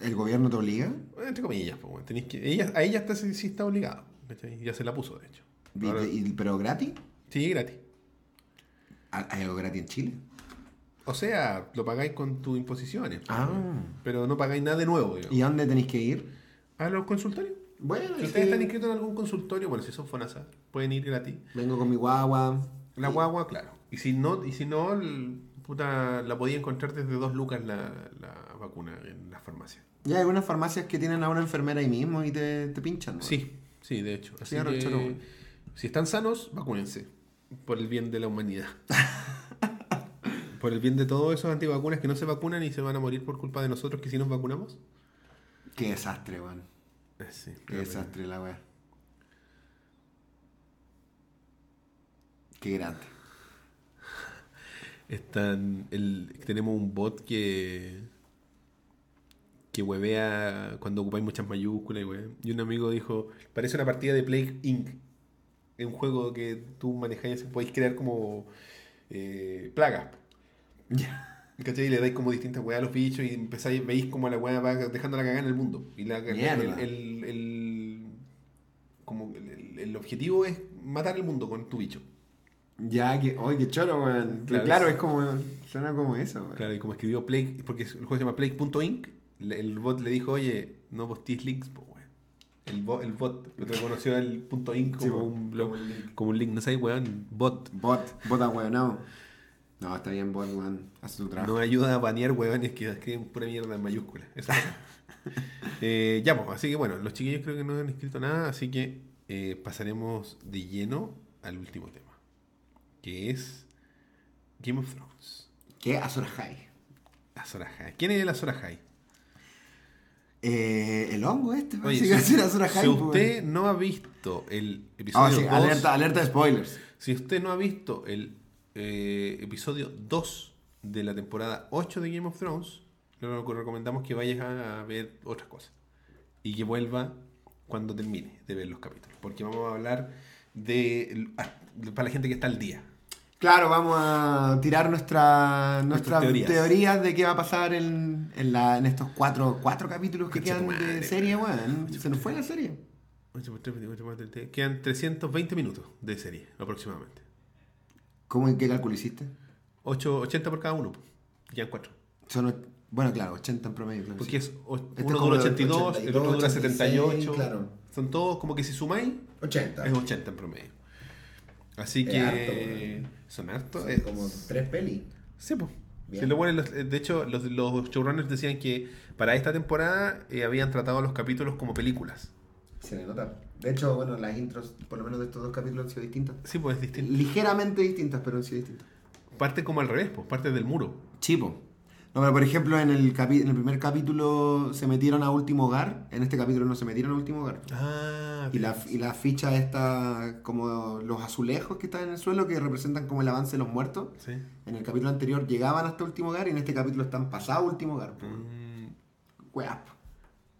B: ¿El gobierno te obliga?
A: Bueno, Entre comillas, pues, weón. Tenés que, ella, a ella está, sí está obligada. ¿cachai? Ya se la puso, de hecho.
B: ¿Y-
A: Ahora-
B: y- ¿Pero gratis?
A: sí, gratis.
B: ¿Ah, ¿Hay algo gratis en Chile?
A: O sea, lo pagáis con tus imposiciones. pues,
B: Ah.
A: weón. Pero no pagáis nada de nuevo, digamos.
B: ¿Y a dónde tenéis que ir?
A: A los consultorios.
B: Bueno, este,
A: Si
B: sí.
A: ustedes están inscritos en algún consultorio, bueno, si son FONASA, pueden ir gratis.
B: vengo con mi guagua.
A: La guagua, claro. Y si no, y si no el- puta, la podía encontrar desde dos lucas la, la vacuna en la farmacia.
B: Ya hay algunas farmacias que tienen a una enfermera ahí mismo y te, te pinchan. weón.
A: Sí, sí, de hecho. Así
B: Sí,
A: que,
B: arrochalo, güey.
A: si están sanos, vacúnense. Por el bien de la humanidad. por el bien de todos esos antivacunas que no se vacunan y se van a morir por culpa de nosotros que sí nos vacunamos.
B: Qué desastre, weón.
A: Eh, Sí,
B: Qué desastre la weá. Qué grande.
A: Están el, tenemos un bot que que que huevea cuando ocupáis muchas mayúsculas y weón. Y un amigo dijo, parece una partida de Plague Inc. Es un juego que tú manejáis, podéis crear como eh, plagas. ¿Cachai? Y le dais como distintas weas a los bichos y empezáis, veis como la wea va dejando la cagada en el mundo. Y la, el,
B: Mierda.
A: el- el- como el- el- el objetivo es matar el mundo con tu bicho.
B: Ya, que, oye, qué choro, weón.
A: Claro,
B: Claro,
A: es-
B: es como, suena como eso, weón.
A: Claro, y como escribió Plague, porque el juego se llama Plague.inc, le- el bot le dijo, oye, no postees links, po, weón. El, bo- el bot reconoció el punto .inc
B: Sí,
A: como,
B: po,
A: un blog,
B: como un link.
A: como un link, no sé, weón, bot.
B: Bot, bot a weón, no. No, está bien, bot, weón. Haz tu trabajo.
A: No me ayuda a banear weones que escriben pura mierda en mayúsculas. Eso. Eh, ya, pues, así que bueno, los chiquillos creo que no han escrito nada, así que eh, pasaremos de lleno al último tema, que es Game of Thrones.
B: ¿Qué? Azor High.
A: Azor Ahai. ¿Quién es el Azor Ahai?
B: Eh, el hongo este, weón.
A: Oye,
B: Sí,
A: si,
B: que hacer Azor Ahai,
A: si
B: po, weón.
A: usted no ha visto el episodio
B: Ah, sí,
A: 2,
B: alerta, alerta de spoilers.
A: si usted no ha visto el eh, episodio 2 de la temporada 8 de Game of Thrones, le lo que recomendamos que vayas a ver otras cosas y que vuelva cuando termine de ver los capítulos, porque vamos a hablar de, ah, para la gente que está al día.
B: Claro, vamos a tirar nuestra, nuestras
A: teorías.
B: teorías. de qué va a pasar en, en, la- en estos cuatro, cuatro capítulos que
A: Concha tu
B: quedan
A: madre,
B: de serie, weón. Se nos fue la serie.
A: Quedan 320 minutos de serie aproximadamente.
B: ¿Cómo en qué cálculo hiciste?
A: Ocho- 80 por cada uno. Quedan 4.
B: Son, och- bueno, claro, 80 en promedio. claro,
A: Porque
B: sí.
A: es, o-
B: Este es
A: uno
B: como
A: dura
B: de
A: 82, el otro dura
B: 86,
A: 78.
B: claro.
A: Son todos como que si sumáis,
C: 80.
A: es 80 en promedio. Así
C: Es
A: que.
C: harto, weón.
A: son hartos. eh,
C: Son como tres pelis.
A: Sí, pues.
C: Bien.
A: Sí, lo bueno es los- eh, de hecho, los, los showrunners decían que para esta temporada eh, habían tratado los capítulos como películas.
C: Se le nota. De hecho, bueno, las intros, por lo menos de estos dos capítulos, han sido distintas.
A: Sí, pues es distinto.
B: Ligeramente distintas, pero han sido distintas.
A: Parte como al revés, pues, parte del muro.
B: Chipo. No, pero por ejemplo, en el, capi- en el primer capítulo se metieron a último hogar. En este capítulo no se metieron a último hogar.
A: Ah,
B: Y la, y la ficha está como los azulejos que están en el suelo que representan como el avance de los muertos.
A: Sí.
B: En el capítulo anterior llegaban hasta último hogar y en este capítulo están pasado último hogar. po.
A: Mm,
B: Weá, po.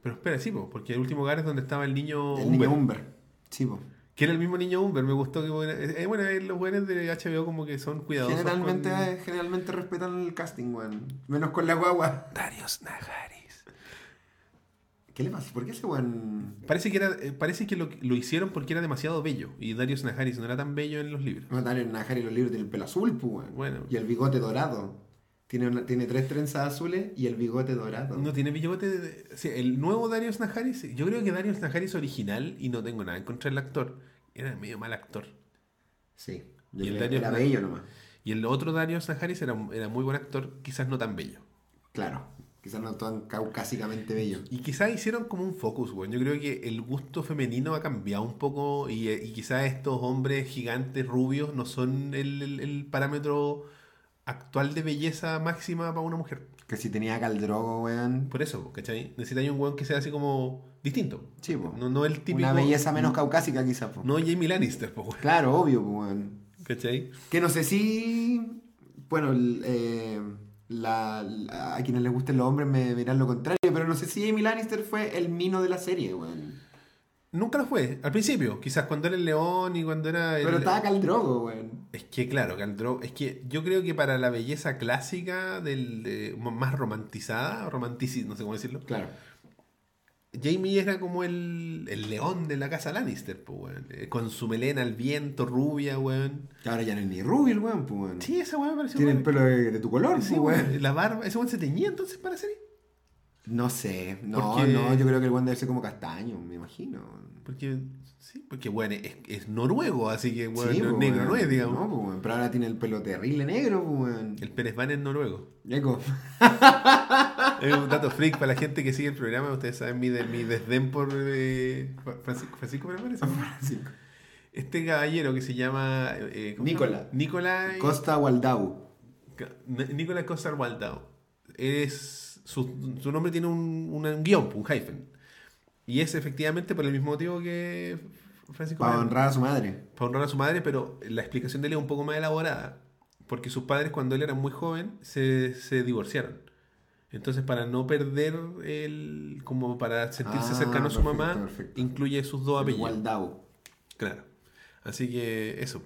A: pero espera, sí, pues, porque el último lugar es donde estaba el niño
B: El niño
A: Umber.
B: Umber. Sí, po.
A: Que era el mismo niño Umber, me gustó que bueno, eh, bueno, eh, los buenos de HBO como que son cuidadosos.
B: Generalmente,
A: con-
B: eh, generalmente respetan el casting, weón. Menos con la guagua.
A: Darius Najaris.
B: ¿Qué le pasa? ¿Por qué ese weón.?
A: Parece que era eh, parece que lo, lo hicieron porque era demasiado bello y Darius Najaris no era tan bello en los libros.
B: Matar en Najar y los libros tiene el pelo azul, po, weón.
A: Bueno.
B: Y el bigote dorado. Tiene, una- tiene tres trenzas azules y el bigote dorado.
A: No tiene bigote de- de- sí, el nuevo Darius Najaris, yo creo que Darius Najaris original y no tengo nada en contra del actor, era medio mal actor.
B: Sí.
A: Y
B: Yo
A: el
B: creo
A: Dario
B: que era
A: Fran-
B: bello nomás.
A: Y el otro Darius Najaris era, era muy buen actor, quizás no tan bello.
B: Claro. Quizás no tan caucásicamente bello.
A: Y quizás hicieron como un focus, weón. Yo creo que el gusto femenino ha cambiado un poco y, eh, y quizás estos hombres gigantes rubios no son el, el- el parámetro actual de belleza máxima para una mujer.
B: Que si tenía caldrogo, weón.
A: Por eso, ¿cachai? Necesitáis un weón que sea así como distinto.
B: pues, Sí, po.
A: No, no el típico...
B: Una belleza menos caucásica, quizás, po.
A: No Jamie Lannister, po, weón.
B: Claro, obvio, pues, weón.
A: ¿Cachai?
B: Que no sé si. Bueno, el, eh, la- la- a quienes les gusten los hombres me dirán lo contrario, pero no sé si Jamie Lannister fue el mino de la serie, weón.
A: Nunca lo fue. Al principio, quizás cuando era el león y cuando era... el-
B: Pero estaba Caldrogo, weón.
A: Es que claro, Khal Drogo- es que yo creo que para la belleza clásica del de- más romantizada, o romantici, no sé cómo decirlo,
B: Claro.
A: Jamie era como el, el león de la casa Lannister, po, weón. Eh, con su melena al viento, rubia, weón.
B: Que ahora ya no es ni rubio el weón, pues, weón.
A: Sí, esa weón me pareció
B: Tiene
A: muy-
B: el pelo de, de tu color,
A: Sí,
B: pues, weón.
A: weón. La barba, ese weón se teñía entonces para salir.
B: No sé, no,
A: Porque-
B: no, yo creo que el weón debe ser como castaño, me imagino.
A: Porque, sí, porque, weón, es, es noruego, así que, weón,
B: Sí,
A: no es
B: pues,
A: negro, no es,
B: weón.
A: digamos.
B: No, pues, weón, pero ahora tiene el pelo terrible negro, pues, weón.
A: El Pérez Van es noruego.
B: Eco.
A: Es un dato freak para la gente que sigue el programa. Ustedes saben mi, de- mi desdén por eh, Francisco, Francisco Pérez Van, ¿es?
B: Sí.
A: Este caballero que se llama. eh, ¿cómo se
C: Nicola.
A: llama? Nicola.
B: Costa Waldau.
A: Ca- N- Nicola Costa Waldau. Es, su, su nombre tiene un, una- un guión, un hyphen. Y es efectivamente por el mismo motivo que Francisco.
B: Para
A: Pérez.
B: honrar a su madre.
A: para honrar a su madre, pero la explicación de él es un poco más elaborada. Porque sus padres, cuando él era muy joven, se, se divorciaron. Entonces, para no perder el. como para sentirse
B: Ah,
A: cercano a su
B: perfecto,
A: mamá,
B: perfecto.
A: incluye sus dos apellidos.
B: Igual Dao.
A: Claro. Así que eso.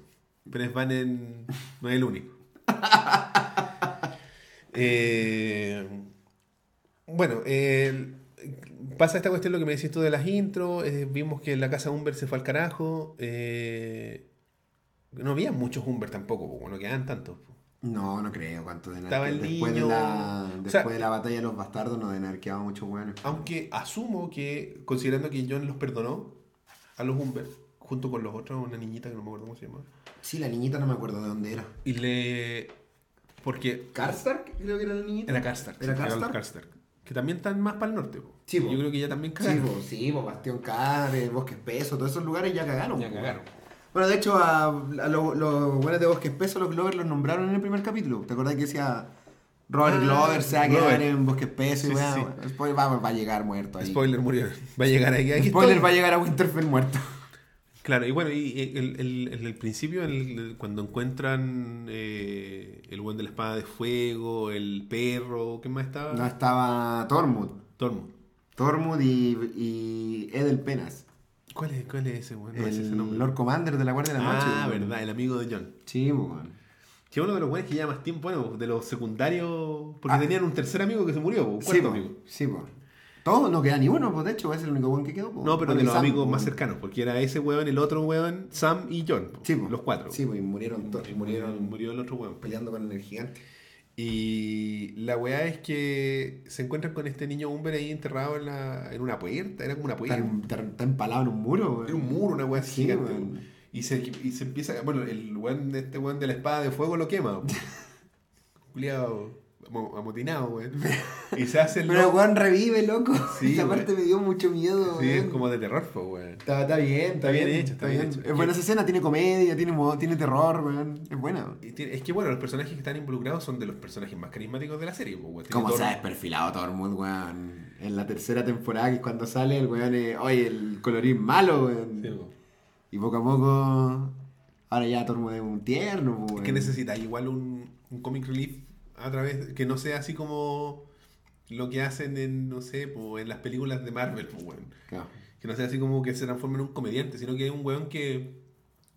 A: Pérez Bannon no es el único. Eh, bueno, eh, pasa esta cuestión lo que me decís tú de las intros. eh, vimos que la casa Humber se fue al carajo. eh, no había muchos Humber tampoco, po, no quedaban tantos. po.
B: No, no creo cuánto de
A: Estaba el
B: Después,
A: niño.
B: de la,
A: O
B: después
A: sea-
B: de la batalla de los bastardos nos denarqueaba mucho bueno.
A: Aunque asumo que, considerando que John los perdonó a los Humber, junto con los otros, una niñita que no me acuerdo cómo se llamaba,
B: Sí, la niñita no me acuerdo de dónde era.
A: y le. porque
B: Karstark creo que era la niñita.
A: Era Karstark.
B: ¿Era
A: sí,
B: Karstark?
A: Karstark. Que también están más para el norte. po.
B: Sí, po.
A: Yo creo que ya también
B: Sí,
A: cagaron.
B: bo, sí, bo, Bastión Care, Bosque Espeso, todos esos lugares ya cagaron.
A: ya
B: po.
A: cagaron.
B: Bueno, de hecho, a, a los los buenos de Bosque Espeso, los Glover los nombraron en el primer capítulo. ¿Te acordás que decía Robert
A: Ah,
B: Glover se va a quedar
A: Glover.
B: en Bosque Espeso?
A: Sí, sí,
B: y weá,
A: sí.
B: weá. Spoiler, va, va a llegar muerto ahí.
A: Spoiler murió. Va a llegar aquí. aquí
B: Spoiler,
A: estoy.
B: va a llegar a Winterfell muerto.
A: Claro, y bueno, y y el, el- el- el principio, el- el- cuando encuentran eh, el buen de la espada de fuego, el perro, ¿qué más estaba?
B: No, estaba Tormund.
A: Tormund.
B: Tormund y, y Edel Penas.
A: ¿Cuál es, ¿Cuál es ese buen? No sé ese
B: El
A: nombre.
B: Lord Commander de la Guardia de la Noche.
A: ah,
B: weón.
A: verdad, el amigo de John.
B: Sí, bo, weón.
A: Que uno de los buenos que lleva más tiempo, bueno, de los secundarios, porque
B: Ah.
A: tenían un tercer amigo que se murió, un cuarto
B: Sí, bo,
A: amigo.
B: sí, bo. Todos, no queda ni uno, pues de hecho, ese es el único buen que quedó. po.
A: No, pero
B: Bueno,
A: de
B: y
A: los
B: Sam,
A: amigos
B: po,
A: más
B: weón.
A: cercanos, porque era ese weón, el otro weón, Sam y John. po,
B: Sí, po.
A: Los cuatro.
B: Sí, pues murieron todos.
A: Y
B: Murieron
A: murió el otro weón.
B: peleando con el gigante.
A: Y la weá es que se encuentran con este niño Humber ahí enterrado en, la, en una puerta, era como una puerta.
B: Está, en- está- está empalado en un muro, weón.
A: Era un muro, una weá
B: Sí,
A: gigante.
B: weón.
A: po. Y se, y se empieza, bueno, el weón, de- este weón de la espada de fuego lo quema. po. Culiao, amo- amotinado, weón. Y se hace el
B: Pero
A: loco.
B: Juan revive, loco.
A: Sí,
B: Esa
A: weón.
B: parte me dio mucho miedo,
A: Sí, es
B: weón.
A: como de terror, po, weón.
B: Está, está bien,
A: Está bien hecho, está bien hecho.
B: Es buena esa escena, tiene comedia, tiene, mo- tiene terror, weón. Es buena, weón.
A: Y tiene- Es que bueno, los personajes que están involucrados son de los personajes más carismáticos de la serie. po, weón. Tiene
B: Como
A: todo-
B: se ha desperfilado Tormund, weón. En la tercera temporada, que es cuando sale el weón, eh, oye, el colorín malo, weón.
A: Sí, po.
B: y poco a poco, ahora ya Tormund es un tierno, po,
A: Es
B: weón.
A: que necesita igual un, un comic relief a través, que no sea así como lo que hacen en, no sé, po, en las películas de Marvel, po, weón.
B: Claro.
A: que no sea así como que se transforme en un comediante, sino que es un weón que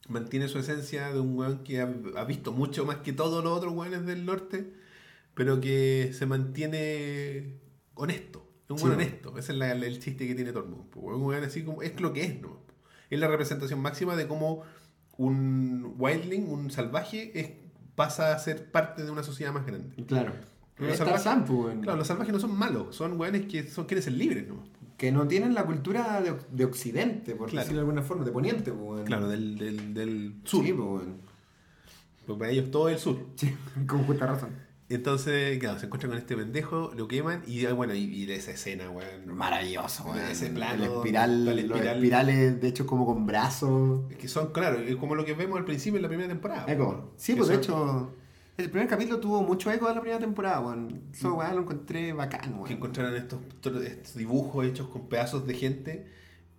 A: mantiene su esencia de un weón que ha, ha visto mucho más que todos los otros weones del norte, pero que se mantiene honesto, es un
B: Sí,
A: weón
B: weón.
A: honesto, ese es la- el chiste que tiene Tormund, po, weón, un weón así como, es lo que es, ¿no? es la representación máxima de cómo un wildling, un salvaje, es- pasa a ser parte de una sociedad más grande.
B: Claro.
A: Pero
B: Está
A: salvaje-
B: Sam, po, weón.
A: Claro, los salvajes no son malos, son weones que son, quieren ser libres, ¿no?
B: Que no tienen la cultura de, de occidente, por
A: Claro.
B: decirlo de alguna forma, de poniente, po, weón.
A: Claro, del, del, del sur.
B: Sí, po, weón.
A: Porque para ellos todo es el sur.
B: Sí, con justa razón.
A: Entonces, claro, se encuentran con este pendejo, lo queman y ah, bueno, y, y de esa escena, weón.
B: Maravilloso, weón.
A: Ese
B: El
A: plano,
B: espiral,
A: tal
B: los
A: espiral.
B: espirales, de hecho, como con brazos.
A: Es que son, claro, es como lo que vemos al principio en la primera temporada.
B: Eco.
A: weón.
B: Sí,
A: Que
B: pues de
A: son-
B: hecho, el primer capítulo tuvo mucho eco de la primera temporada, weón. Eso, weón, lo encontré bacán,
A: Que
B: weón.
A: encontraron estos, tro- estos dibujos hechos con pedazos de gente.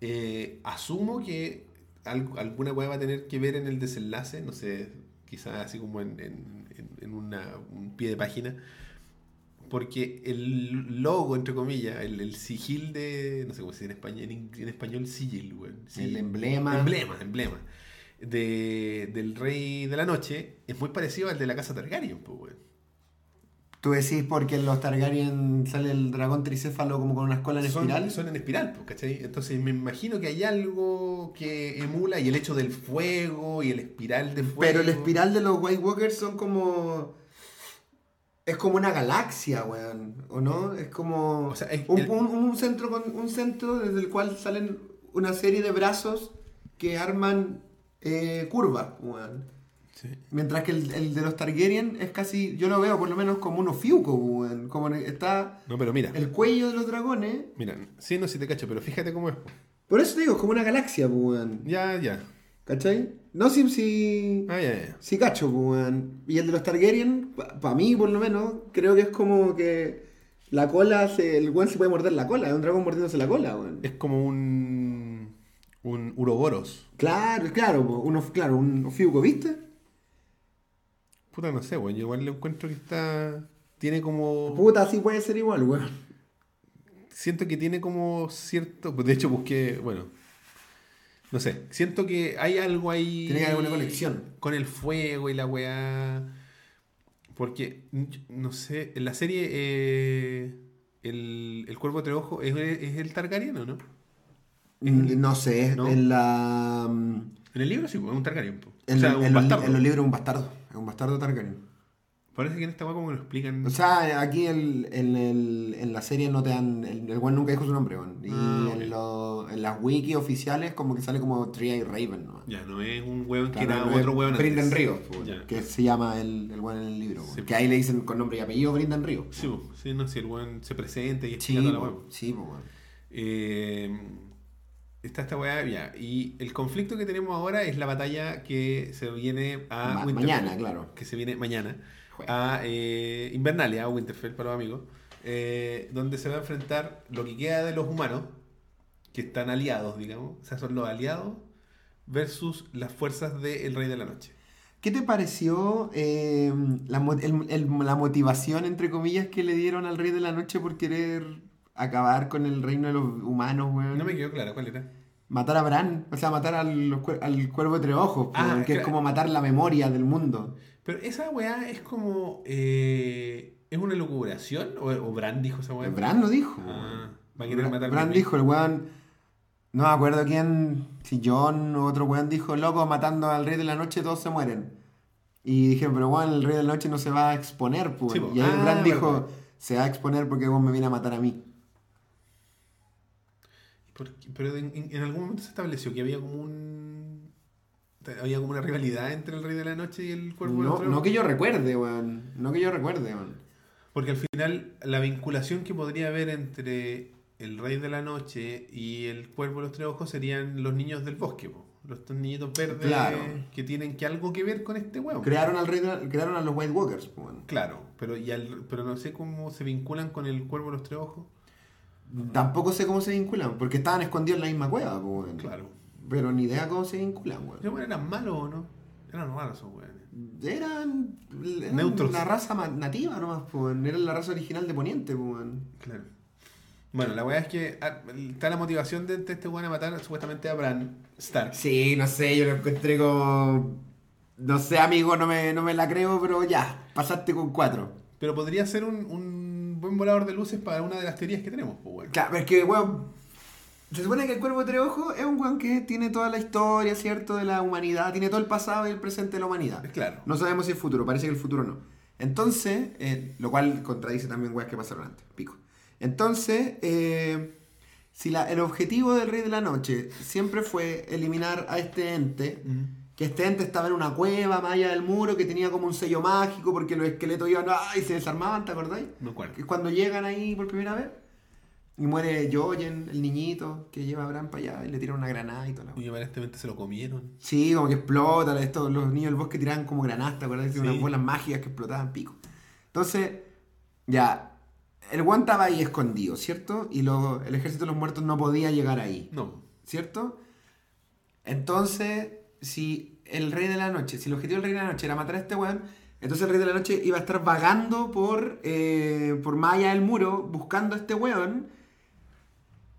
A: Eh, asumo que al- alguna weá va a tener que ver en el desenlace, no sé, quizás así como en, en- en- en una- un pie de página. Porque el logo, entre comillas, el, el sigil de. No sé cómo se dice en español, en, ing- en español sigil, weón.
B: El
A: Sigil.
B: emblema.
A: Emblema, emblema. De, del Rey de la Noche es muy parecido al de la Casa Targaryen, pues, weón.
B: Tú decís porque en los Targaryen sale el dragón tricéfalo como con unas colas en
A: son,
B: espiral.
A: son en espiral, pues, ¿cachai? Entonces me imagino que hay algo que emula y el hecho del fuego y el espiral de fuego.
B: Pero el espiral de los White Walkers son como. Es como una galaxia, weón. ¿O no? Es como.
A: O sea, es-
B: un,
A: el-
B: un- un centro con, un centro desde el cual salen una serie de brazos que arman eh, curva, weón.
A: Sí.
B: Mientras que el, el de los Targaryen es casi. Yo lo veo por lo menos como un ofiuco, weón. Como en- está
A: No, pero mira,
B: el cuello de los dragones.
A: mira, sí, no sé si te cacho, pero fíjate cómo es. po.
B: Por eso te digo, es como una galaxia, weón.
A: Ya, ya.
B: ¿Cachai? No si. si...
A: Ah, ya, ya.
B: Sí, cacho, pues, weón. Y el de los Targaryen, para mí por lo menos, creo que es como que la cola, se, el weón se puede morder la cola, es un dragón mordiéndose la cola, weón.
A: Es como un. un uroboros.
B: Claro, claro, po, uno, claro, un ofiuco, ¿viste?
A: Puta, no sé, weón. Yo igual le encuentro que está. tiene como.
B: Puta, sí puede ser igual, weón.
A: siento que tiene como cierto. De hecho, busqué. Bueno. No sé. Siento que hay algo ahí.
B: Tiene que haber alguna conexión.
A: Con el fuego y la weá. Porque, yo no sé, en la serie eh, el, el cuervo de ojo es, es el Targaryen o no?
B: Mm, No sé,
A: ¿No?
B: en la. mm,
A: En el libro sí, es un Targaryen. po.
B: En,
A: o sea,
B: en
A: un
B: los,
A: bastardo.
B: en los libros es un bastardo. Es un bastardo Targaryen.
A: Parece que en esta weá como que lo explican.
B: O sea, aquí el, en, el- en la serie no te dan. El, el weón nunca dijo su nombre, weón. Y
A: Ah, ok.
B: en, lo- en las wiki oficiales, como que sale como Tria y Raven, ¿no?
A: ya, no es un weón que
B: Claro,
A: era
B: no es
A: otro weón.
B: Brindan
A: antes.
B: Ríos, po,
A: Ya.
B: que se llama el, el weón en el libro. weón.
A: Sí,
B: que
A: po.
B: ahí le dicen con nombre y apellido Brindan Ríos.
A: Sí, po. sí, no, si el weón se presenta y
B: Sí,
A: explica toda la
B: po,
A: weá, po.
B: sí, po, weón.
A: Eh, está esta weá ya. Y el conflicto que tenemos ahora es la batalla que se viene a
B: Ma-
A: Winterfell.
B: mañana, claro.
A: Que se viene mañana.
B: Jueves.
A: A eh, Invernalia, a Winterfell para los amigos. eh, donde se va a enfrentar lo que queda de los humanos, que están aliados, digamos. O sea, son los aliados versus las fuerzas del Rey de la Noche.
B: ¿Qué te pareció eh, la, mo- el- el- la motivación, entre comillas, que le dieron al Rey de la Noche por querer acabar con el reino de los humanos, weón?
A: No me quedó claro cuál era.
B: Matar a Bran, o sea, matar al, cuer- al cuervo de tres ojos, po,
A: Ah,
B: weón, que es
A: claro.
B: como matar la memoria del mundo.
A: Pero esa weá es como. eh, ¿Es una locuración? ¿O, o Bran dijo esa weá?
B: Bran lo dijo.
A: Ah, va a
B: weón.
A: querer
B: Bran,
A: matar
B: Bran
A: gente.
B: dijo, el weón, no me acuerdo quién, si John o otro weón dijo, loco, matando al Rey de la Noche todos se mueren. Y dijeron, pero weón, el Rey de la Noche no se va a exponer, pues.
A: Sí, po.
B: y ahí
A: Ah,
B: Bran dijo,
A: verdad.
B: se va a exponer porque weón me viene a matar a mí.
A: ¿Por qué? Pero en, en- en algún momento se estableció que había como un. Había como una rivalidad entre el Rey de la Noche y el Cuervo del
B: No,
A: Trono.
B: no que yo recuerde, weón, no que yo recuerde, weón.
A: Porque al final, la vinculación que podría haber entre el Rey de la Noche y el Cuervo de los Tres Ojos serían los niños del bosque, po. los estos niñitos verdes
B: Claro.
A: que tienen que algo que ver con este huevo.
B: Crearon al Rey de la- crearon a los White Walkers, po, weón.
A: Claro, pero, y al- pero no sé cómo se vinculan con el Cuervo de los Tres Ojos.
B: Tampoco sé cómo se vinculan, porque estaban escondidos en la misma cueva, po, weón.
A: Claro.
B: Pero ni idea cómo se vinculan, weón.
A: Pero bueno, eran malos o no? Eran malos esos weones.
B: Eran, eran
A: Neutros.
B: la raza ma- nativa nomás, pues. Eran la raza original de Poniente, pues. weón.
A: Claro. Bueno, la weá es que ah, está la motivación de, de este weón a matar supuestamente a Bran Stark.
B: Sí, no sé, yo lo encontré como... No sé, amigo, no me, no me la creo, pero ya, pasaste con cuatro.
A: Pero podría ser un, un buen volador de luces para una de las teorías que tenemos, pues weón.
B: Claro, pero es que, weón, se supone que el Cuervo de Tres Ojos es un weón que tiene toda la historia, ¿cierto? De la humanidad, tiene todo el pasado y el presente de la humanidad.
A: Es claro.
B: No sabemos si el futuro, parece que el futuro no. Entonces, eh, lo cual contradice también weas que pasaron antes, pico. Entonces, eh, si la- el objetivo del Rey de la Noche siempre fue eliminar a este ente,
A: Mm.
B: que este ente estaba en una cueva más allá del muro, que tenía como un sello mágico porque los esqueletos iban ¡ah! y se desarmaban, ¿te acordáis?
A: Me acuerdo.
B: Que cuando llegan ahí por primera vez, y muere Jojen, el niñito que lleva a Bran para allá, y le tira una granada y toda la wea.
A: Y aparentemente se lo comieron.
B: Sí, como que explota, esto, los niños del bosque tiraban como granadas, ¿te acuerdas?
A: Sí.
B: Unas bolas mágicas que explotaban pico. Entonces, ya, el guan estaba ahí escondido, ¿cierto? Y lo- el ejército de los muertos no podía llegar ahí,
A: No.
B: ¿cierto? Entonces, si el rey de la noche, si el objetivo del rey de la noche era matar a este weón, entonces el rey de la noche iba a estar vagando por, eh, por más allá del muro, buscando a este weón,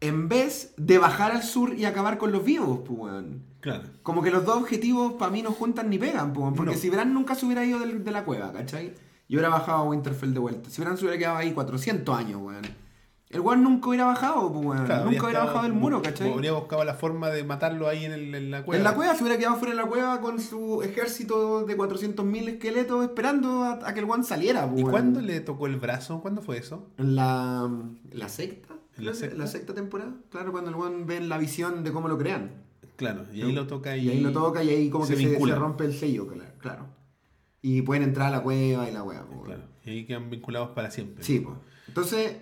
B: en vez de bajar al sur y acabar con los vivos, pues weón.
A: Claro.
B: Como que los dos objetivos para mí no juntan ni pegan, po, porque
A: No.
B: si Bran nunca se hubiera ido del- de la cueva, ¿cachai? Y hubiera bajado a Winterfell de vuelta. Si Bran se hubiera quedado ahí 400 años, weón. El weón nunca hubiera bajado, po, weón.
A: Claro, habría
B: nunca hubiera
A: estado-
B: bajado del muro, ¿cachai?
A: Habría buscado la forma de matarlo ahí en, el- en la cueva.
B: En la cueva se hubiera quedado fuera de la cueva con su ejército de 400.000 esqueletos esperando a, a que el weón saliera,
A: ¿Y
B: po, weón.
A: cuándo le tocó el brazo? ¿Cuándo fue eso?
B: En la, en la secta.
A: ¿En la
B: creo que-
A: secta?
B: la secta temporada. Claro, cuando el weón ve la visión de cómo lo crean.
A: Claro. Y ahí lo toca y,
B: Y ahí lo toca y ahí como
A: se
B: que se,
A: vincula.
B: se rompe el sello, cla- claro. Y pueden entrar a la cueva y la hueá. po,
A: Claro. Y ahí quedan vinculados para siempre.
B: Sí, pues. Entonces,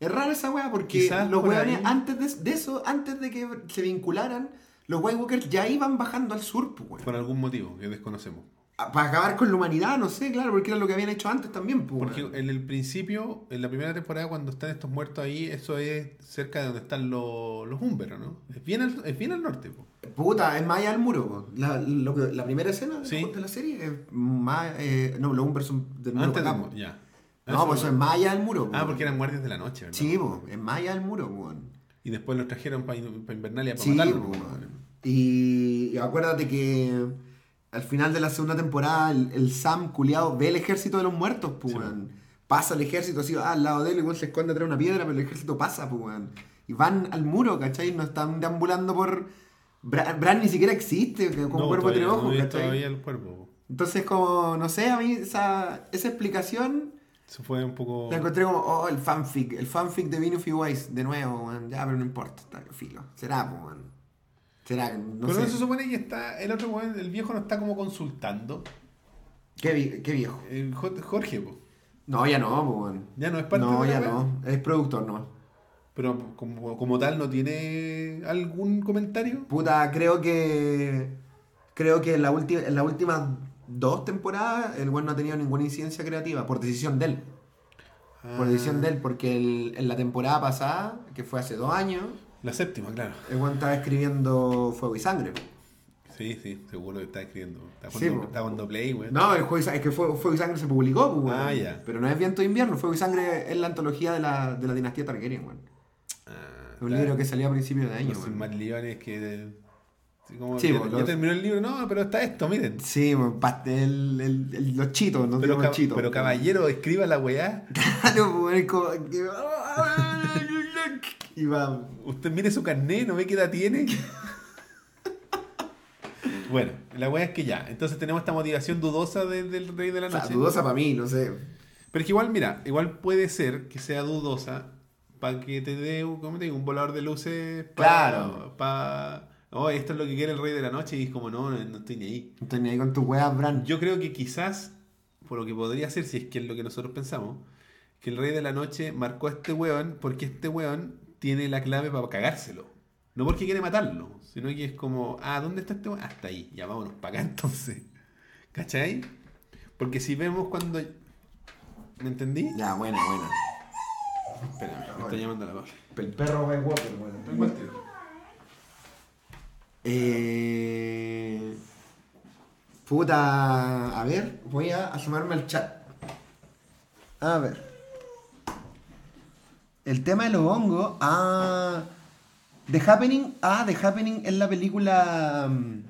B: es rara esa hueá porque
A: Quizás
B: los
A: por
B: hueones,
A: ahí-
B: antes de, de eso, antes de que se vincularan, los White Walkers ya iban bajando al sur, pues,
A: Por algún motivo que desconocemos.
B: Para acabar con la humanidad, no sé, claro, porque era lo que habían hecho antes también, pues.
A: Porque en el principio, en la primera temporada, cuando están estos muertos ahí, eso es cerca de donde están los, los húngaros, ¿no? Es bien al, es bien al norte, po.
B: Puta, es más allá del muro, po. La, lo que- la primera escena
A: Sí.
B: de la serie es más. eh, no, los Umbers son del muro
A: Antes
B: para
A: de,
B: acá, po.
A: ya.
B: No, pues eso es más allá del muro.
A: Ah,
B: weón.
A: porque eran guardias de la noche, ¿verdad?
B: Sí, po, es más allá del muro, weón.
A: Y después los trajeron para Invernalia para
B: Sí, pues,
A: matarlo.
B: po,
A: po,
B: weón.
A: weón.
B: Y, y acuérdate que al final de la segunda temporada el, el Sam culiado ve el ejército de los muertos, pues,
A: Sí,
B: weón. Pasa el ejército así, ah, al lado de él, igual se esconde atrás de una piedra, pero el ejército pasa, pues, weón. Y van al muro, ¿cachai? No están deambulando por... Bran, Bran ni siquiera existe, que- con
A: No,
B: cuerpo de
A: todavía
B: tres
A: no
B: ojos,
A: vi
B: ¿cachai?
A: todavía el cuerpo. po.
B: Entonces, como, no sé, a mí esa, esa explicación
A: Eso fue un poco.
B: la encontré como, oh, el fanfic, el fanfic de Vinny Wise, de nuevo, weón. Ya, pero no importa, está filo. Será, pues, weón. Será, no
A: Pero
B: sé.
A: no se supone que está. El otro weón, el viejo no está como consultando.
B: ¿Qué, vi- qué viejo.
A: El Jo- Jorge, po.
B: No, ya no, pues, weón.
A: Ya no es parte
B: No,
A: de la
B: ya
A: weá.
B: no. Es productor, no.
A: Pero como, como tal, ¿no tiene algún comentario?
B: Puta, creo que. Creo que en la, ulti- en las últimas dos temporadas el weón no ha tenido ninguna incidencia creativa, por decisión de él. Por decisión
A: Ah.
B: de él, porque el- en la temporada pasada, que fue hace dos años,
A: La séptima, claro.
B: el weón estaba escribiendo Fuego y Sangre.
A: Sí, sí, seguro que está escribiendo. Está
B: Sí,
A: jugando,
B: po.
A: está jugando play, weón.
B: No, el Fuego y Sa- es que Fuego, Fuego y Sangre se publicó, pues, weón.
A: Ah, ya.
B: Pero no es Viento de Invierno, Fuego y Sangre es la antología de la, de la dinastía Targaryen, weón.
A: Ah,
B: Un
A: está.
B: libro que salió a principios de año,
A: Los
B: weón.
A: Silmarilliones que. sí, como
B: Sí,
A: ya,
B: po,
A: ya
B: los-
A: terminó el libro, no, pero está esto, miren.
B: Sí, weón, pastel, el- el- los chitos, no
A: Pero,
B: digo
A: ca-
B: los chitos.
A: pero caballero, escriba la weá.
B: Claro, pues, es como que- Y va.
A: Usted mire su carnet, no ve qué edad tiene. bueno, la weá es que ya. Entonces tenemos esta motivación dudosa de- del rey de la
B: O
A: noche.
B: sea, dudosa para mí, no sé.
A: Pero es que igual, mira, igual puede ser que sea dudosa para que te dé un, ¿cómo te digo? un volador de luces. pa-
B: Claro.
A: Pa, oh, esto es lo que quiere el rey de la noche y es como, no, no, no estoy ni ahí.
B: No estoy ni ahí con tu weas, Bran.
A: Yo creo que quizás, por lo que podría ser, si es que es lo que nosotros pensamos, que el rey de la noche marcó a este weón porque este weón tiene la clave para cagárselo. No porque quiere matarlo, sino que es como, ah, ¿dónde está este weón? Hasta ahí, ya vámonos para acá entonces. ¿Cachai? Porque si vemos cuando... ¿Me entendí?
B: Ya, buena, buena.
A: Espérame, me está llamando la Paula.
C: El perro va Walker, weón.
B: Eh... Puta. A ver, voy a asomarme al chat. A ver. El tema de los hongos. Ah. The Happening. Ah, The Happening es la película. mm,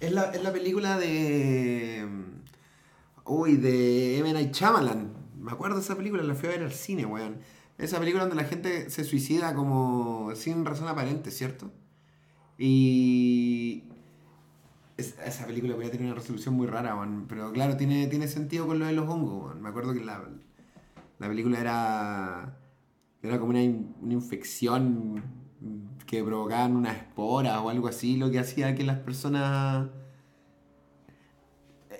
B: Es la, es la película de. mm, Uy, de M. Night Shyamalan. Me acuerdo de esa película, la fui a ver al cine, weón. Esa película donde la gente se suicida como sin razón aparente, ¿cierto? Y. es- esa película voy a tener una resolución muy rara, weón. Pero claro, tiene, tiene sentido con lo de los hongos, weón. Me acuerdo que la, la película era. Era como una, in- una infección que provocaban una espora o algo así, lo que hacía que las personas.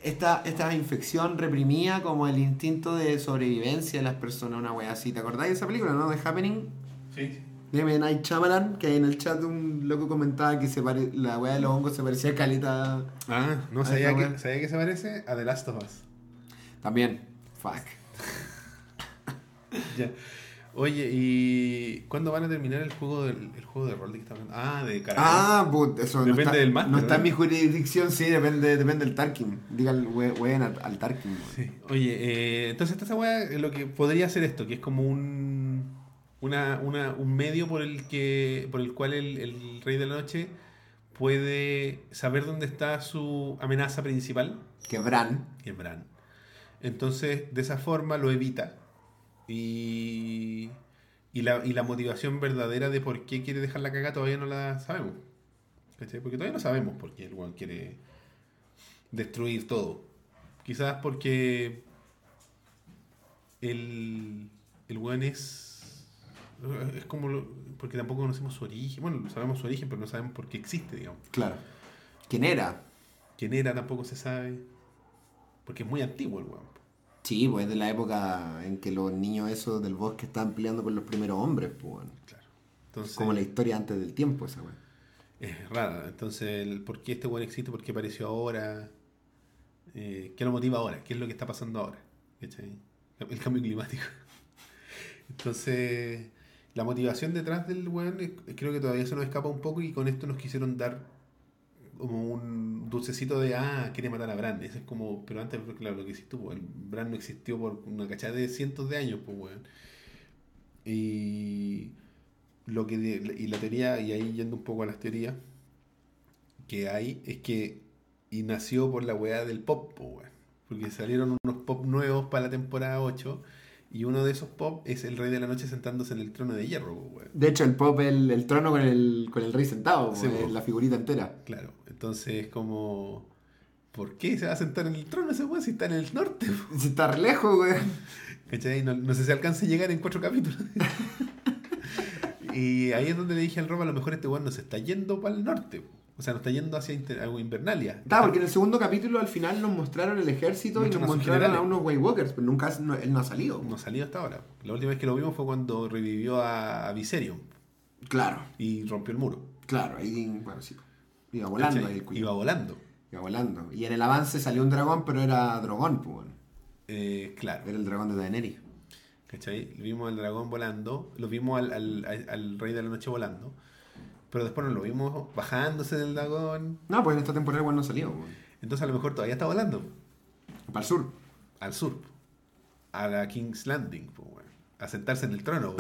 B: Esta, esta infección reprimía como el instinto de sobrevivencia de las personas, una wea así. ¿Te acordás de esa película, no? The Happening.
A: Sí.
B: De M. Night Shyamalan, que en el chat un loco comentaba que se pare- la weá de los hongos se parecía a Caleta.
A: Ah, no
B: Ahí
A: sabía
B: está,
A: que,
B: weón.
A: sabía que se parece a The Last of Us.
B: También. Fuck.
A: Eh, Ya. Oye, ¿y cuándo van a terminar el juego del el juego de rol de que está hablando? Ah, de Caracol.
B: Ah, but, eso
A: Depende
B: no está,
A: del máster,
B: No está
A: ¿no?
B: en mi jurisdicción, sí, depende, depende del Tarkin. Diga el we- weón al, al Tarkin. weón.
A: Sí. Oye, eh, entonces esta weá eh, lo que podría ser esto, que es como un una, una- un medio por el que por el cual el, el rey de la noche puede saber dónde está su amenaza principal,
B: Que Bran.
A: que es Bran. Entonces, de esa forma lo evita. Y, y, la, y la motivación verdadera de por qué quiere dejar la caga todavía no la sabemos. ¿Cachai? Porque todavía no sabemos por qué el weón quiere destruir todo. Quizás porque el, el weón es. Es como. lo- porque tampoco conocemos su origen. Bueno, sabemos su origen, pero no sabemos por qué existe, digamos.
B: Claro. ¿Quién era?
A: Quién era tampoco se sabe. Porque es muy antiguo el weón.
B: Sí, pues es de la época en que los niños esos del bosque estaban peleando con los primeros hombres, pues. weón.
A: Claro. Entonces,
B: Como la historia antes del tiempo, esa weón.
A: es rara. Entonces, el ¿por qué este weón existe? ¿Por qué apareció ahora? Eh, ¿Qué lo motiva ahora? ¿Qué es lo que está pasando ahora? ¿Cachai? El cambio climático. Entonces, la motivación detrás del weón eh, creo que todavía se nos escapa un poco y con esto nos quisieron dar como un dulcecito de, ah, quiere matar a Bran. Eso es como, pero antes, claro, lo que hiciste tú, pues, el Bran no existió por una cachada de cientos de años, pues, weón. Y lo que de- y la teoría, y ahí yendo un poco a las teorías que hay, es que y nació por la weá del pop, po, weón. Porque salieron unos pop nuevos para la temporada 8 y uno de esos pop es el Rey de la Noche sentándose en el trono de hierro, po, weón.
B: De hecho, el pop, el, el trono con el, con el rey sentado,
A: Sí,
B: pues,
A: pues.
B: la figurita entera.
A: Claro, entonces como... ¿Por qué se va a sentar en el trono ese weón si está en el norte? po?
B: Si está re lejos, güey.
A: ¿Cachai? No, no sé si alcance a llegar en cuatro capítulos. y ahí es donde le dije al Roma, a lo mejor este weón no se está yendo para el norte. po. O sea, no está yendo hacia Inter- algo Invernalia.
B: Está, porque en el segundo capítulo al final nos mostraron el ejército y
A: Muestran
B: nos
A: a sus
B: mostraron a
A: generales.
B: unos White Walkers, pero nunca no- él no ha salido.
A: No ha salido hasta ahora. La última vez que lo vimos fue cuando revivió a, a Viserion
B: Claro,
A: y rompió el muro.
B: claro, ahí, bueno, sí. Iba volando
A: ¿Cachai?
B: ahí el cuyo.
A: Iba volando.
B: Iba volando. Y en el avance salió un dragón, pero era dragón, pues bueno.
A: Eh, claro.
B: Era el dragón de Daenerys.
A: ¿Cachai? Vimos al dragón volando, lo vimos al, al- al- al rey de la noche volando, pero después nos lo vimos bajándose del dragón.
B: No, pues en esta temporada igual no salió, pues.
A: Entonces a lo mejor todavía está volando
B: Para el sur.
A: al sur, a la King's Landing, po, weón. a sentarse en el trono,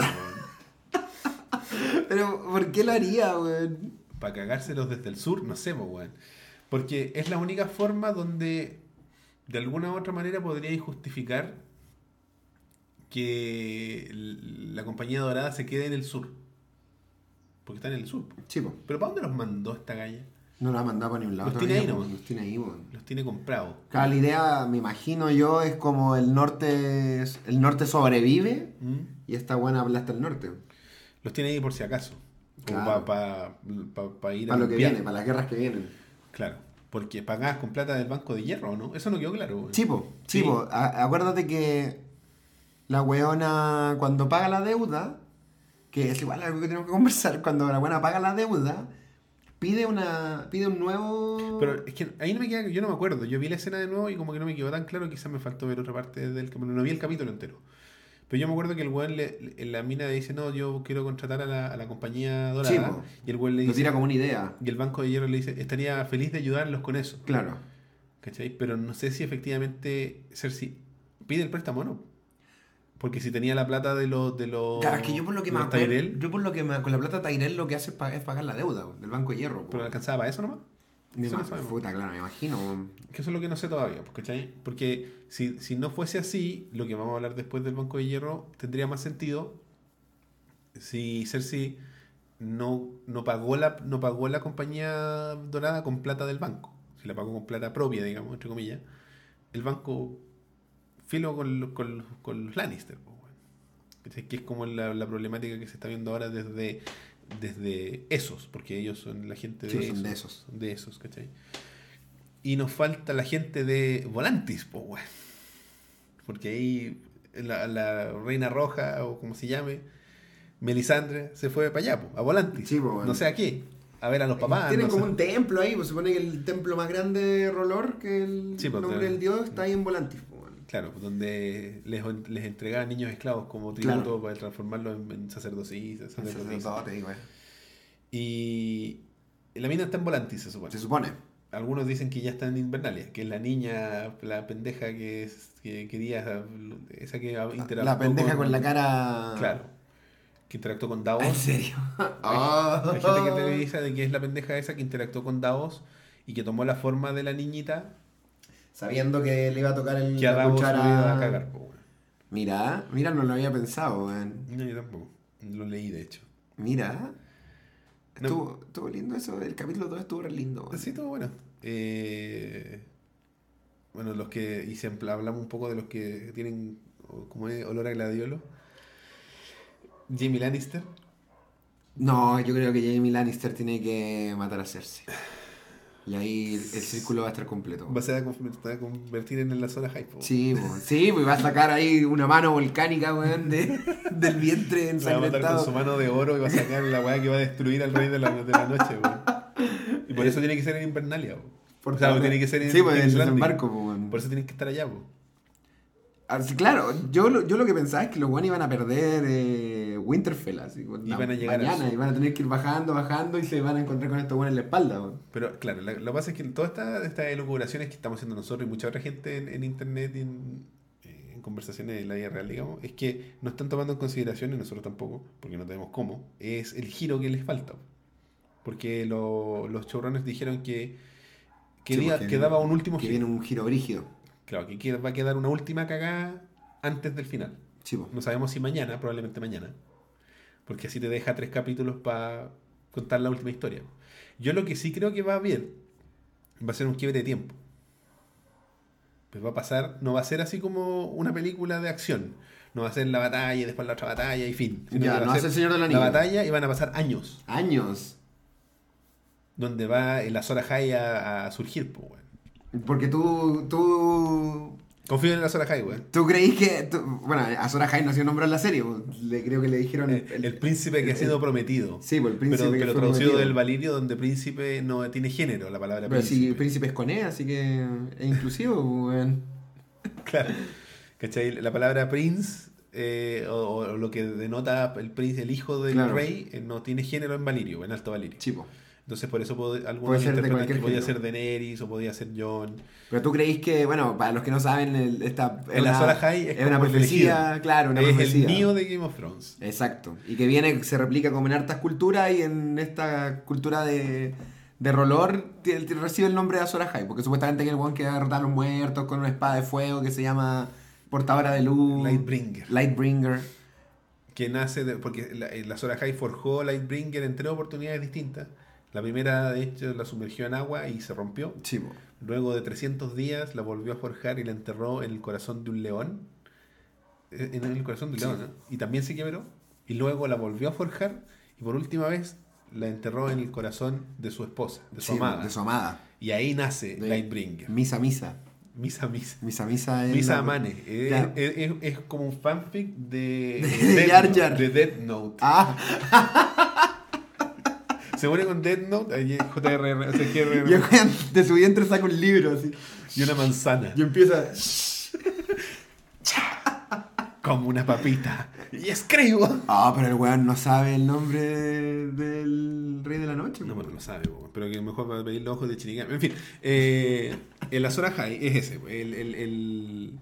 B: Pero, ¿por qué lo haría, güey?
A: para cagárselos desde el sur, no sé, po, weón. porque es la única forma donde de alguna u otra manera podríais justificar que l- la compañía dorada se quede en el sur, porque está en el sur. po.
B: Chico,
A: ¿Pero para dónde los mandó esta galla?
B: no lo ha mandado para ningún lado.
A: Los tiene
B: todavía,
A: ahí
B: pues,
A: nomás.
B: Los tiene ahí, güey.
A: Los tiene comprados.
B: Claro, la idea, me imagino yo, es como el norte, el norte sobrevive
A: ¿Mm?
B: y esta buena aplasta el norte.
A: Los tiene ahí por si acaso.
B: Claro.
A: para ir
B: Para
A: a
B: lo que
A: limpiar.
B: viene, para las guerras que vienen.
A: Claro. Porque pagabas con plata del banco de hierro, ¿o ¿no? Eso no quedó claro. güey.
B: Chipo,
A: Sí.
B: chipo, a- acuérdate que la weona cuando paga la deuda, que es igual algo que tenemos que conversar, cuando la weona paga la deuda, pide una pide un nuevo...
A: Pero es que ahí no me queda, yo no me acuerdo. Yo vi la escena de nuevo y como que no me quedó tan claro, quizás me faltó ver otra parte del capítulo. No vi el capítulo entero. Pero yo me acuerdo que el weón, le, le- la mina le dice, no, yo quiero contratar a la, a la compañía dorada.
B: Sí, po.
A: y el weón le
B: Lo
A: dice,
B: tira como una idea.
A: y el banco de hierro le dice, estaría feliz de ayudarlos con eso.
B: Claro.
A: ¿Cachai? Pero no sé si efectivamente Cersei pide el préstamo o no. Porque si tenía la plata de los. De los
B: Claro, es que yo por lo que
A: de
B: me
A: los
B: acuerdo,
A: Tyrell,
B: yo por lo que me- con la plata Tyrell lo que hace es, pa- es pagar la deuda po, del banco de hierro. po.
A: Pero le alcanzaba para eso nomás.
B: Me
A: Eso no
B: ma-
A: sabemos.
B: puta, claro, me imagino. po.
A: Que eso es lo que no sé todavía, pues, ¿cachai? Porque si, si no fuese así, lo que vamos a hablar después del Banco de Hierro tendría más sentido si Cersei no, no, pagó la, no pagó la compañía dorada con plata del banco. Si la pagó con plata propia, digamos, entre comillas. El banco filo con, lo- con, los- con los Lannister, pues, weón. ¿Cachai? Que es como la, la problemática que se está viendo ahora desde, desde esos, porque ellos son la gente
B: Sí,
A: de,
B: son de
A: esos,
B: esos.
A: son de esos, ¿cachai? Y nos falta la gente de Volantis, pues, weón. Porque ahí la, la Reina Roja, o como se llame, Melisandre, se fue para allá, po, a Volantis.
B: Sí, po, weón.
A: No sé a qué. A ver a los papás.
B: Tienen
A: no
B: como
A: sé.
B: un templo ahí, pues supone que el templo más grande de Rolor, que el
A: Sí, pues,
B: nombre
A: claro.
B: del dios, está ahí en pues, Volantis. po, bueno.
A: Claro, donde les, les entregaban niños esclavos como
B: Claro.
A: tributo para transformarlos en, en sacerdocis-
B: El
A: sacerdotisas.
B: sacerdote, digo, eh.
A: Y la mina está en Volantis, se supone.
B: Se supone.
A: Algunos dicen que ya está en Invernalia, que es la niña, la pendeja que, es- que quería, esa que interactuó
B: La pendeja con la cara.
A: Claro, que interactuó con
B: Ah, En
A: Davos.
B: serio. Oh.
A: Hay gente que te dice de que es la pendeja esa que interactuó con Davos y que tomó la forma de la niñita
B: Sabiendo que le iba a tocar el
A: que a
B: la
A: Davos
B: cuchara-
A: le iba a cagar. po, weón.
B: Mira, mira, no lo había pensado, weón.
A: No, yo tampoco. Lo leí, de hecho.
B: Mira.
A: No.
B: Estuvo, estuvo lindo eso, el capítulo 2 estuvo re lindo. weón.
A: Sí, todo bueno. Eh, bueno, los que. Y siempre hablamos un poco de los que tienen. o- como es? Olor a gladiolo. Jamie Lannister.
B: No, yo creo que Jamie Lannister tiene que matar a Cersei. Y ahí el, el círculo va a estar completo. weón.
A: Va a ser a conf- va a convertir en la zona hype. po.
B: Oh. Sí, po, sí, pues va a sacar ahí una mano volcánica, weón, de- del vientre
A: La va a matar con su
B: ensangrentado.
A: mano de oro y va a sacar la weá que va a destruir al rey de la, de la noche, weón. Y por eso tiene que ser en Invernalia, weón. O sea, tiene que ser en
B: Sí, pues
A: King's
B: el
A: Landing.
B: desembarco, po, weón.
A: Por eso tienes que estar allá, po.
B: Así, claro, yo lo, yo lo que pensaba es que los buenos iban a perder eh, Winterfell, así.
A: Y van a llegar
B: mañana,
A: al sur.
B: y van a tener que ir bajando, bajando y se van a encontrar con estos buenos en la espalda, weón.
A: Pero claro, la- lo que pasa es que todas estas estas elucubraciones que estamos haciendo nosotros y mucha otra gente en, en internet y en, eh, en conversaciones de la vida real, digamos, es que no están tomando en consideración, y nosotros tampoco, porque no tenemos cómo, es el giro que les falta. Porque lo- los showrunners dijeron que, que
B: Sí,
A: día-
B: porque
A: quedaba un último
B: Que
A: giro.
B: viene un giro brígido.
A: Claro, que queda- va a quedar una última cagada antes del final.
B: Chivo.
A: No sabemos si mañana, probablemente mañana. Porque así te deja tres capítulos para contar la última historia. Yo lo que sí creo que va bien va a ser un quiebre de tiempo. Pues va a pasar, no va a ser así como una película de acción. No va a ser la batalla y después la otra batalla y fin. Sino
B: Ya,
A: que
B: no va a ser Señor de los
A: La
B: Anillos.
A: batalla y van a pasar años
B: Años.
A: donde va el Azor Ahai a, a surgir, pues, weón.
B: Porque tú, tú,
A: Confío en el Azor Ahai, weón.
B: tú creís que, tú- bueno, Azora High no ha sido nombrado en la serie, weón. le creo que le dijeron...
A: El, Eh, el príncipe que ha
B: el-
A: sido prometido.
B: Sí, pues el príncipe
A: pero
B: que
A: pero
B: fue
A: traducido
B: prometido.
A: del valirio, donde príncipe no tiene género la palabra
B: Pero sí,
A: príncipe.
B: príncipe es con E, así que es inclusivo, weón.
A: Claro. ¿Cachai? La palabra prince, eh, o, o lo que denota el prince, el hijo del
B: Claro.
A: rey, eh, no tiene género en valirio, en alto valirio.
B: Chivo.
A: Entonces por eso pod- algunos
B: Puede ser de
A: interpretan que
B: cualquier
A: podía ser
B: género.
A: Daenerys o podía ser John.
B: Pero tú creís que, bueno, para los que no saben, el- esta es
A: El
B: una-
A: Azor Ahai es
B: es una
A: como el
B: profecía,
A: elegido.
B: claro, una
A: es
B: profecía.
A: el mío de Game of Thrones.
B: Exacto. Y que viene, se replica como en hartas culturas y en esta cultura de, de Rolor t- t- recibe el nombre de Azor Ahai, porque supuestamente que el weón que derrota a los muertos con una espada de fuego que se llama Portadora de Luz.
A: Lightbringer.
B: Lightbringer.
A: que nace de, porque la, eh, la Sora High forjó Lightbringer en tres oportunidades distintas. La primera, de hecho, la sumergió en agua y se rompió.
B: Chivo.
A: Luego de 300 días la volvió a forjar y la enterró en el corazón de un león. Eh, En el corazón de un león, ¿no? Y también se quebró. Y luego la volvió a forjar y por última vez la enterró en el corazón de su esposa, de su
B: Sí,
A: amada.
B: De su amada.
A: Y ahí nace
B: De-
A: Lightbringer.
B: Misa Misa.
A: Misa, misa.
B: Misa Misa es.
A: Misa
B: la-
A: Amane. Eh,
B: Ya.
A: Es, es- es como un fanfic de,
B: De
A: Death
B: Jar
A: Note,
B: Jar.
A: de Death Note.
B: Ah,
A: Se une con Death Note, ahí JRR,
B: y el
A: CGRR,
B: weón de su vientre saca un libro así.
A: y una manzana,
B: Y empieza.
A: como una papita. Y escribo.
B: Ah, pero el weón no sabe el nombre de- del Rey de la Noche.
A: No,
B: weón.
A: bueno, no sabe, po, pero que mejor va a pedir los ojos de Chinigami. En fin, eh, el Azor Ahai es ese, po, el, el, el,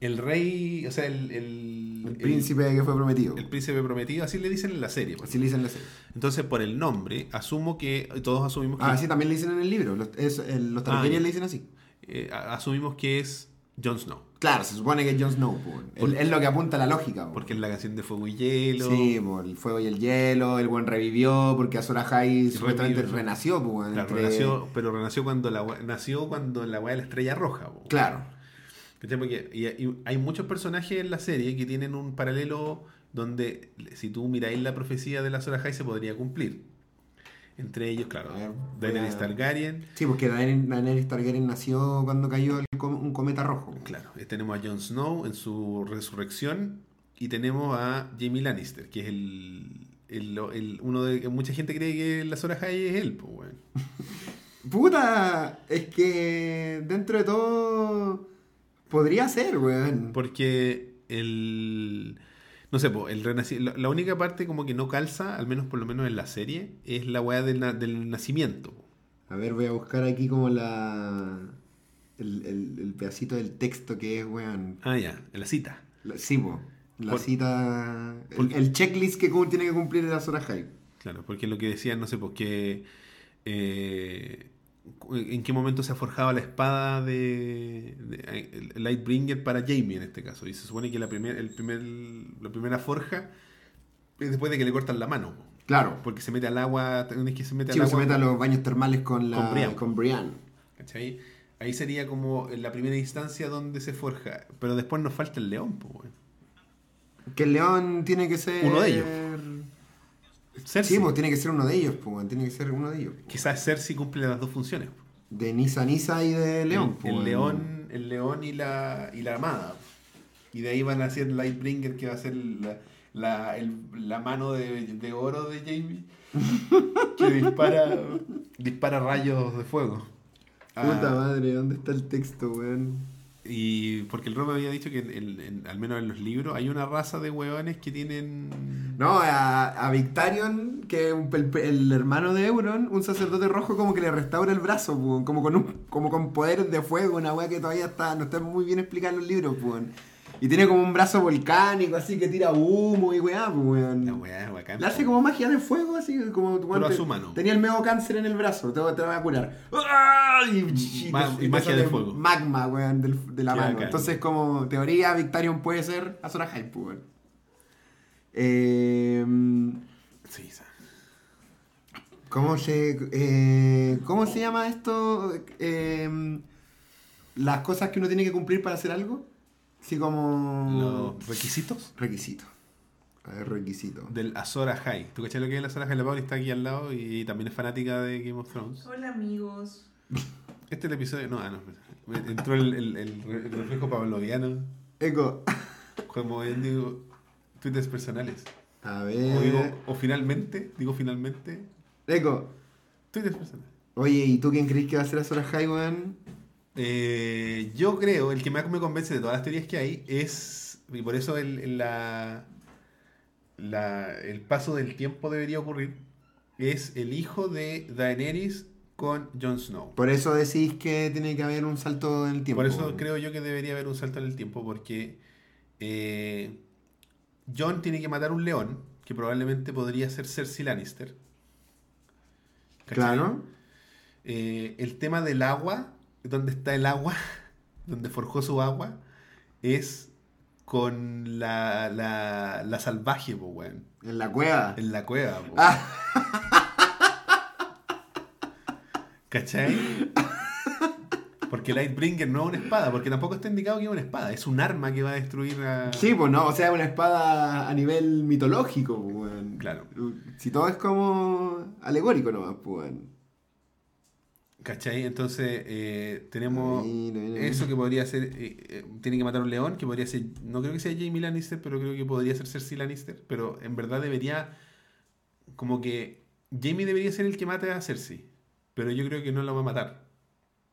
A: el rey, o sea, el, el,
B: El príncipe que fue prometido.
A: El, príncipe prometido, así le dicen en la serie. po.
B: Así le dicen en la serie.
A: Entonces, por el nombre, asumo que, todos asumimos que,
B: Ah, sí, también le dicen en el libro. Los, es- el- los Targaryen
A: Ah,
B: le dicen así.
A: eh, a- asumimos que es Jon Snow,
B: Claro, se supone que es Jon Snow. po, weón.
A: Por-
B: Es- es lo que apunta a la lógica. po.
A: porque es la canción de Fuego y Hielo.
B: Sí, po, el fuego y el hielo, el buen revivió, porque Azor Ahai supuestamente
A: revive.
B: renació. po, weón,
A: Claro,
B: entre-
A: renació- pero renació cuando la gua- nació cuando la weá de la estrella roja. po.
B: Claro.
A: ¿Cachai? Porque y- y hay muchos personajes en la serie que tienen un paralelo donde si tú miráis la profecía de la Sora High se podría cumplir. Entre ellos, claro,
B: A ver, voy
A: Daenerys
B: a-
A: Targaryen,
B: Sí, porque Daener- Daenerys Targaryen nació cuando cayó el com- un cometa rojo.
A: claro, eh, tenemos a Jon Snow en su resurrección y tenemos a Jaime Lannister, que es el, el- el- uno de que mucha gente cree que la Sora High es él, pues weón.
B: Puta, es que dentro de todo podría ser, weón.
A: Porque el. No sé, po, el renaci- la, la única parte como que no calza, al menos por lo menos en la serie, es la weá del, na- del nacimiento. po.
B: A ver, voy a buscar aquí como la. El, el- el pedacito del texto que es, weón.
A: Ah, ya, en la cita.
B: La- sí, po. La
A: Por-
B: cita. El,
A: porque-
B: el checklist que cum- tiene que cumplir la zona hype.
A: Claro, porque lo que decían, no sé, porque. eh, cu- ¿En qué momento se ha forjado la espada de, de- el Lightbringer para Jamie en este caso? Y se supone que la, primer- el primer, la primera forja es después de que le cortan la mano. po.
B: Claro.
A: Porque se mete al agua, es que se mete
B: Chivo
A: al
B: pues, se
A: agua.
B: mete a los baños termales con la.
A: Con Brian.
B: Brian.
A: ¿Cachai? Ahí sería como la primera instancia donde se forja. Pero después nos falta el león, po, weón.
B: Que el león tiene que ser.
A: Uno de ellos. Cersei.
B: Sí, pues tiene que ser uno de ellos, pues, weón. Tiene que ser uno de ellos. po.
A: Quizás Cersei cumple las dos funciones. po.
B: De Nisa Nisa y de León, pues,
A: el,
B: po,
A: el
B: weón.
A: león, el león y la, y la armada. Y de ahí van a ser Lightbringer, que va a ser la, la- el- la mano de, de oro de Jamie. que dispara, dispara rayos de fuego. Ah,
B: Puta madre, ¿dónde está el texto, weón?
A: Y porque el Rob había dicho que, en- en- en- al menos en los libros, hay una raza de hueones que tienen.
B: No, a, a Victarion, que es un- el, el hermano de Euron, un sacerdote rojo como que le restaura el brazo, pú, como con un, como con poderes de fuego, una weá que todavía está, no está muy bien explicada en los libros, pú. Y tiene como un brazo volcánico, así que tira humo y weá, pú,
A: La
B: weón.
A: weá es ah, bacán.
B: Le hace
A: po.
B: como magia de fuego, así como tu
A: Pero
B: te-
A: a su mano.
B: Tenía el medio cáncer en el brazo, te, te voy a curar. ¡Ah! Y, y-
A: Ma-
B: te-
A: y
B: te
A: magia
B: sale
A: de fuego.
B: Magma, weón, del- de la
A: Qué
B: mano.
A: bacán.
B: Entonces, como teoría, Victarion puede ser Azora Hype, weón. Eh,
A: Sí, sa-
B: ¿Cómo se, eh, ¿Cómo se llama esto? Eh, las cosas que uno tiene que cumplir para hacer algo. Así como.
A: Los requisitos
B: Requisitos. A ver, requisitos.
A: del Azora High. ¿Tú cachas lo que es el Azora High? La Pauli está aquí al lado y también es fanática de Game of Thrones.
D: Hola amigos.
A: Este es el episodio. No, ah, no. me Entró el, el, el re- el reflejo pavloviano.
B: Eco.
A: Como él digo, tweets personales.
B: A
A: O, digo,
B: ver.
A: o finalmente, digo finalmente,
B: Eco.
A: tweets personales.
B: Oye, ¿y tú quién crees que va a ser Azora Highwan?
A: Eh, yo creo, el que más me convence de todas las teorías que hay es, y por eso el, el- la, la- el paso del tiempo debería ocurrir, es el hijo de Daenerys con Jon Snow.
B: Por eso decís que tiene que haber un salto en el tiempo.
A: Por eso creo yo que debería haber un salto en el tiempo, porque eh, Jon tiene que matar un león, que probablemente podría ser Cersei Lannister. ¿Cachai?
B: Claro.
A: Eh, el tema del agua, donde está el agua, donde forjó su agua, es con la, la, la salvaje, po, weón.
B: En la cueva.
A: En la cueva, po.
B: Ah,
A: ¿Cachai? Porque Lightbringer no es una espada, porque tampoco está indicado que es una espada, es un arma que va a destruir a.
B: sí, pues no, o sea, una espada a nivel mitológico, pues, weón.
A: Claro.
B: Si todo es como alegórico nomás, pues. weón.
A: ¿Cachai? Entonces eh, tenemos
B: Mira, mira, mira.
A: eso que podría ser. eh, eh, tiene que matar a un león, que podría ser. No creo que sea Jamie Lannister, pero creo que podría ser Cersei Lannister. Pero en verdad debería. Como que. Jamie debería ser el que mate a Cersei. Pero yo creo que no la va a matar.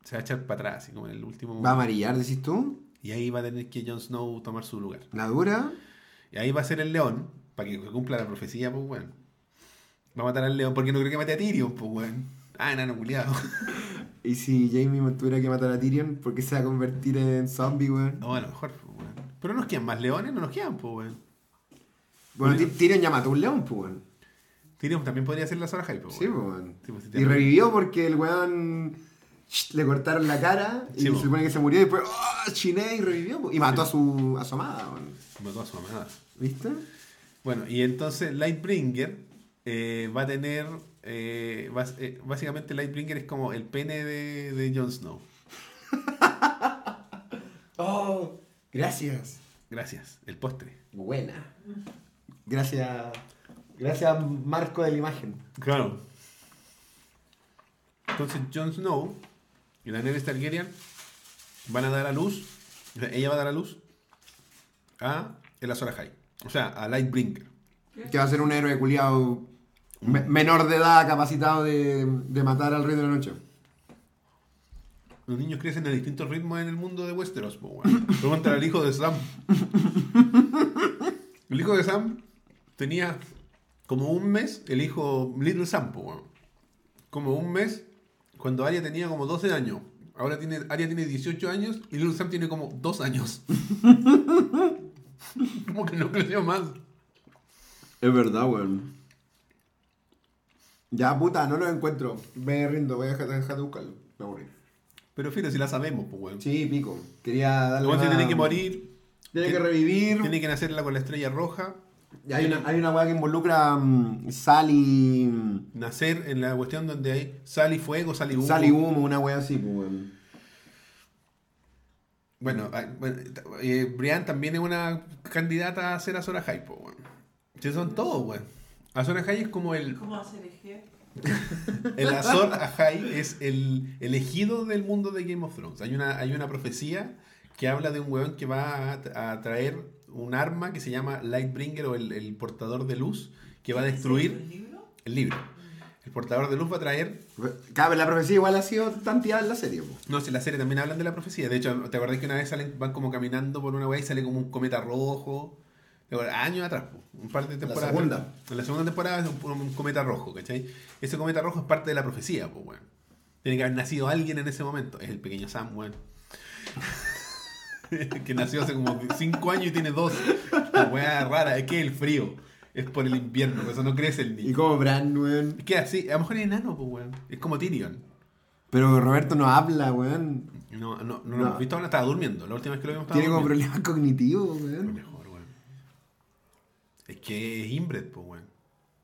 A: Se va a echar para atrás, así como en el último
B: ¿Va a
A: momento.
B: amarillar, decís tú?
A: Y ahí va a tener que Jon Snow tomar su lugar.
B: ¿La dura?
A: Y ahí va a ser el león, para que cumpla la profecía, pues bueno. Va a matar al león, porque no creo que mate a Tyrion, pues bueno. Ah, enano culiado.
B: ¿Y si Jamie tuviera que matar a Tyrion? ¿Por qué se va a convertir en zombie, weón?
A: No, a lo mejor, pues, weón. Pero nos quedan más leones, no nos quedan, pues, weón.
B: Bueno,
A: Tyrion.
B: Ty- Tyrion ya mató a un león, pues, weón.
A: Tyrion también podría ser la Zora Hype, pues,
B: Sí, pues,
A: weón.
B: weón.
A: Sí, pues, sí,
B: Y
A: también.
B: revivió porque el weón sh, le cortaron la cara y
A: Sí, pues.
B: se
A: po.
B: supone que se murió y después ¡oh! chiné y revivió po. y mató a su a su amada, weón.
A: Mató a su amada.
B: ¿Viste?
A: Bueno, y entonces Lightbringer eh, va a tener. eh, bas- eh, básicamente, Lightbringer es como el pene de, de Jon Snow.
B: Oh, gracias.
A: Gracias, el postre.
B: Buena. Gracias. Gracias Marco de la imagen.
A: Claro. Entonces Jon Snow y Daenerys Targaryen van a dar a luz, o sea, ella va a dar a luz a el Azor Ahai, o sea, a Lightbringer.
B: Que va a ser un héroe culiado menor de edad capacitado de, de matar al rey de la noche.
A: Los niños crecen a distintos ritmos en el mundo de Westeros. po, weón. Pregúntale al hijo de Sam. El hijo de Sam tenía como un mes, el hijo Little Sam, po, weón. como un mes, cuando Arya tenía como 12 años. Ahora tiene, Arya tiene 18 años y Little Sam tiene como 2 años. como que no creció más.
B: Es verdad, weón. Ya, puta, no lo encuentro. Me rindo, voy a dejar, dejar de buscarlo. Me aburrí.
A: Pero fíjate si la sabemos, pues, weón.
B: Sí, pico. Quería darle.
A: Igual se
B: más-
A: tiene que morir,
B: Tiene que
A: Tiene-
B: revivir.
A: tiene que nacerla con la estrella roja.
B: Y Hay una, hay una weá que involucra mm, sal y.
A: nacer en la cuestión donde hay sal y fuego, sal y humo.
B: Sal y humo, una weá así, pues, weón.
A: Bueno, hay- bueno, eh, Brian también es una candidata a ser Azora High, po, weón. Sí, son todos, weón. Azor Ahai es como el...
D: ¿Cómo hacer eje?
A: El Azor Ahai es el elegido del mundo de Game of Thrones. Hay una, hay una profecía que habla de un weón que va a, a traer un arma que se llama Lightbringer o el, el portador de luz que va a
D: ¿Quién es
A: destruir
D: el libro?
A: el libro. El portador de luz va a traer.
B: Cabe, la profecía igual ha sido tanteada en la serie. po.
A: No, si en la serie también hablan de la profecía. De hecho, ¿te acordás que una vez salen, van como caminando por una weá y sale como un cometa rojo? ¿Te acordás? Años atrás, po. un par de temporadas.
C: segunda.
A: En la segunda temporada es un, un cometa rojo, ¿cachai? Ese cometa rojo es parte de la profecía, pues, weón. Tiene que haber nacido alguien en ese momento. Es el pequeño Sam, weón. que nació hace como 5 años y tiene dos. La weá rara, es que es el frío. Es por el invierno, por eso no crece el
B: Y
A: niño.
B: como Bran, weón.
A: Es que así, a lo mejor es enano, pues, weón. Es como Tyrion.
B: Pero Roberto no habla, weón.
A: No, no, no, lo
B: No.
A: hemos visto ahora, estaba durmiendo. La última vez que lo vimos estaba
B: Tiene como
A: durmiendo.
B: problemas cognitivos, weón.
A: Lo mejor, weón. Es que es inbred, pues, weón.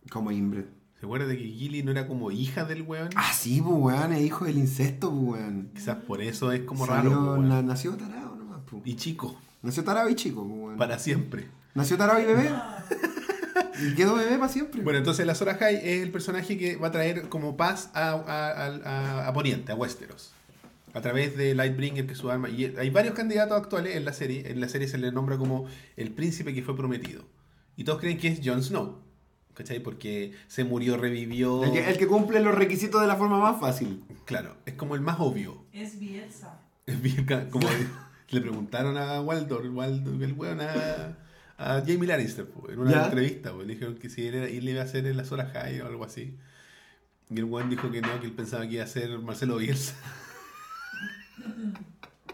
B: Como Imbret.
A: ¿Se acuerda de que Gilly no era como hija del weón?
B: Ah, sí, pues, weón, es hijo del incesto, pues, weón.
A: Quizás por eso es como
B: Salió-
A: raro, pues, weón.
B: na- nació tarado nomás, pues.
A: Y chico,
B: Nació tarado y chico, pues, weón.
A: para siempre.
B: Nació tarado y bebé. y quedó bebé para siempre.
A: Bueno, entonces la Sora High es el personaje que va a traer como paz a, a- a- a- a Poniente, a Westeros. A través de Lightbringer, que es su arma. Y hay varios candidatos actuales en la serie. En la serie se le nombra como el príncipe que fue prometido. Y todos creen que es Jon Snow. ¿Cachai? Porque se murió, revivió.
B: El, que, el que cumple los requisitos de la forma más fácil.
A: Claro, es como el más obvio.
D: Es Bielsa.
A: Es bien ca- como le preguntaron a Waldor, Waldo- el weón a, a Jamie Lannister po, en una
B: ¿Ya?
A: entrevista, po, le dijeron que si él, era- él iba a hacer en las horas high o algo así. Y el weón dijo que no, que él pensaba que iba a ser Marcelo Bielsa.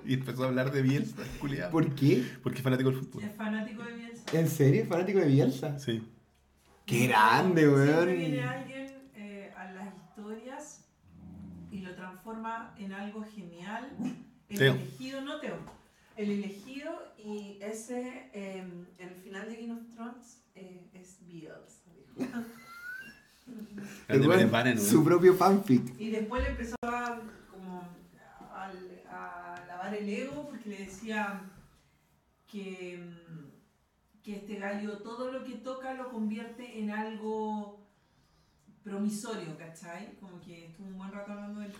A: y empezó a hablar de Bielsa, culiado.
B: ¿Por qué?
A: Porque es fanático del fútbol.
D: Es fanático de Bielsa.
B: ¿En serio? ¿Es ¿Fanático de Bielsa?
A: Sí.
B: ¡Qué grande,
D: Siempre viene
B: weón!
D: alguien eh, a las historias y lo transforma en algo genial. El
A: Teo.
D: elegido, no Teo. El elegido y ese, eh, el final de Game of Thrones eh, es Bielsa. dijo.
B: El
A: Grande
B: weón,
A: Pérez Bannon,
B: su
A: weón.
B: propio fanfic.
D: Y después le empezó a, como, al- a, lavar el ego porque le decía que, mm, que este gallo todo lo que toca lo convierte en algo promisorio, ¿cachai? Como que estuvo un buen rato hablando de él.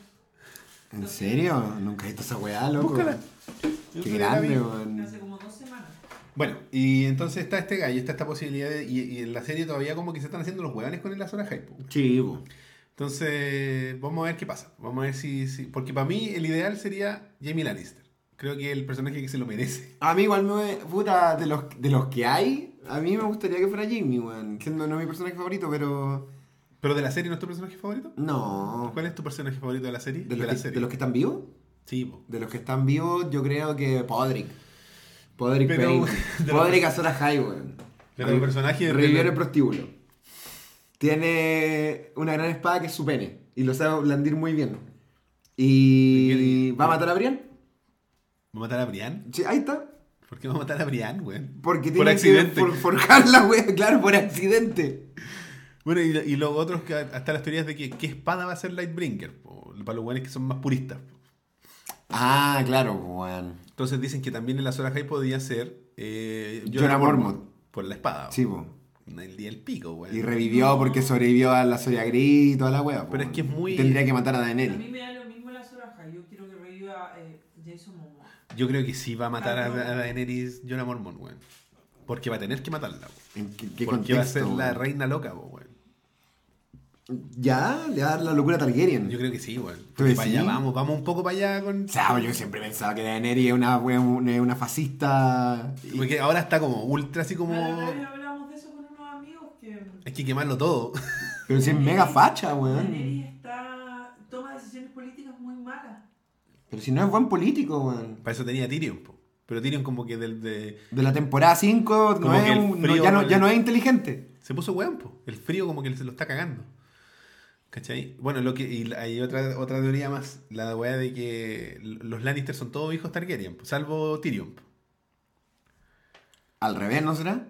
B: ¿En serio? Nunca he visto esa weá, loco.
A: Búscala. Yo
B: Qué
A: creo que la vi.
B: grande, weón.
D: hace como dos semanas.
A: Bueno, y entonces está este gallo, está esta posibilidad de- y, y en la serie todavía como que se están haciendo los huevones con el Azora Hype. po.
B: Chivo.
A: Entonces, vamos a ver qué pasa. Vamos a ver si. si- porque para mí, el ideal sería Jamie Lannister. Creo que es el personaje que se lo merece.
B: A mí igual me... Puta, de los, de los que hay, a mí me gustaría que fuera Jimmy, weón. Que no, no es mi personaje favorito, pero...
A: Pero de la serie, ¿no es tu personaje favorito?
B: No.
A: ¿Cuál es tu personaje favorito de la serie?
B: ¿De los,
A: la
B: que,
A: serie.
B: de los que están vivos?
A: Sí, po.
B: De los que están vivos, yo creo que Podrick. Podrick
A: Pero-
B: Payne.
A: de los-
B: Podrick Azora High, weón.
A: Pero el personaje de-
B: Revivió en el prostíbulo. Tiene una gran espada que es su pene. Y lo sabe blandir muy bien. Y.
A: ¿Y qué-
B: ¿Va a matar a Brian?
A: ¿Va a matar a Brian?
B: Sí, ahí está.
A: ¿Por qué va a matar a Brian, güey?
B: Porque tiene
A: Por accidente.
B: que for- forjar la wea, claro, por accidente.
A: Bueno, y, y los otros, que hasta las teorías de que qué espada va a ser Lightbringer. po, Para los buenos que son más puristas. po.
B: Ah, claro, weón.
A: Entonces dicen que también el Azor Ahai podía ser. Eh,
B: Jorah Mormont.
A: Por la espada. po.
B: Sí, po.
A: Ah, El día del pico, güey.
B: Y revivió porque sobrevivió a la Soria Gris y toda la wea. po,
A: Pero es
B: weón.
A: que es muy-
B: Tendría que matar a
D: A
B: Daenerys.
D: mí me da lo mismo la soraja. Yo quiero que reviva eh, Jason Momoa.
A: Yo creo que sí va a matar a,
D: Ah, no.
A: a Daenerys Jonah Mormon, weón. Porque va a tener que matarla, weón.
B: ¿En qué, qué
A: Porque
B: contexto?
A: va a ser la
B: weón?
A: reina loca, po, weón.
B: Ya, le va a dar la locura a Targaryen.
A: Yo creo que sí, weón.
B: ¿Tú decís?
A: Para allá vamos, vamos un poco para allá con.
B: O sea, yo siempre pensaba que Daenerys es una, wea- una, una fascista. y-
A: Porque ahora está como ultra así como.
D: La otra vez hablábamos de eso con unos amigos que.
A: Hay que quemarlo todo.
B: Pero si es mega facha, weón.
D: Daenerys está. toma decisiones políticas muy malas.
B: Pero si no es buen político, weón.
A: para eso tenía Tyrion, po. Pero Tyrion como que del de.
B: De la temporada 5
A: Como
B: no
A: que el
B: es un- no,
A: frío
B: ya,
A: no
B: no,
A: le-
B: ya no es inteligente.
A: Se puso weón, po. El frío como que se lo está cagando. ¿Cachai? Bueno, lo que. Y hay otra, otra teoría más. La weá de que los Lannister son todos hijos Targaryen, po, salvo Tyrion, po.
B: Al revés, ¿no será?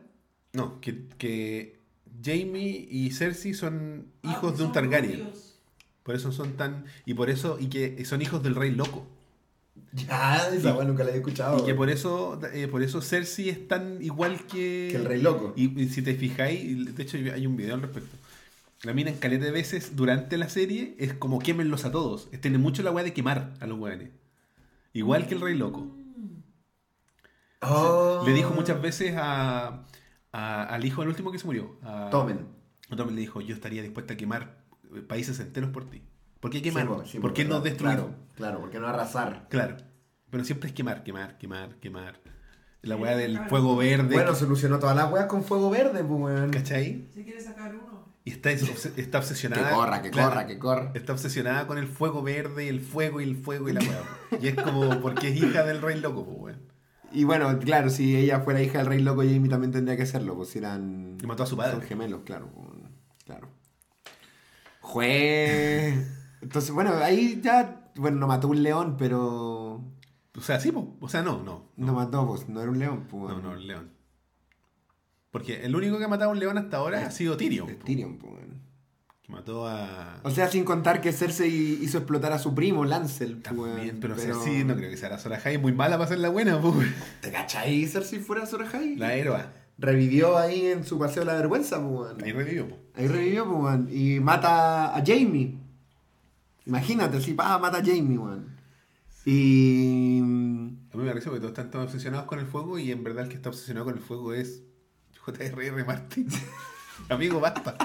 A: No, que, que Jamie y Cersei son
D: Ah,
A: hijos
D: que
A: de un
D: son
A: Targaryen.
D: judíos.
A: Por eso son tan. Y por eso. Y que son hijos del rey loco.
C: Ya, esa weá nunca la había escuchado.
A: Y que por eso. eh, por eso Cersei es tan igual que.
C: Que el rey loco.
A: Y, y si te fijáis, y de hecho hay un video al respecto. La mina en caleta de veces durante la serie es como quémenlos a todos. Es- Tiene mucho la weá de quemar a los weones. Igual que el rey loco.
D: Mm.
C: Oh.
A: Le dijo muchas veces a, a- al hijo del último que se murió. A,
C: Tomen.
A: Otome le dijo, yo estaría dispuesta a quemar eh, países enteros por ti. ¿Por qué
C: Sí,
A: quemar?
C: po, sí,
A: ¿Por
C: po,
A: qué no
C: claro,
A: destruir?
C: Claro, claro, porque no arrasar.
A: Claro. Pero siempre es quemar, quemar, quemar, quemar. La
D: Sí,
A: weá del
D: claro.
A: fuego verde.
C: Bueno, solucionó todas las weas con fuego verde, pues, weón.
A: ¿Cachai?
D: Si quieres sacar uno.
A: Y está, obse- está
B: Que
A: obsesionada.
B: corra, que
A: claro,
B: corra, que corra.
A: Está obsesionada con el fuego verde y el fuego y el fuego y la weá. Y es como porque es hija del rey loco, pues, weón.
B: Y bueno, claro, si ella fuera hija del rey loco, Jamie también tendría que serlo, pues eran.
A: Que mató a su padre.
B: Son gemelos, claro. un- Claro. Jue. Entonces, bueno, ahí ya. Bueno, no mató un león, pero.
A: O sea, sí, po. O sea, no, no.
B: No mató, pues, no era un león, pues.
A: No, no, el león. Porque el único que ha matado a un león hasta ahora ha sido Tyrion.
B: Es
A: po,
B: Tyrion, pues. bueno.
A: Que mató a.
B: O sea, sin contar que Cersei hizo explotar a su primo, Lancel, pues.
A: También,
B: bueno,
A: pero, o sea, sí, no creo que sea la Sora High muy mala para ser la buena, po.
B: ¿Te cachai? Cersei fuera Sor High.
A: La héroa.
B: Revivió ahí en su paseo de la vergüenza, pues. bueno.
A: Ahí revivió, po.
B: Ahí revivió, pues, weón. Y mata a Jamie. Imagínate, si pa, mata a Jamie, weón. Y. mm,
A: A mí me parece porque todos están tan obsesionados con el fuego y en verdad el que está obsesionado con el fuego es J.R.R. Martin. Amigo, basta.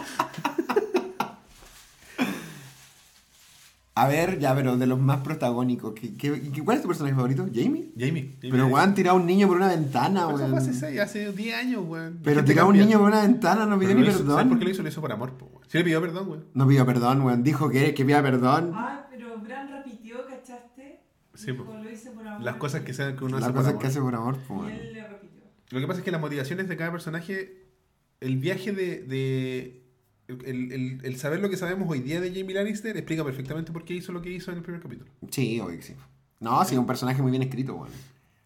B: A ver, ya, pero de los más protagónicos. ¿qué, qué- qué- cuál es tu personaje favorito? ¿Jamie?
A: Jamie. Jamie
B: Pero, weón, tirado un niño por una ventana,
A: Pero eso fue hace
B: weón.
A: seis, hace 10 años, weón.
B: Pero
A: La gente
B: tirado un
A: cambia.
B: niño por una ventana, no pidió
A: Pero
B: ni
A: lo hizo- ¿sabes por qué lo
B: perdón.
A: hizo? Lo hizo por amor, po, weón. Sí le pidió perdón, weón.
B: No pidió perdón, weón. Dijo que, que pida perdón.
D: Ah, pero Bran repitió, ¿cachaste?
A: Sí,
D: Dijo,
A: po.
D: lo hice por amor.
A: Las cosas que, se- que uno
B: Las
A: hace por
B: cosas
A: amor.
B: que hace por amor, pues,
D: Y
B: weón.
D: él le repitió.
A: Lo que pasa es que las motivaciones de cada personaje, el viaje de. de- el, el- el saber lo que sabemos hoy día de Jamie Lannister explica perfectamente por qué hizo lo que hizo en el primer capítulo.
B: Sí, obvio que sí. No, sí, un personaje muy bien escrito, weón.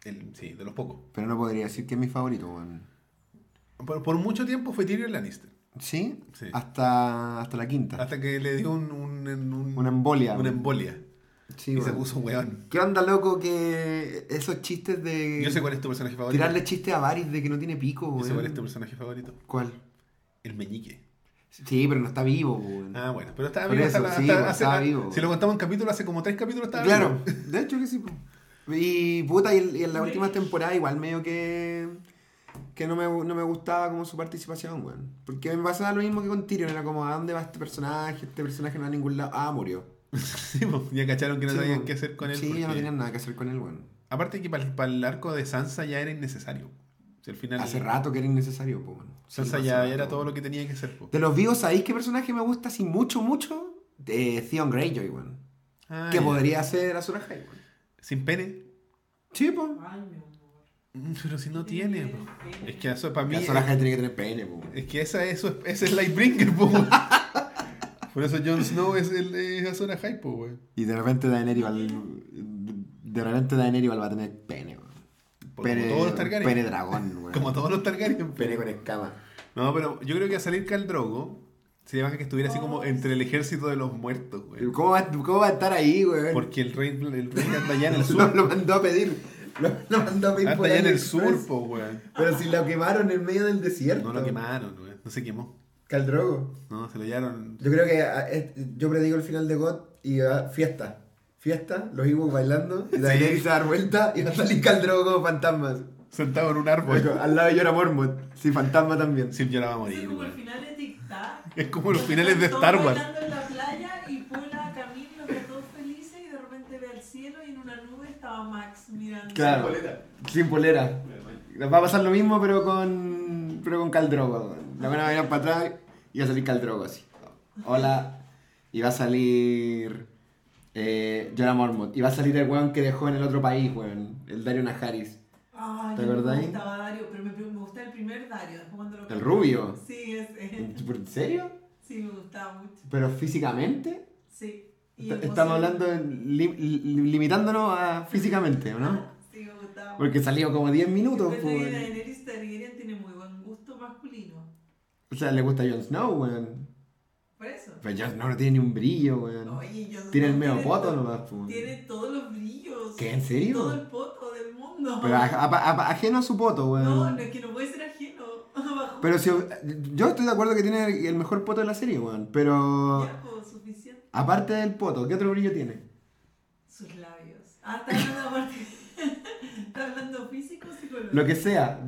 A: El- sí, de los pocos.
B: Pero no podría decir que es mi favorito, weón.
A: Por, por mucho tiempo fue Tyrion Lannister.
B: ¿Sí?
A: Sí.
B: Hasta, hasta la quinta.
A: Hasta que le dio un, un- un-
B: Ah. Una embolia.
A: Una embolia.
B: Sí,
A: y se
B: weón.
A: puso weón.
B: ¿Qué onda, loco, que esos chistes de...
A: Yo sé cuál es tu personaje favorito.
B: Tirarle chistes a Varys de que no tiene pico,
A: Yo
B: weón.
A: sé cuál es tu personaje favorito.
B: ¿Cuál?
A: El meñique.
B: Sí, pero no está vivo, weón.
A: Ah, bueno. Pero estaba
B: Mm. Por
A: vivo
B: eso,
A: hasta, la-
B: sí,
A: hasta-
B: pues,
A: hace-
B: estaba vivo.
A: Si lo contamos en capítulo, hace como tres capítulos estaba
B: claro,
A: vivo.
B: de hecho que sí. po. Y puta, y, en- y en las últimas temporadas igual medio que... Que no me, no me gustaba como su participación, weón. Porque me pasaba lo mismo que con Tyrion. Era como, ¿a dónde va este personaje? Este personaje no va a ningún lado. Ah, murió.
A: Sí, pues, ya cacharon que no
B: Sí,
A: sabían
B: po.
A: qué hacer con él.
B: Sí, ya no
A: porque-
B: tenían nada que hacer con él, weón.
A: Aparte que para el, para el arco de Sansa ya era innecesario. Si al final
B: Hace rato que era innecesario, po, weón.
A: Sansa
B: Sí,
A: ya
B: hace
A: era
B: rato.
A: todo lo que tenía que ser. po.
B: De los vivos, ¿sabéis qué personaje me gusta así mucho, mucho? De Theon Greyjoy, weón.
A: Ah,
B: que
A: ya.
B: podría ser Azura High, weón.
A: Sin pene.
B: Sí, po.
D: Ay, mi amor.
A: Mm, Pero si no tiene. po. Es que eso para mí.
B: Azura High tiene que tener pene, po. weón.
A: Es que esa, eso es, ese es Lightbringer, po. weón. Por eso Jon Snow es el es Azora High, po, weón.
B: Y de repente Daenerys igual. De repente Daenerys igual va a tener pene, weón.
A: Por- Como todos los Targaryen.
B: Pene dragón, weón.
A: Como todos los Targaryen. po.
B: Pene con escama.
A: No, pero yo creo que a salir Khal Drogo sería más que estuviera así como entre el ejército de los muertos, weón.
B: ¿Cómo va, cómo va a estar ahí, weón?
A: Porque el rey, el rey anda allá en el
B: Lo,
A: sur.
B: lo mandó a pedir. Lo, lo mandó a pedir
A: Anda
B: por
A: allá en el
B: AliExpress.
A: sur, po, weón.
B: Pero si lo quemaron en medio del desierto.
A: No lo quemaron, güey. No se quemó.
B: Caldrogo.
A: No, se lo llevaron.
B: Yo creo que ah, es- yo predigo el final de God y ah, fiesta. Fiesta, los Ewoks bailando y Daenerys se va a dar vuelta y va a salir Caldrogo como fantasmas.
A: Sentado en un árbol.
B: Bueno, al lado llora Mormont. Sí, fantasma también.
A: Sim ya la va a
D: Es
A: morir,
D: como el
A: güey.
D: final de Tic Tac.
A: Es como los finales de
D: Todos
A: Star Wars.
D: bailando en la playa y Pola camina, los dos felices y de repente ve al cielo y en una nube estaba Max mirando.
B: Claro. Sin polera. Nos va a pasar lo mismo pero con pero con Caldrogo. La van a bailar para atrás y va a salir Caldrogo así. Hola. Y va a salir eh, Jorah Mormont. Y va a salir el weón que dejó en el otro país, weón. El Dario Najaris.
D: Ay,
B: ¿Te
D: no
B: acordás?
D: me gustaba Dario, pero me, me gusta el primer Dario. Después cuando lo
B: El rubio.
D: Sí, ese.
B: ¿En serio?
D: Sí, me gustaba mucho.
B: Pero físicamente,
D: Sí. Y
B: est-
D: emocionante.
B: estamos hablando, en lim- li- limitándonos a físicamente, ¿o ¿no?
D: Sí, me gustaba.
B: Porque salió como 10
D: Yo
B: minutos,
D: creo que
B: pues.
D: Daenerys Targaryen tiene muy buen gusto masculino.
B: O sea, le gusta Jon Snow, weón.
D: Por eso.
B: Pero Jon Snow no tiene ni un brillo, weón.
D: Oye, yo
B: Tiene el medio poto nomás, pues. weón.
D: Tiene todos los brillos.
B: ¿Qué? ¿En serio?
D: Todo el poto del mundo.
B: Pero a- a- a- ajeno a su poto,
D: No,
B: weón.
D: no es que no puede ser ajeno. Bajo
B: Pero si. Yo estoy de acuerdo que tiene el mejor poto de la serie, weón. Pero.
D: tiempo suficiente.
B: Aparte del poto, ¿qué otro brillo tiene?
D: Sus labios. Ah, está hablando aparte. está hablando físico, psicológico.
B: Lo que sea,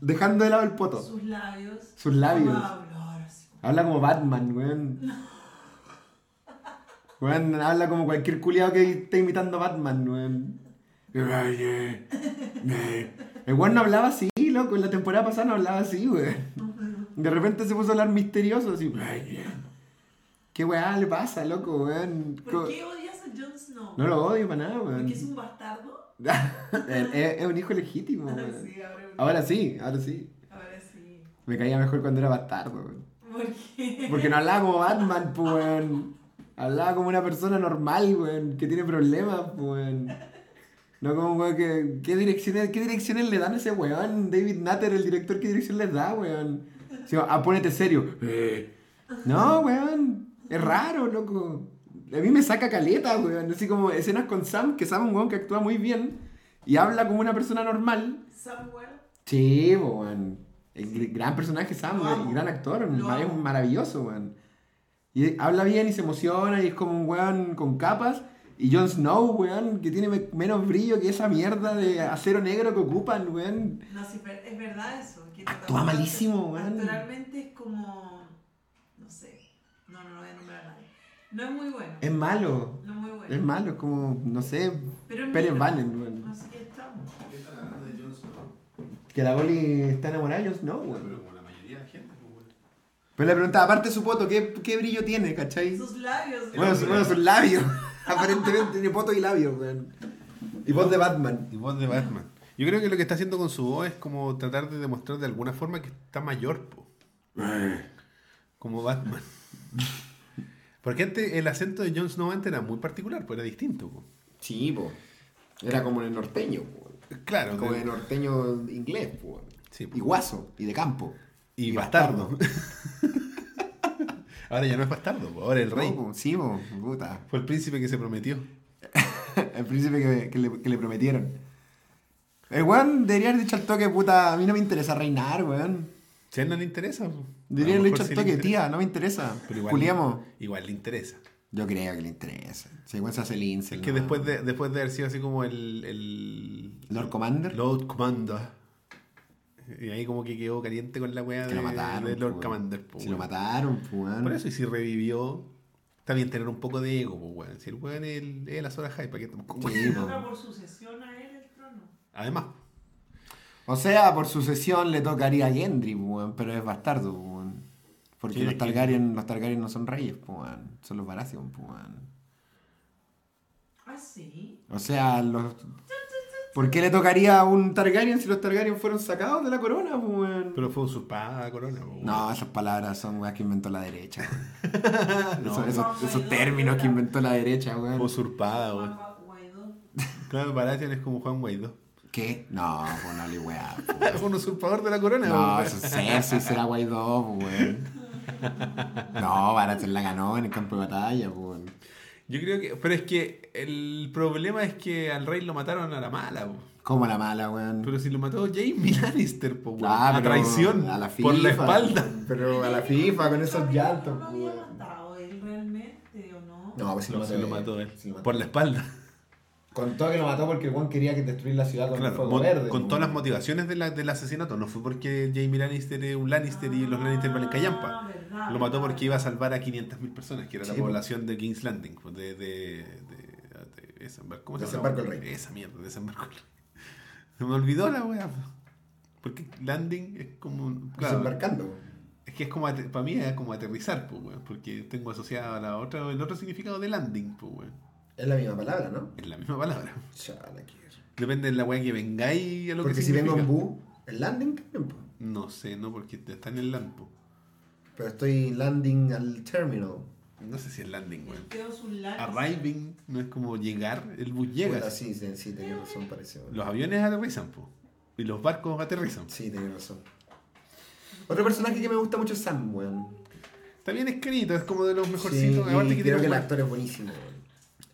B: dejando de lado el poto.
D: Sus labios.
B: Sus labios.
D: Cómo hablar, así como-
B: Habla como Batman, weón. Weón, habla como cualquier culiado que esté imitando a Batman, weón. eh, El weón no hablaba así, loco. En la temporada pasada no hablaba así, weón. De repente se puso a hablar misterioso, así. ¿Qué weá le pasa, loco, weón? Co-
D: ¿Por qué odias a Jon Snow?
B: No lo odio para nada, weón.
D: ¿Porque es
B: Es,
D: un bastardo?
B: es- es un hijo legítimo, weón.
D: Ah, Sí, ahora,
B: Ahora sí, ahora sí.
D: ahora sí.
B: Me caía mejor cuando era bastardo, weón.
D: Porque
B: Porque no hablaba como Batman, pues, weón. Hablaba como una persona normal, weón, que tiene problemas, pues, weón. No como un weón que. ¿qué direcciones, ¿Qué direcciones le dan a ese weón? David Nutter, el director, ¿qué dirección le da, weón? Sí, ah, ponete serio. Eh. No, weón. Es raro, loco. A mí me saca caleta, weón. Así como escenas con Sam, que Sam es un weón que actúa muy bien y habla como una persona normal.
D: Samuel
B: Sí, po, weón. El gr- gran personaje Sam,
D: Lo
B: weón,
D: amo.
B: el gran actor,
D: Lo
B: ma- es
D: amo.
B: un maravilloso, weón. Y eh, habla bien y se emociona y es como un weón con capas. Y Jon Snow, weón, que tiene me- menos brillo que esa mierda de acero negro que ocupan, weón.
D: No, sí, pero es verdad eso. Que
B: Actúa malísimo, weón.
D: Naturalmente es como. No sé. No, no, no voy a nombrar a nadie. No es muy bueno.
B: Es malo.
D: No es muy bueno.
B: Es malo, es como, no sé,
D: Pero es
B: Pérez
D: malo.
B: Bannon, weón.
D: Así que estamos.
A: ¿Qué están hablando de Jon Snow?
B: Que la Boli está enamorada de Jon Snow, weón.
A: Pero como la mayoría de la gente, pues, weón.
B: Pero le preguntaba, aparte de su poto, ¿qué, qué brillo tiene, cachai?
D: Sus labios.
B: Bueno, su- bueno, sus labios. Aparentemente tiene poto y labios, weón. Y voz de Batman.
A: Y voz de Batman. Yo creo que lo que está haciendo con su voz es como tratar de demostrar de alguna forma que está mayor, po. Como Batman. Porque antes el acento de Jon Snow antes era muy particular, pues era distinto. po.
B: Sí, po. Era como el norteño, po.
A: Claro.
B: Como
A: de-
B: el norteño inglés, po.
A: Sí, po.
B: Y guaso, y de campo.
A: y, bastardo. ahora ya no es bastardo, po, ahora es el rey.
B: No, po, sí, po, puta.
A: Fue el príncipe que se prometió.
B: El príncipe que, que le, que le prometieron. El weón debería haber dicho al toque, puta, a mí no me interesa reinar, weón.
A: Si a él no le interesa. po.
B: Debería
A: A lo
B: haberle
A: mejor
B: dicho al
A: sí le
B: toque,
A: interesa.
B: tía, no me interesa.
A: Pero igual,
B: Juliamos.
A: Igual le interesa.
B: Yo creo que le interesa. Si el weón se hace el incel.
A: Es que
B: ¿no?
A: después de, después de haber sido así como el. el
B: Lord Commander.
A: Lord Commander. Y ahí como que quedó caliente con la wea de,
B: Que lo mataron.
A: de Lord
B: po,
A: Commander.
B: weón.
A: po,
B: Si lo
A: weón.
B: mataron, po, weón.
A: Por eso, y si revivió, está bien tener un poco de ego, po, weón. Si el weón es el- es la Zora High, ¿para qué tampoco?
B: Sí, po.
D: Toca por sucesión a él el trono.
A: Además,
B: O sea, por sucesión le tocaría a Gendry, weón, pero es bastardo, pues, weón. Porque
A: Sí,
B: los,
A: es que-
B: Targaryen, los Targaryen no son reyes, po, weón. Son los Baratheon, po, weón.
D: Ah, sí.
B: O sea, los... ¿Por qué le tocaría a un Targaryen si los Targaryen fueron sacados de la corona, po, weón?
A: pero fue usurpada corona, po, weón.
B: No, esas palabras son weas que inventó la derecha. weón.
A: No.
B: Esos- esos, esos términos que inventó la derecha, weón. Ah,
A: Usurpada, weón.
D: Juan Guaidó.
A: Claro, Baratheon es como Juan Guaidó.
B: ¿Qué? No, pues no le weá. po.
A: Fue un usurpador de la corona,
B: No,
A: weón.
B: eso es Cersei, será Guaidó, po, weón. No, Baratheon la ganó en el campo de batalla, po, weón.
A: Yo creo que. Pero es que el problema es que al rey lo mataron a la mala, po.
B: Como la mala, weón.
A: Pero si lo mató Jamie Lannister, po, weón.
B: Ah,
A: a
B: pero
A: traición.
B: a la
A: Por la
B: FIFA,
A: espalda.
B: Pero a la
D: Yo creo
B: FIFA
D: que
B: con esos
D: Gabriel
B: llantos,
D: No lo había
B: weón.
D: matado él realmente, ¿o no?
B: No, pues sí
A: No, se lo
B: él,
A: mató él.
B: sí lo mató.
A: Por la espalda.
B: Contó que lo mató porque Juan quería que destruir la ciudad con el
A: Claro,
B: fuego
A: mo-
B: verde.
A: con
B: po,
A: todas las
B: weón.
A: motivaciones de la- del asesinato. No fue porque Jamie Lannister es un Lannister y los Lannister valen callampa.
D: Ah, verdad,
A: Lo mató
D: verdad,
A: porque iba a
D: verdad.
A: salvar a 500.000 personas, que era
B: Sí,
A: la
B: po.
A: población de King's Landing. pues, De, de, de- de- desembar- ¿cómo se llama?
B: Desembarco del Rey.
A: Esa mierda, desembarco el rey. Se me olvidó la wea. Porque landing es como. un- claro,
B: Desembarcando. weón.
A: es que es como. ate- Para mí es como aterrizar, pues, weón. Porque tengo asociado a la otra, el otro significado de landing, pues, weón.
B: Es la misma palabra, ¿no?
A: Es la misma palabra.
B: Chala, qué ver.
A: Depende de la weá que vengáis a lo
B: Porque
A: que
B: si vengo en
A: significa.
B: Bu, el landing también, pues. po.
A: No sé, no, porque te- está en el lampo.
B: Pero estoy landing al terminal.
A: No sé si es landing,
D: El
A: weón.
D: Teo es un Lannister.
A: Arriving no es como llegar, el bus llega.
B: Puta, sí, sí, sí, tenía razón, parece. weón.
A: Los aviones aterrizan, po. Y los barcos aterrizan.
B: Sí, tenía razón. Otro personaje que me gusta mucho es Sam, weón.
A: Está bien escrito, es como de los
B: Sí,
A: mejorcitos. Aparte
B: y
A: que tiene
B: creo que
A: un
B: el
A: buen-
B: actor es buenísimo, weón.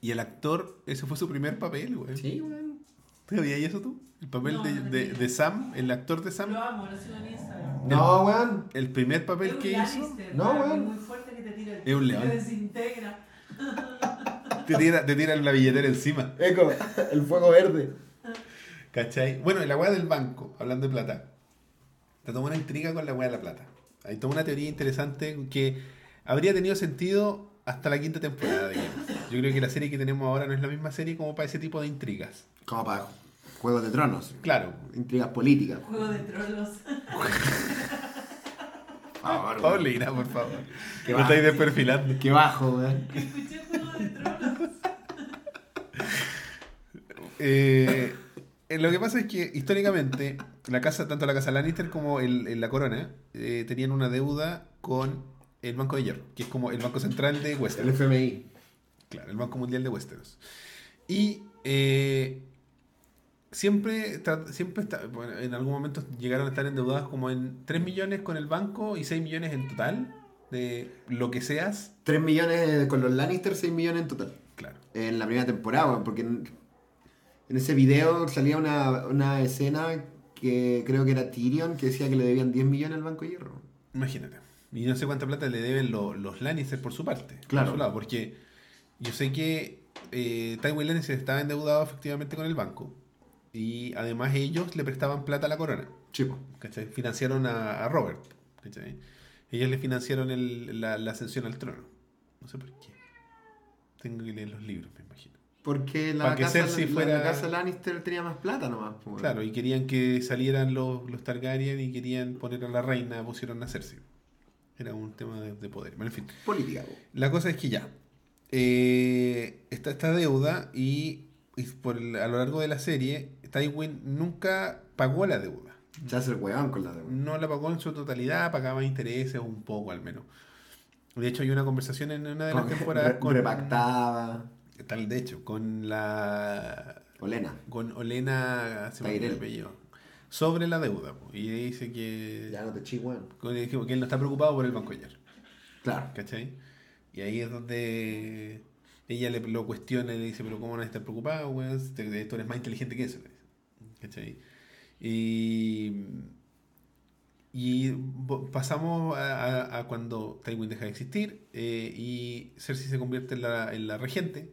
A: Y el actor, ese fue su primer papel, weón.
B: Sí, weón.
A: ¿Te sabías eso tú? El papel
D: No,
A: de,
D: no
A: de-
D: tenía.
A: de Sam, el actor de Sam,
D: Lo amo, lo sigo en Instagram.
B: No, weón.
A: el primer
D: Es
A: papel
D: un
A: que hizo,
D: Lannister,
B: No,
D: es
B: weón.
D: Muy fuerte que te tira el
A: Es un león.
D: Te desintegra.
A: te tiran te tiran la billetera encima.
B: Eco, el fuego verde.
A: ¿Cachai? Bueno, y la weá del banco, hablando de plata. Te tomó una intriga con la weá de la plata. Ahí tomó una teoría interesante que habría tenido sentido hasta la quinta temporada de Game of Thrones. Yo creo que la serie que tenemos ahora no es la misma serie como para ese tipo de intrigas.
B: Como para Juegos de Tronos.
A: Claro.
B: Intrigas políticas.
D: Juego de trolos.
A: Ah,
B: Por favor, weón.
A: Paulina, por favor.
B: Qué
A: Que me
B: bajo.
A: estáis desperfilando.
B: Qué bajo, weón.
D: Escuché Juego de Tronos.
A: Eh, eh, lo que pasa es que históricamente la casa, tanto la casa Lannister como el, el- la corona, eh, tenían una deuda con el Banco de Hierro, que es como el banco central de
B: El
A: Westeros.
B: FMI.
A: Claro, el Banco Mundial de Westeros. Y eh, siempre, tra- siempre está- bueno, en algún momento llegaron a estar endeudados como en 3 millones con el banco y 6 millones en total de lo que seas.
B: 3 millones con los Lannister, 6 millones en total.
A: Claro.
B: en la primera temporada, weón, porque en, en ese video salía una, una escena que creo que era Tyrion que decía que le debían 10 millones al Banco de Hierro.
A: Imagínate. Y no sé cuánta plata le deben lo- los Lannister por su parte.
B: Claro.
A: Por su lado, porque yo sé que eh, Tywin Lannister estaba endeudado efectivamente con el banco. Y además ellos le prestaban plata a la corona.
B: Chipo.
A: ¿cachai? Financiaron a, a Robert. ¿cachai? Ellos le financiaron el- la, la ascensión al trono. No sé por qué. Tengo que leer los libros, me imagino.
B: Porque la
A: Pa' que
B: casa,
A: Cersei
B: la-
A: fuera-
B: la casa Lannister tenía más plata nomás. pues, weón.
A: Claro, y querían que salieran los, los Targaryen y querían poner a la reina, pusieron a Cersei. Era un tema de, de poder. Bueno, en fin.
B: Política, weón.
A: La cosa es que ya. eh, está esta deuda y, y por el- a lo largo de la serie, Tywin nunca pagó la deuda.
B: Se hace el weón con la deuda.
A: No la pagó en su totalidad, pagaba intereses un poco al menos. De hecho, hay una conversación en una de las
B: Con-
A: temporadas
B: re-
A: con.
B: Repactaba.
A: Tal, de hecho, con la.
B: Olena.
A: Con Olena. Se me olvidó el
B: Tyrell.
A: apellido. Sobre la deuda. po, Y ella dice
B: Ya
A: que.
B: no te chi, weón.
A: Que que él no está preocupado por el banco ayer.
B: Claro.
A: ¿Cachai? Y ahí es donde ella le, lo cuestiona y le dice, pero ¿cómo no estar preocupado, weón? Si te- eh, Tú eres más inteligente que eso, le dice. ¿Cachai? Y, y bo- pasamos a, a- a cuando Tywin deja de existir eh, y Cersei se convierte en la, en la regente,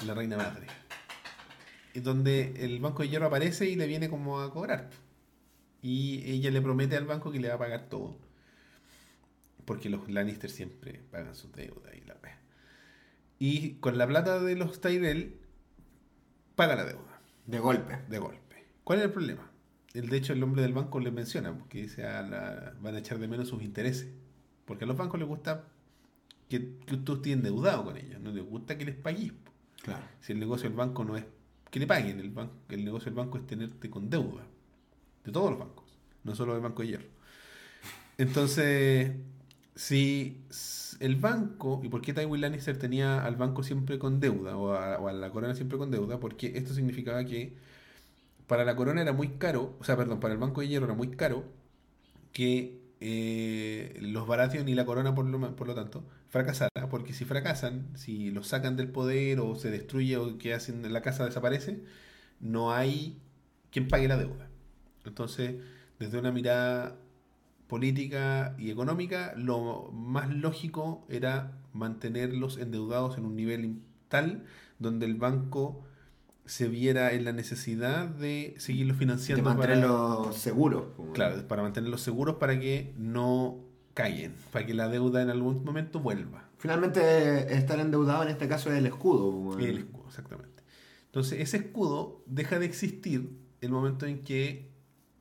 A: en la reina madre. Y donde el banco de hierro aparece y le viene como a cobrar. Y ella le promete al banco que le va a pagar todo. Porque los Lannister siempre pagan sus deudas y la wea. Y con la plata de los Tyrell, paga la deuda,
B: De golpe.
A: de golpe. ¿Cuál es el problema? El, de hecho, el hombre del banco le menciona, porque dice, "Ah, la- van a echar de menos sus intereses. Porque a los bancos les gusta que, que tú estés endeudado con ellos, no les gusta que les paguís. po.
B: Claro.
A: Si el negocio del banco no es que le paguen, el, banco, el negocio del banco es tenerte con deuda. De todos los bancos, no solo del Banco de Hierro. Entonces, si s- el banco, ¿y por qué Tywin Lannister tenía al banco siempre con deuda o a, o a la corona siempre con deuda? Porque esto significaba que para la corona era muy caro, o sea, perdón, para el Banco de Hierro era muy caro que eh, los Baratheon y la corona, por lo, ma- por lo tanto, fracasara, porque si fracasan, si los sacan del poder o se destruye o que hacen la casa desaparece, no hay quien pague la deuda. Entonces, desde una mirada política y económica, lo más lógico era mantenerlos endeudados en un nivel tal donde el banco se viera en la necesidad de seguirlos
B: De
A: financiando para-
B: mantenerlo seguro. pues, weón.
A: Claro, para mantenerlos seguros para que no caigan, para que la deuda en algún momento vuelva.
B: Finalmente, estar endeudado en este caso es el escudo. weón.
A: El escudo, exactamente. Entonces, ese escudo deja de existir el momento en que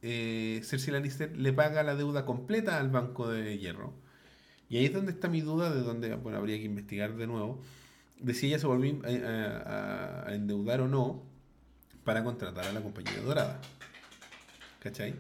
A: eh, Cersei Lannister le paga la deuda completa al Banco de Hierro. Y ahí es donde está mi duda, de donde bueno, habría que investigar de nuevo, de si ella se volvió in- a, a- a endeudar o no para contratar a la compañía dorada. ¿Cachai?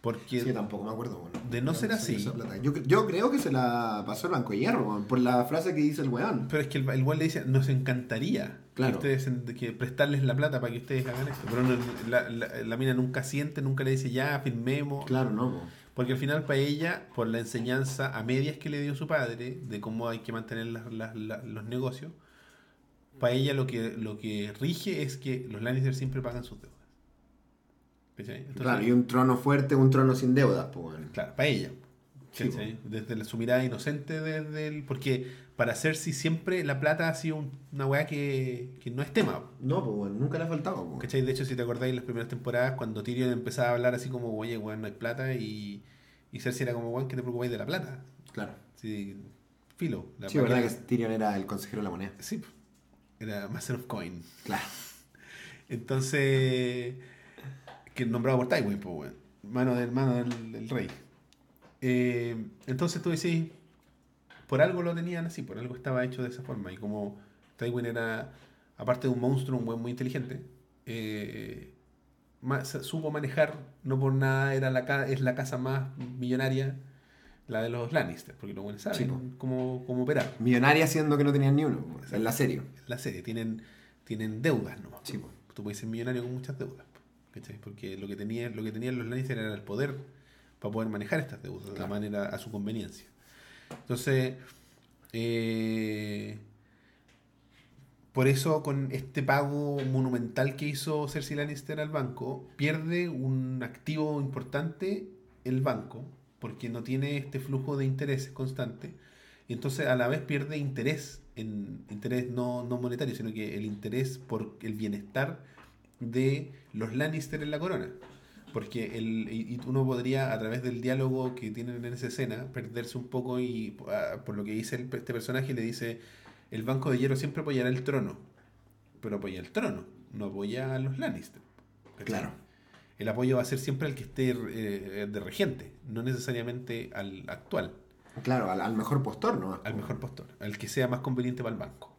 A: Porque...
B: Sí, tampoco me acuerdo, weón.
A: De no
B: Ya
A: ser
B: me salió
A: así.
B: esa plata. Yo, cre- yo creo que se la pasó el Banco de Hierro, weón, por la frase que dice el weón.
A: Pero es que el, el weón le dice, nos encantaría
B: Claro.
A: que ustedes en- que prestarles la plata para que ustedes hagan esto. Pero no- la, la- la mina nunca siente, nunca le dice, ya, firmemos.
B: Claro, no, po.
A: Porque al final para ella, por la enseñanza a medias que le dio su padre, de cómo hay que mantener las- las- la- los negocios, para ella lo que, lo que rige es que los Lannister siempre pagan sus deudas. ¿Cachai? Entonces-
B: claro, y un trono fuerte, un trono sin deudas, pues, weón.
A: Claro, para ella.
B: Sí,
A: ¿Cachai? Desde la- su mirada inocente, desde el- porque para Cersei siempre la plata ha sido un- una weá que, que no es tema.
B: No, pues, weón, nunca le ha faltado, po.
A: ¿Cachai? De hecho, si te acordáis, las primeras temporadas, cuando Tyrion empezaba a hablar así como, oye, weón, no hay plata, y, y Cersei era como, weón, que te preocupáis de la plata.
B: Claro.
A: Si Filo. La
B: Sí, verdad que
A: máquina-
B: Tyrion era el consejero de la moneda.
A: Sí, po. era Master of Coin.
B: Claro.
A: Entonces, que nombrado por Tywin, pues, weón. Mano del mano del, del rey. Eh, entonces tú decís, por algo lo tenían así, por algo estaba hecho de esa forma. Y como Tywin era, aparte de un monstruo, un buen muy inteligente, eh, ma- sa- supo manejar, no por nada, era la, ca- es la casa más millonaria, la de los Lannister, porque los buenos saben
B: Sí, po.
A: cómo, cómo operar.
B: Millonaria siendo que no tenían ni uno, en la serie.
A: La serie, tienen, tienen deudas nomás. pues.
B: Sí, po.
A: tú puedes ser millonario con muchas deudas. po, ¿cachai? Porque lo que tenían, lo que tenían los Lannister era el poder para poder manejar estas deudas de la
B: Claro.
A: manera a su conveniencia. Entonces, eh, por eso con este pago monumental que hizo Cersei Lannister al banco, pierde un activo importante el banco, porque no tiene este flujo de intereses constante. Y entonces a la vez pierde interés, en, interés no, no monetario, sino que el interés por el bienestar de los Lannister en la corona. Porque el, y, y uno podría, a través del diálogo que tienen en esa escena, perderse un poco y ah, por lo que dice el- este personaje, le dice, el Banco de Hierro siempre apoyará el trono, pero apoya el trono, no apoya a los Lannister. ¿cachai?
B: Claro.
A: El apoyo va a ser siempre al que esté eh, de regente, no necesariamente al actual
B: Claro, al, al mejor postor, ¿no?
A: al mejor postor, al que sea más conveniente para el banco.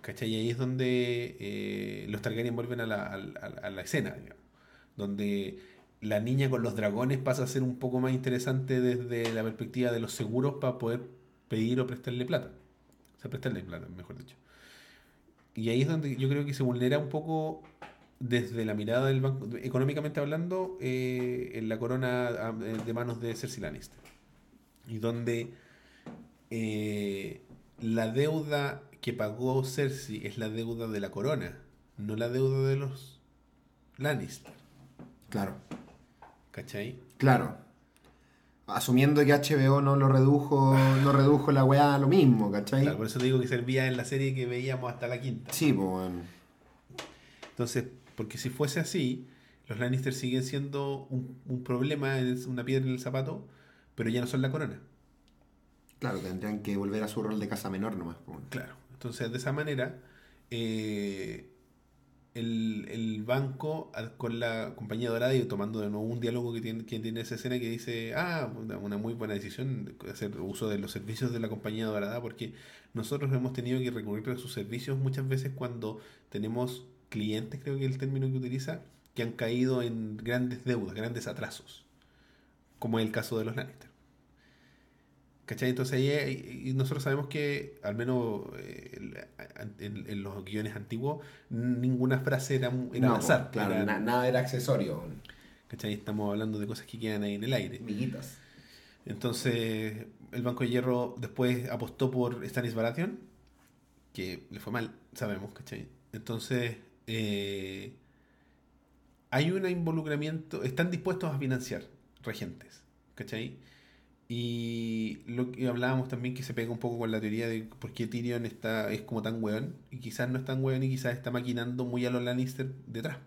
A: ¿Cachai? Y ahí es donde eh, los Targaryen vuelven a la, a la- a la escena, digamos. Donde la niña con los dragones pasa a ser un poco más interesante desde la perspectiva de los seguros para poder pedir o prestarle plata. O sea, prestarle plata, mejor dicho. Y ahí es donde yo creo que se vulnera un poco desde la mirada del banco, económicamente hablando, eh, en la corona ah, eh, de manos de Cersei Lannister. Y donde eh, la deuda que pagó Cersei es la deuda de la corona, no la deuda de los Lannister.
B: Claro,
A: ¿Cachai?
B: claro. Asumiendo que HBO no lo redujo, no redujo la weá a lo mismo, ¿cachai?
A: Claro, por eso te digo que servía en la serie que veíamos hasta la quinta.
B: Sí, pues bueno.
A: Entonces, porque si fuese así, los Lannister siguen siendo un, un problema, es una piedra en el zapato, pero ya no son la corona.
B: Claro, tendrían que volver a su rol de casa menor nomás, pues.
A: Claro. Entonces, de esa manera, eh, el, el banco al- con la compañía dorada y tomando de nuevo un diálogo que tiene, que tiene esa escena que dice, ah, una, una muy buena decisión hacer uso de los servicios de la compañía dorada porque nosotros hemos tenido que recurrir a sus servicios muchas veces cuando tenemos clientes, creo que es el término que utiliza, que han caído en grandes deudas, grandes atrasos, como es el caso de los Lannister. ¿Cachai? Entonces ahí eh, y nosotros sabemos que, al menos eh, el- en, en los guiones antiguos, ninguna frase era, mu- era
B: No,
A: al azar.
B: po, claro,
A: era-
C: Na- nada era accesorio,
A: ¿Cachai? Estamos hablando de cosas que quedan ahí en el aire.
C: miguitas.
A: Entonces, el Banco de Hierro después apostó por Stanis Baratheon, que le fue mal, sabemos, ¿cachai? Entonces, eh, hay un involucramiento, están dispuestos a financiar regentes, ¿cachai? Y lo que hablábamos también que se pega un poco con la teoría de por qué Tyrion está, es como tan weón, y quizás no es tan weón y quizás está maquinando muy a los Lannister detrás.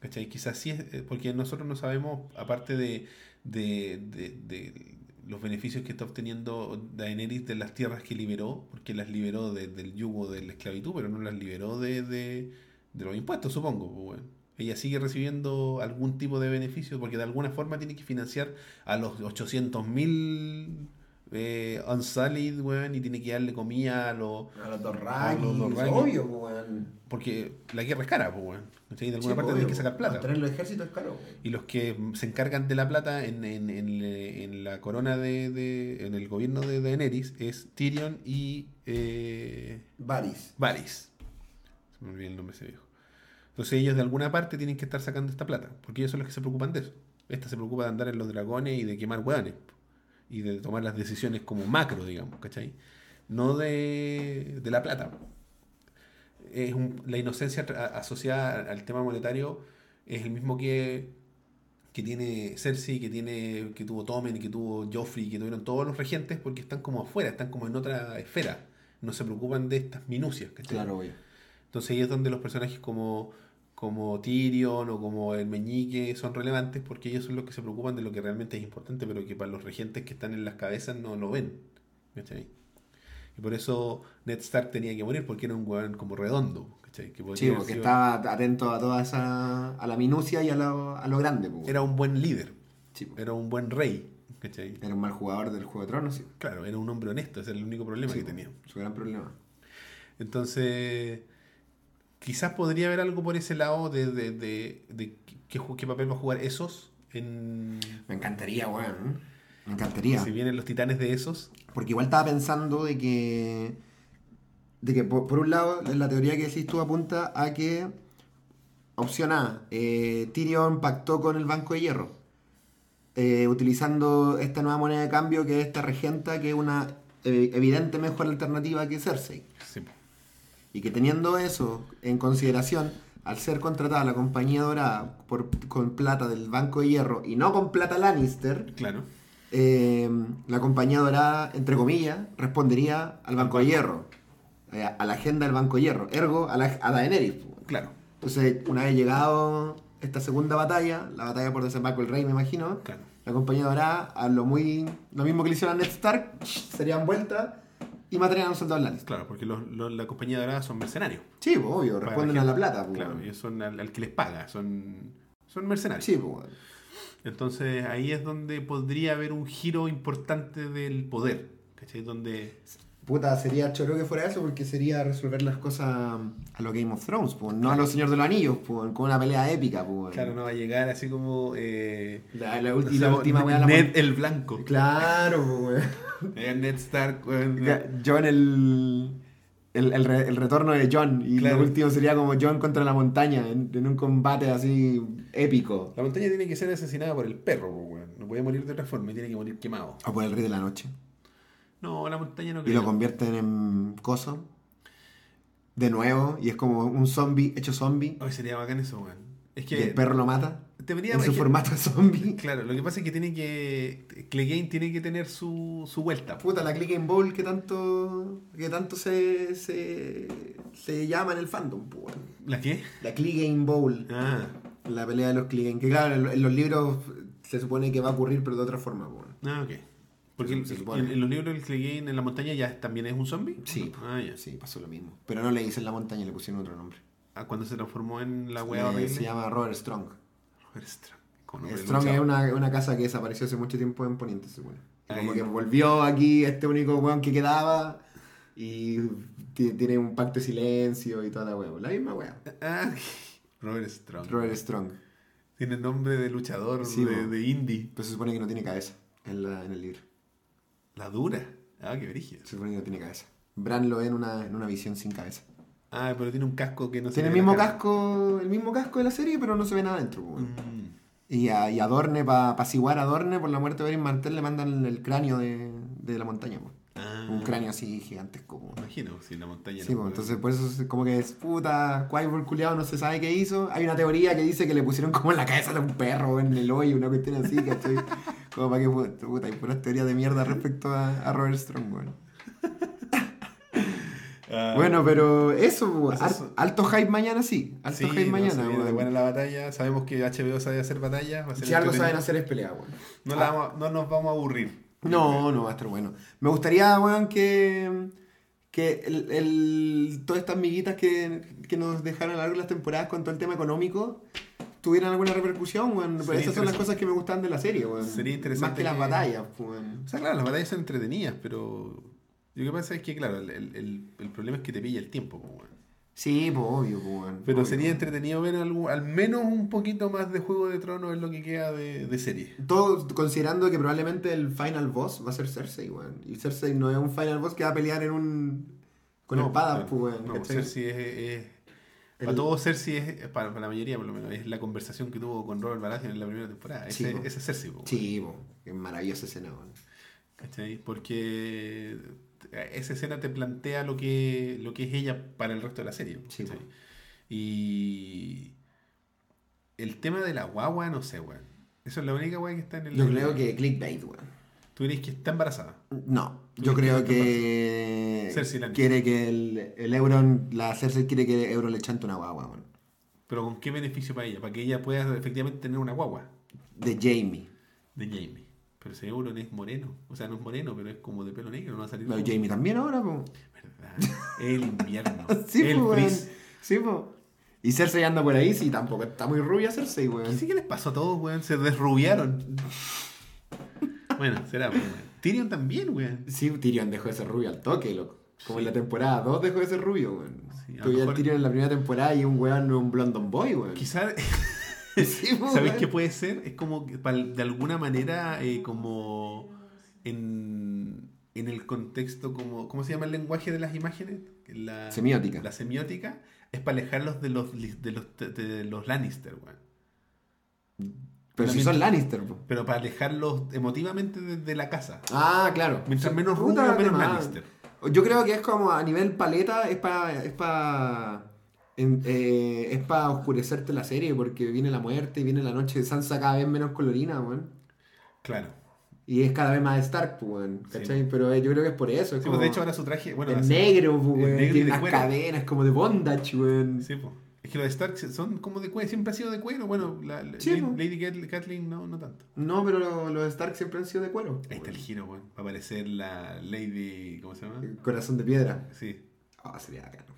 A: ¿Cachai? Quizás sí es, eh, porque nosotros no sabemos, aparte de, de, de- de los beneficios que está obteniendo Daenerys de las tierras que liberó, porque las liberó de- del yugo de la esclavitud, pero no las liberó de, de, de los impuestos, supongo. pues, weón. Ella sigue recibiendo algún tipo de beneficio porque de alguna forma tiene que financiar a los 800.000 mil eh, Unsullied, weón, y tiene que darle comida a los...
C: A los dos
A: A los Dothraki.
C: obvio, po, weón.
A: Porque la guerra es cara, pues, weón. ¿Cachai? De alguna
C: Sí,
A: parte
C: obvio,
A: tienen que sacar
C: po.
A: plata.
C: Mantener los ejércitos es caro, weón.
A: Y los que se encargan de la plata en, en- en- en la corona de, de- en el gobierno de Daenerys es Tyrion y eh,
C: Varys.
A: Varys. Se me olvidó el nombre de ese viejo. Entonces ellos de alguna parte tienen que estar sacando esta plata, porque ellos son los que se preocupan de eso. Esta se preocupa de andar en los dragones y de quemar hueones. Y de tomar las decisiones como macro, digamos, ¿cachai? No de, de la plata. Es un- la inocencia tra- asociada al tema monetario es el mismo que, que tiene Cersei, que, tiene, que tuvo Tommen, que tuvo Joffrey, que tuvieron todos los regentes, porque están como afuera, están como en otra esfera. No se preocupan de estas minucias, ¿cachai?
B: Claro, obvio.
A: Entonces ahí es donde los personajes como, como Tyrion o como el Meñique son relevantes porque ellos son los que se preocupan de lo que realmente es importante, pero que para los regentes que están en las cabezas no lo ven. ¿cachai? Y por eso Ned Stark tenía que morir porque era un weón como redondo. ¿cachai? Que podría
B: Sí,
A: haber
B: porque
A: sido-
B: estaba atento a toda esa. a la minucia y a lo, a lo grande, po.
A: Era un buen líder,
B: Sí, po.
A: era un buen rey. ¿cachai?
B: Era un mal jugador del Juego de Tronos, sí.
A: Claro, era un hombre honesto, ese era el único problema
B: Sí,
A: que
B: po.
A: tenía.
B: Su gran problema.
A: Entonces, quizás podría haber algo por ese lado de, de, de- de qué, ju- qué papel va a jugar esos. En,
B: Me encantaría, weón. Me encantaría.
A: si vienen los titanes de esos.
B: Porque igual estaba pensando de que. De que por, por un lado, la teoría que decís tú apunta a que. Opción A, eh, Tyrion pactó con el Banco de Hierro. eh, utilizando esta nueva moneda de cambio que es esta regenta, que es una eh, evidente mejor alternativa que Cersei.
A: Sí, po.
B: Y que teniendo eso en consideración, al ser contratada la compañía dorada por, con plata del Banco de Hierro y no con plata Lannister,
A: claro.
B: eh, la compañía dorada, entre comillas, respondería al Banco de Hierro, eh, a, la agenda del Banco de Hierro, ergo a la, a Daenerys. po.
A: Claro,
B: Entonces, una vez llegado esta segunda batalla, la batalla por desembarco del rey, me imagino,
A: claro.
B: la compañía dorada, a lo, muy, lo mismo que le hicieron a Ned Stark, serían vueltas y matarían a los soldados Lannister.
A: Claro, porque los, los- la compañía dorada son mercenarios.
B: Sí, po, obvio,
A: Para
B: responden
A: la
B: a
A: gente.
B: la plata. po,
A: Claro,
B: weón.
A: ellos son al, al que les paga, son, son mercenarios.
B: Sí, po, weón.
A: Entonces ahí es donde podría haber un giro importante del poder. ¿Cachai? Donde.
B: Puta, sería choro que fuera eso porque sería resolver las cosas a lo Game of Thrones, po, no a los Señor de los Anillos, po, con una pelea épica. po.
A: Claro, no va a llegar así como. eh,
B: La, la ulti-
A: no
B: la
A: sé,
B: última weá la
A: Ned el Blanco.
B: mon- Claro, po, weón.
A: Eh, Ned Stark. weón,
B: Yo en el. El, el re- el retorno de John y
A: Claro.
B: lo último sería como John contra la montaña en, en un combate así épico.
A: La montaña tiene que ser asesinada por el perro, po, weón. No puede morir de otra forma y tiene que morir quemado.
B: O por el rey de la noche.
A: No, la montaña no
B: Y
A: creo.
B: lo convierten en coso. De nuevo. Y es como un zombie hecho zombie.
A: Ay, sería bacán eso, weón. Es
B: Y el
A: que.
B: perro lo mata.
A: Debería
B: En su
A: es que-
B: formato de zombie.
A: Claro, lo que pasa es que tiene que. Clegane tiene que tener su, su vuelta. po.
B: Puta, la click and ball que tanto. que tanto se. se. se llama en el fandom, po, weón.
A: ¿La qué?
B: La click and ball.
A: Ah,
B: La pelea de los Clegane, que claro, en lo- en los libros se supone que va a ocurrir, pero de otra forma, po.
A: ah, ok. Porque
B: Se-
A: el-
B: se supone.
A: en, en los libros del Clegane en la montaña ya también es un zombie.
B: Sí.
A: Ah, ya.
B: Sí, pasó lo mismo. Pero no le dicen la montaña, le pusieron otro nombre.
A: Ah, cuando se transformó en la
B: Eh,
A: wea horrible.
B: se llama Robert Strong. Eh,
A: Robert Strong. Con nombre de
B: Strong es
A: luchador.
B: una, una casa que desapareció hace mucho tiempo en Poniente, se supone. Y
A: Ahí.
B: Como que volvió aquí este único weón que quedaba y ti- tiene un pacto de silencio y toda la wea. La misma wea.
A: Ah, ok. Robert Strong.
B: Robert Strong.
A: Tiene nombre de luchador
B: Sí,
A: de,
B: po.
A: de indie.
B: Pero se supone que no tiene cabeza en, la- en el libro.
A: La dura. Ah, qué brígido.
B: Se supone que no tiene cabeza. Bran lo ve en una, en una visión sin cabeza.
A: Ah, pero tiene un casco que no se
B: Tiene el
A: ve la
B: mismo
A: cara.
B: casco, el mismo casco de la serie, pero no se ve nada adentro. po, weón.
A: Mm.
B: Y a, y a Dorne, para apaciguar a Dorne por la muerte de Beren Martel, le mandan el cráneo de, de la montaña. po.
A: Ah,
B: Un cráneo así gigantesco. po.
A: me imagino, si en la montaña.
B: Sí,
A: no
B: po,
A: puede.
B: entonces por eso es como que es puta, Quaibor culiado no se sabe qué hizo. Hay una teoría que dice que le pusieron como en la cabeza de un perro en el hoyo, una cuestión así, ¿cachai? como para que puta, puta, hay puras teorías de mierda respecto a, a Robert Strong, weón.
A: Ah,
B: Bueno, pero eso, po,
A: Pues
B: al-
A: eso.
B: alto hype mañana sí, alto
A: sí,
B: hype
A: no,
B: mañana.
A: se viene
B: weón.
A: buena la batalla. Sabemos que HBO sabe hacer batallas. va a ser
B: Si algo
A: entretenido.
B: saben hacer es pelear, weón.
A: No, la vamos a- no nos vamos a aburrir.
B: No, no va a estar bueno. Me gustaría, weón, que, que el, el- todas estas miguitas que, que nos dejaron a lo largo de las temporadas con todo el tema económico tuvieran alguna repercusión, weón. Pero
A: Sería
B: esas son las
A: interesante.
B: cosas que me gustan de la serie, weón.
A: Sería interesante
B: Más que las
A: que-
B: batallas, weón.
A: O sea, claro, las batallas son entretenidas, pero. Lo que pasa es que, claro, el, el- el- el problema es que te pilla el tiempo. po, weón.
B: Sí, pues obvio, pues, weón.
A: Pero
B: obvio.
A: sería entretenido ver algo, al menos un poquito más de Juego de Tronos en lo que queda de, de serie.
B: Todo considerando que probablemente el final boss va a ser Cersei, weón. Y Cersei no es un final boss que va a pelear en un. con
A: No,
B: espadas, pues,
A: no,
B: weón.
A: No,
B: ¿cachai?
A: Cersei es. es- Para
B: El-
A: todos Cersei es, para, para la mayoría por lo menos, es la conversación que tuvo con Robert Baratheon en la primera temporada.
B: Sí,
A: Ese,
B: po.
A: ese es Cersei, po,
B: Sí, pues. Qué maravillosa escena, weón.
A: ¿Cachai? Porque esa escena te plantea lo que, lo que es ella para el resto de la serie.
B: Sí,
A: ¿cachai?
B: po.
A: Y el tema de la guagua, no sé, weón. Eso es la única weá que está en el.
B: Yo creo que clickbait, weón.
A: Tú dirías que está embarazada.
B: No,
A: ¿Tú
B: yo
A: crees
B: creo
A: que está
B: que
A: Cersei Lannister.
B: quiere que el, el Euron, la Cersei quiere que Euron le chante una guagua, weón.
A: Pero ¿con qué beneficio para ella? Para que ella pueda efectivamente tener una guagua
B: De Jamie.
A: de Jamie. Pero ese Euron es moreno. O sea, no es moreno, pero es como de pelo negro. No va a salir.
B: Pero
A: como-
B: Jamie también ahora, po.
A: ¿Verdad? El invierno.
B: Sí,
A: el
B: po, weón.
A: frizz.
B: Sí, po. Y Cersei anda por ahí, sí, tampoco está muy rubia Cersei, weón.
A: Sí, ¿qué les pasó a todos, weón? Se desrubiaron. bueno, será, pues, weón. Tyrion también, weón.
B: Sí, Tyrion dejó de ser rubio al toque, loco. Como en la temporada 2 dejó de ser rubio, weón.
A: Sí, a lo
B: Tú veías
A: mejor-
B: al Tyrion en la primera temporada y un weón, un blondon boy, weón.
A: Quizás,
B: Sí, po,
A: ¿sabéis
B: weón.
A: qué puede ser? Es como que pal- de alguna manera eh, como en, en el contexto, como, ¿cómo se llama el lenguaje de las imágenes? La
B: Semiótica.
A: La semiótica es para alejarlos de los, lis- de los, de los Lannister, weón.
B: Pero si son Lannister, po.
A: Pero para alejarlos emotivamente de, de la casa.
B: Ah, claro.
A: Mientras
B: Sí,
A: menos
B: puta,
A: rubio, menos
B: tema.
A: Lannister.
B: Yo creo que es como a nivel paleta, es para. Es para. es para oscurecerte la serie, porque viene la muerte y viene la noche de Sansa cada vez menos colorina, weón.
A: Claro.
B: Y es cada vez más Stark, pues, weón.
A: Sí.
B: ¿Cachai? Pero eh, yo creo que es por eso. Es
A: Sí,
B: como
A: pues, de hecho ahora su traje, bueno,
B: de
A: hace-
B: negro, pues,
A: es
B: weón.
A: negro y
B: Tiene
A: de
B: unas
A: cuero.
B: cadenas como de bondage, weón.
A: Sí, po. Es que los Stark se- son como de cuero, siempre ha sido de cuero. Bueno, la, la-
B: Sí,
A: Lady-
B: pues. po.
A: Lady Gat- Catelyn no, no tanto.
B: No, pero lo- los Stark siempre han sido de cuero.
A: Ahí está el giro, weón. Va a aparecer la Lady. ¿Cómo se llama?
B: weón. Corazón de piedra.
A: Sí.
B: Ah, sería bacano.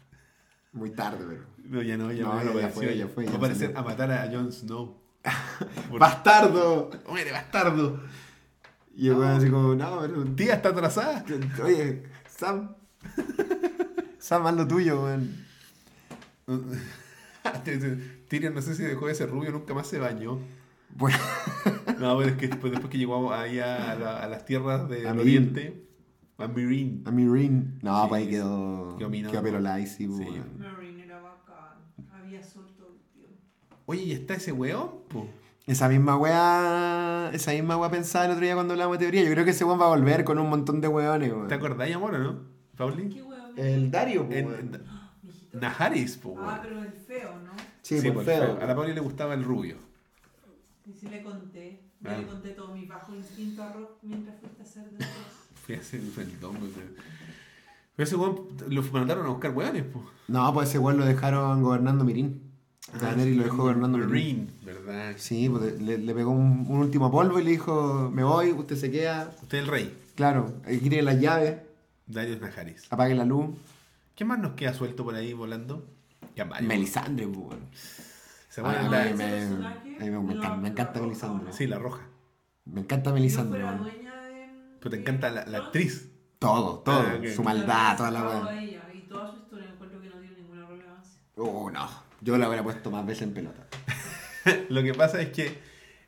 B: Muy tarde, pero.
A: No, ya no, ya
B: No,
A: no,
B: ya
A: apareció.
B: fue, ya fue,
A: Va
B: ya
A: a aparecer
B: salió.
A: a matar a Jon Snow. Por-
B: ¡Bastardo!
A: ¡Hombre, bastardo!
B: Y el weón así como, no, pero
A: Tía está atrasada.
B: Oye, Sam. Sam, haz lo tuyo, weón.
A: Tyrion, no sé si dejó de ser rubio, nunca más se bañó.
B: Bueno,
A: No, pero es que después, después que llegó ahí a, la- a las tierras del
B: A Meereen.
A: Oriente, a Mirin.
B: a mi ring. No,
A: Sí,
B: pa' ahí quedó.
A: quedó minado.
B: Quedó pero la sí,
A: Sí.
B: weón.
D: Marine era bacán. Había sol todo el tiempo.
A: Oye, ¿y está ese weón? po?
B: Esa misma weá. Esa misma weá pensaba el otro día cuando hablábamos de teoría. Yo creo que ese weón va a volver con un montón de weones,
A: ¿Te
B: weón.
A: acordáis, amor, o no? Pauli.
D: ¿Qué hueón?
B: El Dario, pues,
A: En-
B: weón.
A: en-
D: Mijito.
A: Najaris, po,
D: Ah,
A: weón.
D: pero el feo, ¿no?
B: Sí,
A: Sí,
B: por
A: po, el
B: feo.
A: feo. A la Pauli le gustaba el rubio.
D: Y si le conté. Yo
A: Ah.
D: le conté todo mi bajo instinto a Rock mientras fuiste a hacer de todo.
A: Fui a hacer el don, weón. Pero ese weón lo mandaron a buscar weones, po.
B: No, pues ese weón lo dejaron gobernando Mirin. Daenerys Ah, lo dejó gobernando Mirin.
A: Rin, ¿verdad?
B: Sí, pues le, le pegó un, un último polvo y le dijo, me voy, usted se queda.
A: Usted es el rey,
B: Claro, aquí tiene las llaves,
A: Darius Najaris.
B: apague la luz.
A: ¿Qué más nos queda suelto por ahí volando? Ya varios.
B: Melisandre, pues, weón.
A: Se van a
B: Ah,
A: la-
B: me-
D: personaje,
B: a mí me
D: no,
B: encanta- me encanta
D: no,
B: Melisandre.
D: no.
A: Sí, la roja.
B: Me encanta
D: Si yo
B: Melisandre.
D: fuera
B: weón.
D: dueña de.
A: Pero Pues te
D: de
A: encanta la, la
D: Rock,
A: actriz.
B: Todo, todo.
A: Ah, ok. Ah,
B: Su maldad, toda la
D: hubiera
B: weá.
D: sacado a ella Y toda su historia encuentro que no tiene ninguna relevancia.
B: Oh, no. Yo la hubiera puesto más veces en pelota.
A: Lo que pasa es que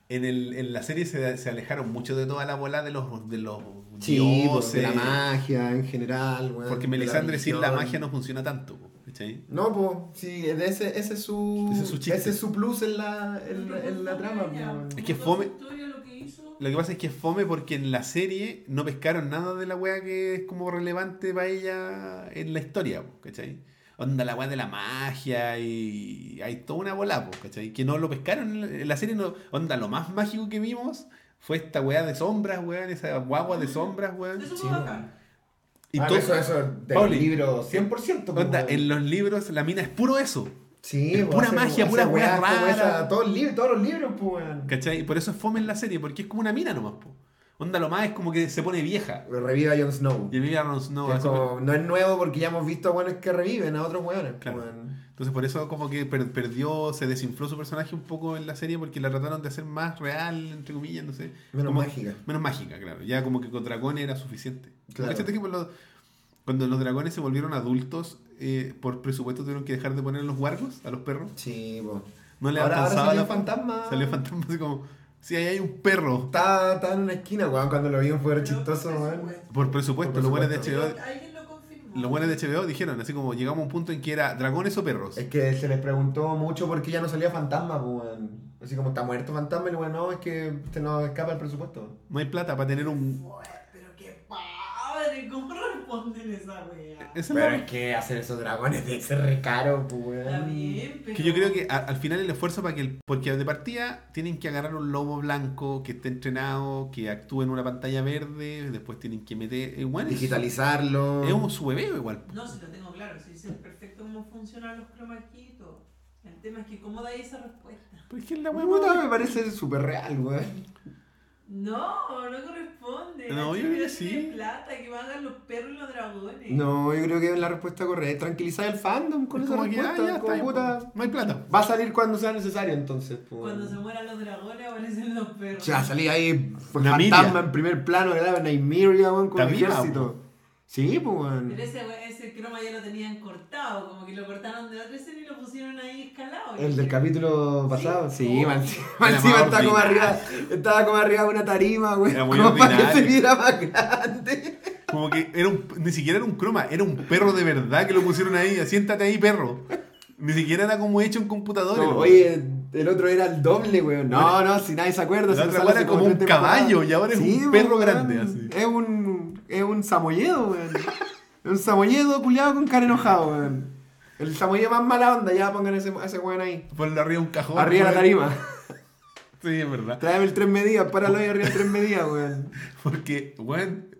A: en, el, en la serie se, se alejaron mucho de toda la bola de los, de los
B: pues, de
A: dioses.
B: la magia en general, weón.
A: Porque
B: de la
A: Melisandre sin la
B: religión.
A: magia no funciona tanto. po, ¿cachai?
B: No, po, sí, de ese, ese es su.
A: Ese es su chiste.
B: plus en la, en,
D: Porque
B: en la
D: justo
B: trama,
D: ella,
B: weón.
A: Es que
D: con toda
A: fome-
D: su historia, lo que hizo,
A: Lo que pasa es que es fome porque en la serie no pescaron nada de la wea que es como relevante para ella en la historia, po, ¿cachai? Onda la wea de la magia y hay toda una bola, po, ¿cachai? Que no lo pescaron en la- en la serie. No... Onda, lo más mágico que vimos fue esta wea de sombras, weón, esa guagua de sombras, weón.
D: Eso
B: Sí,
D: fue bacán.
A: Y
B: Ah,
A: todo
B: eso, eso, del
A: Pauli.
B: libro 100%. po,
A: Onda,
B: pues, weón.
A: en los libros la mina es puro eso,
B: Sí,
A: es
B: po,
A: pura
B: hace-
A: magia,
B: hace
A: pura
B: weá
A: weá
B: como
A: rara.
B: esa, todo el libro- todos los libros, po, weón.
A: ¿cachai? Y por eso es fome en la serie, porque es como una mina nomás, po. Onda, lo más es como que se pone vieja.
B: Reviva Jon Snow.
A: Y a mí ya no, no-
B: Que es
A: así como-
B: como- no es nuevo porque ya hemos visto a buenos que reviven a otros weones. po,
A: Claro.
B: weón.
A: Entonces por eso como que per- perdió, se desinfló su personaje un poco en la serie porque la trataron de hacer más real, entre comillas, no sé.
B: Menos
A: Como-
B: mágica.
A: Menos mágica, claro. Ya como que con dragones era suficiente.
B: Claro.
A: ¿Cachaste que por los- cuando los dragones se volvieron adultos, eh, por presupuesto tuvieron que dejar de poner los wargos a los perros?
B: Sí, po.
A: No le
B: ahora, ahora
A: alcanzaba
B: salió
A: la-
B: fantasma.
A: Salió fantasma así como, si ahí hay un perro.
B: Estaba, estaba en una esquina, weón, cuando lo vi en fue
D: Pero,
B: chistoso, ¿eh?
D: por
B: weón.
D: supuesto.
A: Por presupuesto,
B: Por
A: los buenos de
B: presupuesto.
A: HBO,
D: Pero Alguien lo confirmó.
A: los buenos de HBO dijeron, así como llegamos a un punto en que era dragones o perros.
B: Es que se les preguntó mucho por qué ya no salía fantasma, po, weón. Así como está muerto fantasma, y weón, no, es que se nos escapa el presupuesto.
A: No hay plata para tener un...
D: Buah, Pero qué padre, ¿cómo responden esa wea?
A: Esa es la-
B: que hacer esos dragones de ser re caro, pues, po,
D: Está bien, pero.
A: Que yo creo que a- al final el esfuerzo para que el, porque de partida tienen que agarrar un lobo blanco que esté entrenado, que actúe en una pantalla verde, después tienen que meter eh, bueno, es-
B: Digitalizarlo.
A: Es un subebeo igual.
D: No, si lo tengo claro, si sé perfecto cómo funcionan los cromaquitos. El tema es que, ¿cómo dais esa respuesta?
A: Pero es que la wea
B: Puta,
A: más-
B: me parece súper real, weón.
D: No, no corresponde.
A: No, yo
D: Chile
A: creo que
D: tiene
A: sí.
D: plata, que pagan los perros y los dragones.
B: No, yo creo que es la respuesta correcta. Tranquilizar el fandom con
A: Es
B: esa
A: como que,
B: respuesta.
A: ah, ya,
B: como
A: está,
B: puta,
A: puta, no hay plata.
B: Va a salir cuando sea necesario, entonces. pues.
D: Cuando se mueran los dragones aparecen los perros.
B: Ya, salí ahí pues,
A: Namiria.
B: fantasma en primer plano, que era Nymeria, weón, con
A: Está
B: el
A: viva,
B: ejército. Sí, pues, weón.
D: Pero ese, ese croma ya lo tenían cortado, como que lo cortaron de otra escena y lo pusieron ahí escalado.
B: El del capítulo pasado. Sí,
D: Oh.
B: man,
A: Era más
B: estaba como
A: ordinario.
B: arriba, estaba como arriba de una tarima, güey.
A: Era muy
B: Como para que se
A: ordinario.
B: viera más grande.
A: Como que era un, ni siquiera era un croma, era un perro de verdad que lo pusieron ahí. ya, Siéntate ahí, perro. Ni siquiera era como hecho en computador.
B: No,
A: el-
B: oye, el otro era el doble, güey. No, no, si nadie se acuerda.
A: La
B: si no
A: otra
B: sale
A: weá era
B: hace
A: como
B: tres
A: un
B: temporadas.
A: caballo y ahora es un
B: weón,
A: perro
B: weón.
A: grande, así.
B: Es un, es un samoyedo, güey. Es un samoyedo culiado con cara enojada, güey. El samoyedo más mala onda, ya pongan ese, a ese güey ahí.
A: Ponle arriba un cajón.
B: Arriba de la
A: weón.
B: tarima.
A: Sí, es verdad.
B: Tráeme el tres medidas, páralo ahí arriba del tres medidas, güey.
A: Porque, weón,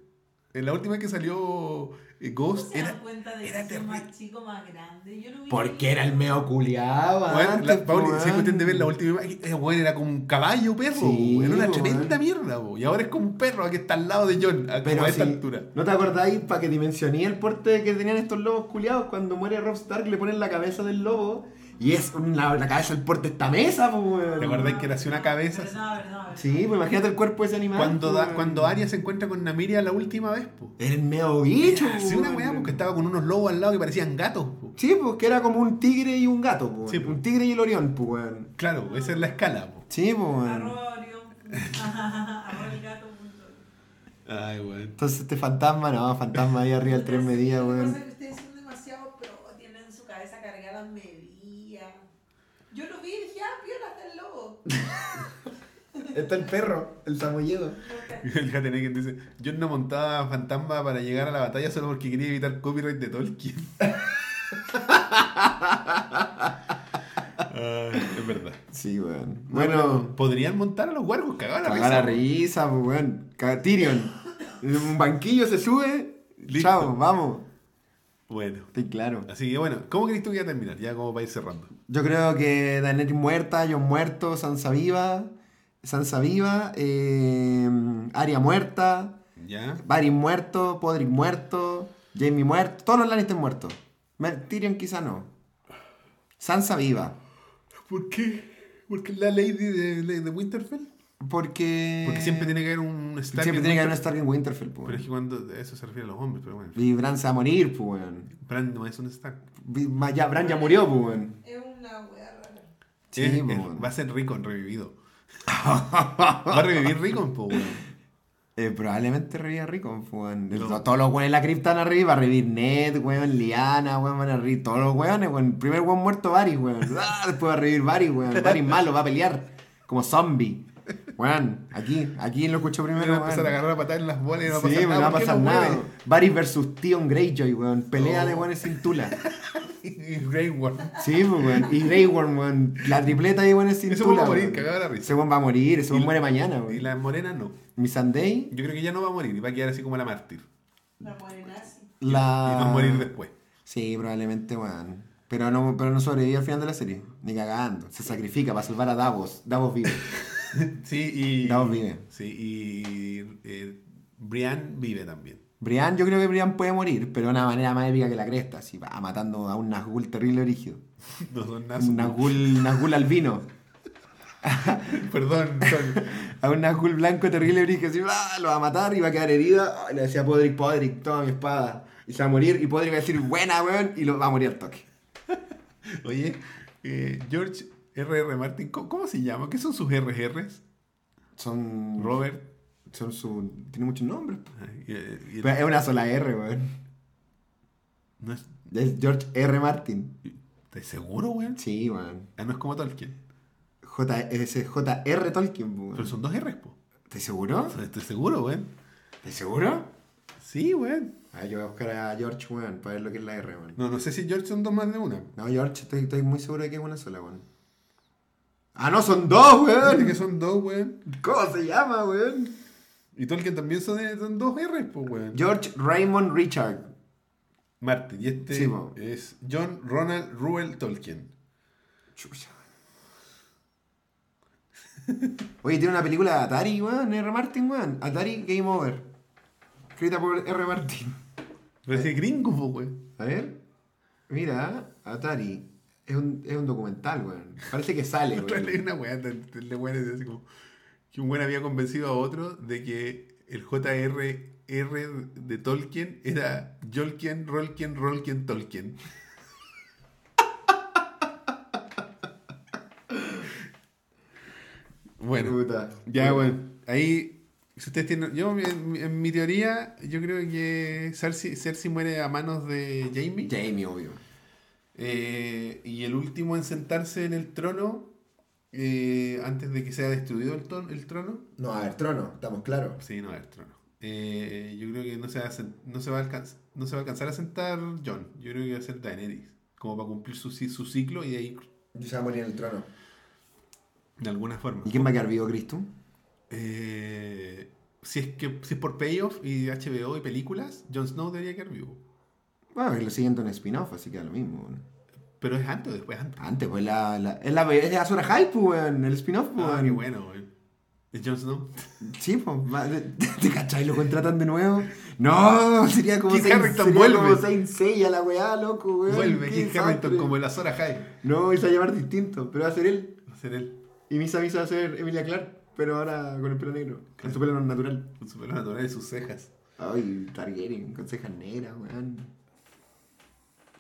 A: en la última que salió eh,
D: ¿No
A: Ghost
D: se dan
A: era.
D: cuenta de que
A: era
D: es
A: terrible.
D: más chico, más grande? Yo lo vi.
B: Porque era el medio culiado.
A: Weón,
B: antes,
A: la, Pauli,
B: weón.
A: si cuestión de ver la última imagen, eh, weón, era como un caballo perro.
B: Sí,
A: weón, era una
B: weón.
A: tremenda mierda, weón. Y ahora es como un perro que está al lado de John, a, como
B: Pero
A: a esta
B: si-
A: altura.
B: ¿No te acordáis para que dimensioné el porte que tenían estos lobos culiados? Cuando muere Rob Stark le ponen la cabeza del lobo y es una, la cabeza del porte de esta mesa, pues, weón.
A: ¿Te acordáis que nació una cabeza?
D: Verdad, verdad, verdad.
B: Sí, pues imagínate el cuerpo de ese animal.
A: Cuando,
B: pues,
A: da,
B: weón.
A: cuando Arya se encuentra con Namiria la última vez, po. Ah,
B: Era el medio bicho,
A: Sí,
B: pues,
A: una weá,
B: weón.
A: porque estaba con unos lobos al lado que parecían gatos, po.
B: Sí, pues que era como un tigre y un gato, pues.
A: Sí,
B: weón.
A: pues.
B: Un tigre y el orión, pues, weón.
A: Claro, esa es la escala, po.
B: Sí, pues, weón.
D: Arroba Orión. Arroba el gato. punto.
A: Ay, weón.
B: Entonces este fantasma, no, fantasma ahí arriba del tres medidas,
D: Lo que pasa
B: weón.
D: es que ustedes son demasiado pro, tienen en su cabeza cargadas medidas. Yo lo vi y dije, ah, piola, está el lobo.
B: Está el perro, el samoyedo.
A: El Hateneken dice, John no montaba fantasma para llegar a la batalla solo porque quería evitar copyright de Tolkien. Ay, Ah, es verdad.
B: Sí, weón.
A: No,
B: Bueno,
A: pero podrían montar a los huargos, cagaban la
B: Cagar la
A: risa.
B: risa, pues, weón. Caga- Tyrion. En un banquillo se sube.
A: Listo.
B: Chao, vamos.
A: Bueno,
B: Estoy claro.
A: así que bueno, ¿cómo crees tú que iba a terminar? Ya como para ir cerrando.
B: Yo creo que Daenerys muerta, Jon muerto, Sansa viva. Sansa viva. Eh, Arya muerta.
A: ¿Ya?
B: Varys muerto. Podrick muerto. Jaime muerto. Todos los Lannister muertos. Mer- Tyrion quizá no. Sansa viva.
A: ¿Por qué? Porque la lady de, de- de Winterfell.
B: Porque.
A: Porque siempre tiene que haber un Stark.
B: Eh, siempre
A: en
B: tiene que haber un
A: Winterfell.
B: Stark en Winterfell, pues.
A: Pero es
B: weón.
A: que cuando a eso se refiere a los hombres, pero bueno.
B: Y Bran se va a morir, pues, weón.
A: Bran no es un Stark.
B: Vi- Ya, Bran ya murió, pues, weón.
D: Es una wea rara.
B: Sí, pues,
A: Es- es-
B: po, weón.
A: va a ser Rickon revivido. va a revivir Rickon, po, weón.
B: Eh, probablemente reviva Rico, pues, weón.
A: No.
B: To- Todos los weones en la cripta van a revivir, va a revivir Ned, weón, Liana, weón, van a revivir todos los weones, weón. Primer weón muerto, Varys, weón. Ah, después va a revivir Varys, weón. Varys malo, va a pelear como zombie. Weón, aquí, aquí lo escucho
A: Me
B: primero,
A: van a
B: weón.
A: empezar a agarrar a patadas en las bolas y no va a
B: sí,
A: pasar
B: me
A: nada.
B: va a
A: ¿Por qué
B: pasar
A: no Oh.
B: nada.
A: mueve?
B: Varys versus Tion Greyjoy, weón. Pelea
A: No.
B: de weones sin tula.
A: Y Grey Worm.
B: Sí, pues, weón. Y Grey Worm, weón. La tripleta de weones sin
A: Ese weón
B: tula.
A: va a morir,
B: weón.
A: cagado la risa.
B: Ese weón va a morir, ese
A: Y-
B: weón muere mañana,
A: Y
B: weón.
A: la morena no.
B: Mi Sunday,
A: Yo creo que ya no va a morir y va a quedar así como la mártir.
D: La morenazi.
A: Y
B: la.
A: va a morir después.
B: Sí, probablemente, weón. Pero no, pero no sobrevive al final de la serie. Ni cagando. Se sacrifica para salvar a Davos. Davos vive.
A: Sí, y.
B: Davos vive.
A: Sí, y. eh, Brian vive también.
B: Brian, yo creo que Brian puede morir, pero de una manera más épica que la cresta. Así, va matando a un Nazgul terrible origen.
A: No son nada.
B: Un Nazgul, Nazgul albino.
A: Perdón, son.
B: A un Nazgul blanco terrible origen. Así, va, lo va a matar y va a quedar herida. Ah, Y le decía Podrick, Podrick, toma mi espada. Y se va a morir. Y Podrick va a decir, buena, weón. Y lo va a morir al toque.
A: Oye, eh, George R.R. Martin, ¿cómo, cómo se llama? ¿Qué son sus RRs?
B: Son.
A: Robert.
B: Son su. Tiene muchos nombres. po.
A: ay, y- y-
B: Pero es una sola R, weón.
A: no es-
B: Es George R. Martin.
A: ¿Estás seguro, weón?
B: Sí, weón.
A: Ah, no es como Tolkien.
B: J ese es J.R. Tolkien, po,
A: Pero
B: weón.
A: son dos R's, po.
B: ¿Estás seguro?
A: Estoy seguro, weón.
B: ¿Estás seguro?
A: Sí, weón.
B: Ah, yo voy a buscar a George, weón, para ver lo que es la R, weón.
A: No, no sé si George son dos más de una.
B: No, George, estoy, estoy muy seguro de que es una sola, weón. Ah, no, son dos,
A: Fíjate que
B: weón.
A: son dos, weón.
B: ¿Cómo se llama, weón?
A: Y Tolkien también son, de- son dos R's, po, weón.
B: George Raymond Richard.
A: Martin, y este
B: Sí, po.
A: es John Ronald Ruel Tolkien.
B: Chucha, weón. Oye, tiene una película de Atari, weón, R. Martin, weón. Atari Game Over. Escrita por R. Martin.
A: Pero ese gringo, po, güey.
B: A ver. Mira, Atari. Es un, es un documental, weón. Parece que sale,
A: Otra vez leí
B: weón.
A: una weá de, de, de weones así como que un weón había convencido a otro de que el JRR de Tolkien era Jolkien, Rolkien, Rolkien, Tolkien. bueno,
B: Puta.
A: ya, bueno. Ahí, si ustedes tienen. Yo, en, en mi teoría, yo creo que Cersei, Cersei muere a manos de Jamie.
B: Jamie, obvio.
A: Eh, y el último en sentarse en el trono, eh, antes de que sea destruido el, ton- el trono.
C: No, a ver, trono, estamos claros.
A: Sí, no, el trono. Eh, yo creo que no se, va a sen- no, se va a alcanz- no se va a alcanzar a sentar John. Yo creo que va a ser Daenerys. Como para cumplir su, ci- su ciclo y de ahí,
C: Yo se va a morir en el trono.
A: de alguna forma.
B: ¿Y quién va a quedar vivo, Cristo?
A: Eh, si, es que, si es por payoff y HBO y películas, Jon Snow debería quedar vivo.
B: Bueno, lo siguiente un spin-off, así que da lo mismo, weón.
A: Pero es antes o después antes.
B: Antes, pues la, la, es la es de Azura Hype, pues, weón. El spin-off, weón.
A: Ah, qué bueno, güey. Es Jon Snow.
B: Sí, pues, va- te, te cachai, lo contratan de nuevo. No, sería como
A: Kit
B: Saint-
A: Harington
B: sería
A: vuelve.
B: como Saint Seiya la weá, loco, weón.
A: Vuelve
B: Qué
A: Kit Harington
B: desastre.
A: como el Azor Ahai.
B: No, se va a llamar distinto, pero va a ser él.
A: Va a ser él.
B: Y Misa Misa va a ser Emilia Clark, pero ahora con el pelo negro, con su pelo natural.
A: Con su pelo natural y sus cejas.
B: Ay, Targaryen, con cejas negras, weón.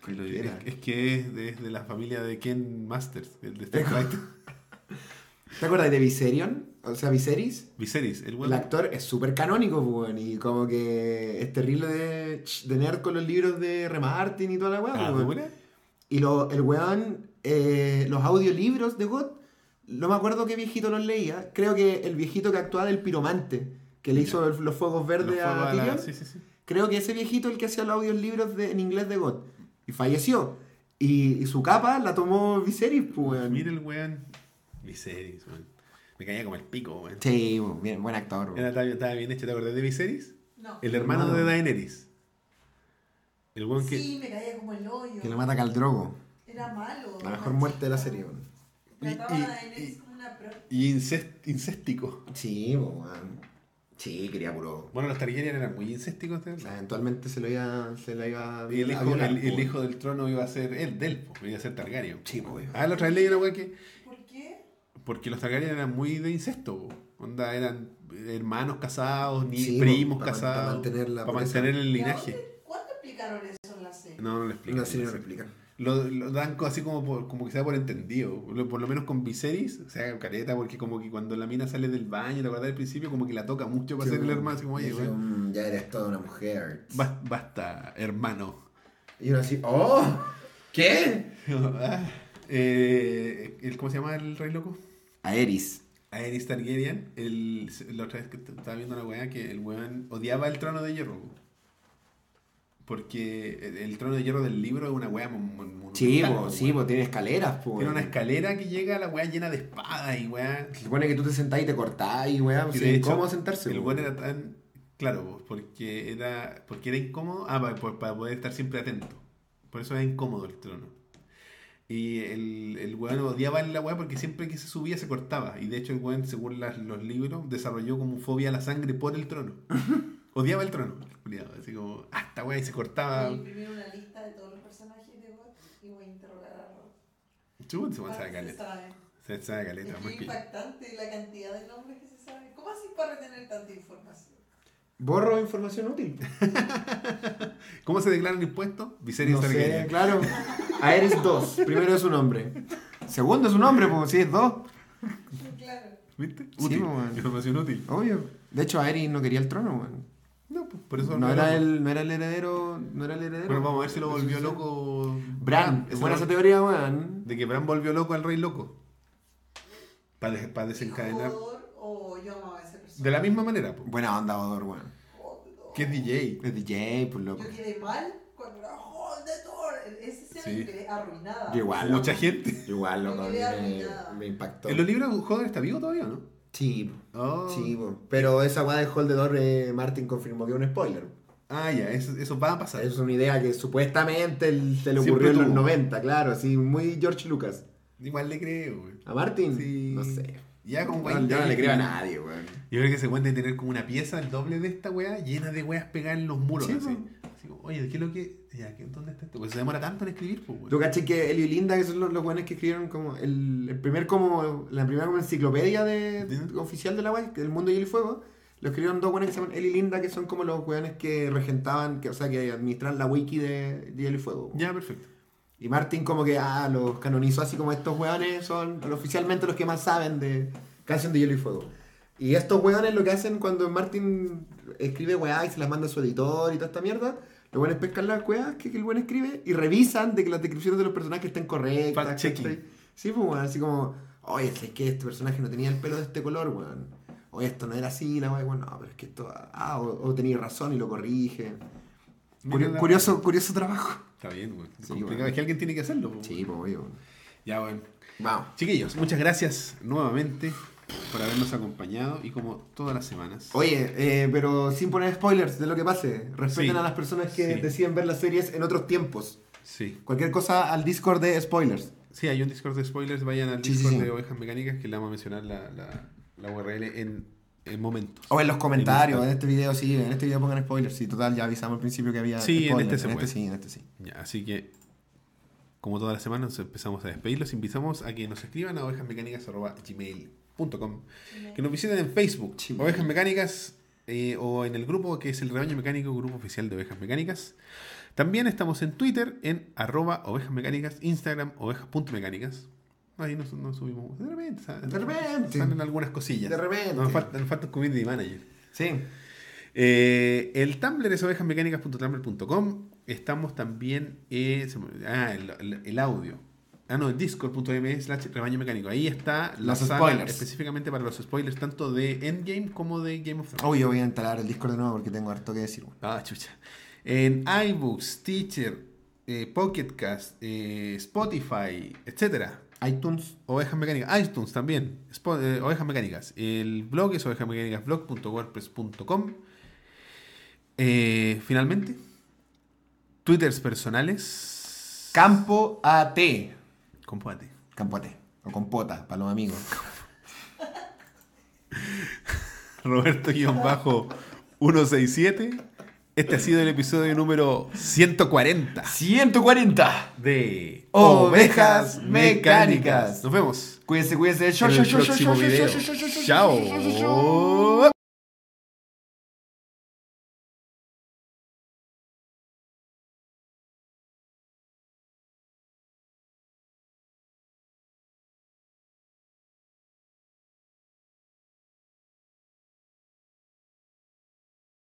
B: Cualquiera.
A: Es, es que es de, es de la familia de Ken Masters, el de Street Fighter.
B: ¿Te acuerdas de Viserion? O sea, Viserys.
A: Viserys, el
B: El
A: bueno.
B: actor es súper canónico, pues, weón, y como que es terrible de, de nerd con los libros de R. Martin y toda la weá,
A: Ah,
B: pues, weón.
A: ¿dura?
B: Y lo- el weón, eh, los audiolibros de God, no me acuerdo qué viejito los leía, creo que el viejito que actuaba del piromante, que le hizo el- los fuegos verdes
A: Los
B: a,
A: fuegos a la-
B: Tyrion,
A: sí, sí, sí.
B: creo que ese viejito el que hacía los audiolibros de, en inglés de God, y falleció. Y, y su capa la tomó Viserys, pues, weón.
A: Mira el weón. Viserys, weón. Me caía como el pico, weón.
B: Sí, pues, bien, buen actor, weón.
A: Era- Estaba, bien- estaba bien hecho, ¿te acordás de Viserys?
D: No.
A: El hermano
B: Hermano.
A: de Daenerys. El weón que.
D: Sí, me caía como el hoyo.
B: que lo mata Caldrogo.
D: Era malo.
B: La mejor muerte de la serie, weón.
D: Trataba
A: Y- y-
D: a Daenerys como una pro.
A: Y incest- incéstico.
B: Sí, po, weón. Sí, quería puro.
A: Bueno, los Targaryen eran muy incésticos. ¿te
B: O sea,
A: acuerdas?
B: eventualmente se lo iba, se lo iba
A: Y el
B: a
A: hijo,
B: violar,
A: el, el
B: po.
A: hijo del trono iba a ser él, Delfo, iba a ser Targaryen.
B: Sí, po, weón.
A: Ah, la otra vez leí una weón que.
D: ¿Por qué?
A: Porque los Targaryen eran muy de incesto, po. onda, eran hermanos casados, ni
B: Sí, pues,
A: primos
B: po, para-
A: casados.
B: para mantener la
A: para
B: pureza.
A: mantener el
D: ¿Y a
A: linaje.
D: dónde- ¿Cuándo explicaron eso en la serie?
A: No, no lo explican.
B: No, sí, no lo
A: sé.
B: explican.
A: Lo, lo dan co- así como, por- como que sea por entendido. Lo- Por lo menos con Viserys, o sea, careta, porque como que cuando la mina sale del baño, la verdad, al principio, como que la toca mucho para
C: Sí,
A: ser el
C: bueno,
A: hermano. Así como, oye,
C: dice,
A: weón,
C: "Mm, Ya eres toda una mujer.
A: bas- basta, hermano.
C: Y uno así, ¡oh! ¿Qué?
A: Eh, el- ¿Cómo se llama el rey loco?
B: Aeris.
A: Aerys Targaryen, el, la otra vez que t- estaba viendo una weá que el weón odiaba el trono de hierro. weón. Porque el, el trono de hierro del libro es una weá mon- mon- monumental,
B: Sí, po,
A: weón.
B: sí, po, tiene escaleras, po.
A: Tiene una
B: weón.
A: escalera que llega a la weá llena de espadas y weá.
B: Se supone que tú te sentás y te cortás y weón.
A: Y
B: sí,
A: de hecho,
B: ¿Cómo sentarse?
A: El
B: po?
A: weón era tan. Claro, po, porque era, porque era incómodo. Ah, pa- pa- para, poder estar siempre atento. Por eso es incómodo el trono. Y el, el weón odiaba la weá porque siempre que se subía se cortaba. Y de hecho, el weón, según las- los libros, desarrolló como fobia a la sangre por el trono. odiaba el trono. el culiao, Así como, hasta weá, y se cortaba.
D: Voy a imprimir una lista de todos los personajes de God y voy a interrogar a Rob.
A: Chuta, se va a
D: Ah,
A: sacar
D: se
A: caleta.
D: sabe.
A: Se saca caleta.
D: Es
A: más
D: muy
A: que-
D: impactante la cantidad de nombres que se saben. ¿Cómo así para retener tanta información?
B: Borro información útil.
A: ¿Cómo se declaran impuestos? Viserys
B: No sé,
A: Targaryen.
B: claro. Aeris 2. Primero es su nombre. Segundo es su nombre, pues, sí, es 2.
D: Claro.
A: ¿Viste?
B: Sí, pues,
A: Útil.
B: weón.
A: Información útil.
B: Obvio. De hecho, Aeris no quería el trono, weón.
A: No, pues, por eso
B: No
A: lo
B: era
A: hago.
B: el, no era el heredero. No era el heredero.
A: Bueno, vamos a ver si lo
B: Eso
A: volvió
B: sí.
A: loco.
B: Bran.
A: Esa
B: Es buena esa
A: era-
B: teoría, weón.
A: De que Bran volvió loco al rey loco. Para desencadenar.
D: Jodor o yo amaba a ese personaje.
A: De la misma manera, po.
B: Buena onda, Odor, weón.
D: Jodor.
A: que es DJ.
B: Es DJ, pues loco.
D: Yo quedé mal cuando era Jodor. Esa escena
A: Sí.
D: yo quedé arruinada.
B: Yo igual, loco.
A: Mucha gente.
B: Igual, loco.
D: Yo
B: a mí
D: quedé
B: Me,
D: arruinada.
B: me impactó.
A: En los libros, Joder está vivo todavía, ¿no?
B: Sí, po.
A: Oh.
B: sí, po. Pero esa weá de Hold the Door, eh, Martin confirmó que es un spoiler.
A: Ah, ya, eso, eso va a
B: O sea,
A: pasar.
B: es una idea que supuestamente él se le
A: Siempre
B: ocurrió en los
A: tuvo.
B: 90, claro. Así, muy George Lucas.
A: Igual le creo, güey.
B: ¿A Martin?
A: Sí.
B: No sé.
A: Ya con
B: Bueno, yo no le creo a nadie, weón.
A: Yo creo que se cuenta de tener como una pieza, el doble de esta weá, llena de weas pegadas en los muros.
B: Sí,
A: así.
B: po.
A: Así como, Oye, ¿qué es lo que.? Ya, ¿qué- ¿Dónde está esto? Porque se demora tanto en escribir, pues,
B: Tú
A: weón.
B: caché que Elio y Linda, que son los, los buenos que escribieron como el, el primer como la primera como enciclopedia de,
A: ¿Sí?
B: oficial de la web, del mundo de hielo y fuego, lo escribieron dos buenos que se llaman Elio y Linda, que son como los weones que regentaban, que, o sea, que administran la wiki de, de hielo y fuego.
A: Ya, perfecto.
B: Y Martin como que ah, los canonizó así como estos weones son oficialmente los que más saben de canción de hielo y fuego. Y estos weones lo que hacen cuando Martin escribe weá y se las manda a su editor y toda esta mierda, los weones pescan las weas que, que el weón escribe y revisan de que las descripciones de los personajes estén correctas.
A: Fact checking.
B: ¿cachai? Sí, pues weón, así como, oye, es que este personaje no tenía el pelo de este color, weón. O esto no era así, la weá, bueno, no, pero es que esto, ah, o, o tenía razón y lo corrige. Curio-
A: Mira la-
B: curioso, curioso trabajo.
A: Está bien, weón. Es
B: Sí,
A: complicado.
B: weón.
A: Es que alguien tiene que hacerlo, pues,
B: Sí, pues, obvio, weón.
A: Ya, bueno.
B: Vamos.
A: Chiquillos, muchas gracias nuevamente por habernos acompañado y como todas las semanas.
B: Oye, eh, pero sin poner spoilers de lo que pase. Respeten
A: Sí.
B: a las personas que
A: Sí.
B: deciden ver las series en otros tiempos.
A: Sí.
B: Cualquier cosa al Discord de spoilers.
A: Sí, hay un Discord de spoilers. Vayan al
B: Sí, sí,
A: Discord
B: sí.
A: de Ovejas Mecánicas que le vamos a mencionar la, la- la URL en, en momentos.
B: O en los comentarios,
A: En
B: en este video sí, en este video pongan spoilers. Sí, total, ya avisamos al principio que había
A: Sí, en
B: spoilers.
A: este se puede.
B: sí, en este sí.
A: Ya, así que, como todas las semanas, nos empezamos a despedir. Los invitamos a que nos escriban a ovejasmecánicas.gmail.com Que nos visiten en Facebook,
B: Gmail.
A: Ovejas Mecánicas, eh, o en el grupo que es el Rebaño Mecánico, grupo oficial de Ovejas Mecánicas. También estamos en Twitter, en arroba ovejas mecánicas, Instagram, ovejas.mecánicas. Ahí nos, nos subimos. De repente, sa-
B: De repente.
A: salen algunas cosillas.
B: De repente.
A: Nos falta, nos falta un community manager.
B: Sí.
A: Eh, el Tumblr es ovejasmecánicas.tumblr.com. Estamos también. eh, se me- ah, el, el- el audio. Ah, no, el discord.me e slash rebaño mecánico. Ahí está la
B: Los
A: sala
B: spoilers.
A: específicamente para los spoilers, tanto de Endgame como de Game of Thrones.
B: Hoy yo voy a instalar el Discord de nuevo porque tengo harto que decir. bueno.
A: Ah, chucha. En iBooks, Teacher, eh, Pocket Cast, eh, Spotify, etcétera.
B: iTunes.
A: Ovejas Mecánicas, iTunes también, Spo- eh, Ovejas Mecánicas. El blog es ovejasmecánicasblog.wordpress.com. Eh, finalmente, twitters personales.
B: Campo AT.
A: Compóate.
B: Campo AT. O compota, para los amigos.
A: Roberto-167. Este ha sido el episodio número 140
B: 140.
A: de
B: Ovejas Mecánicas.
A: Nos vemos
B: Cuídense, cuídense.
A: en el próximo video. Chao.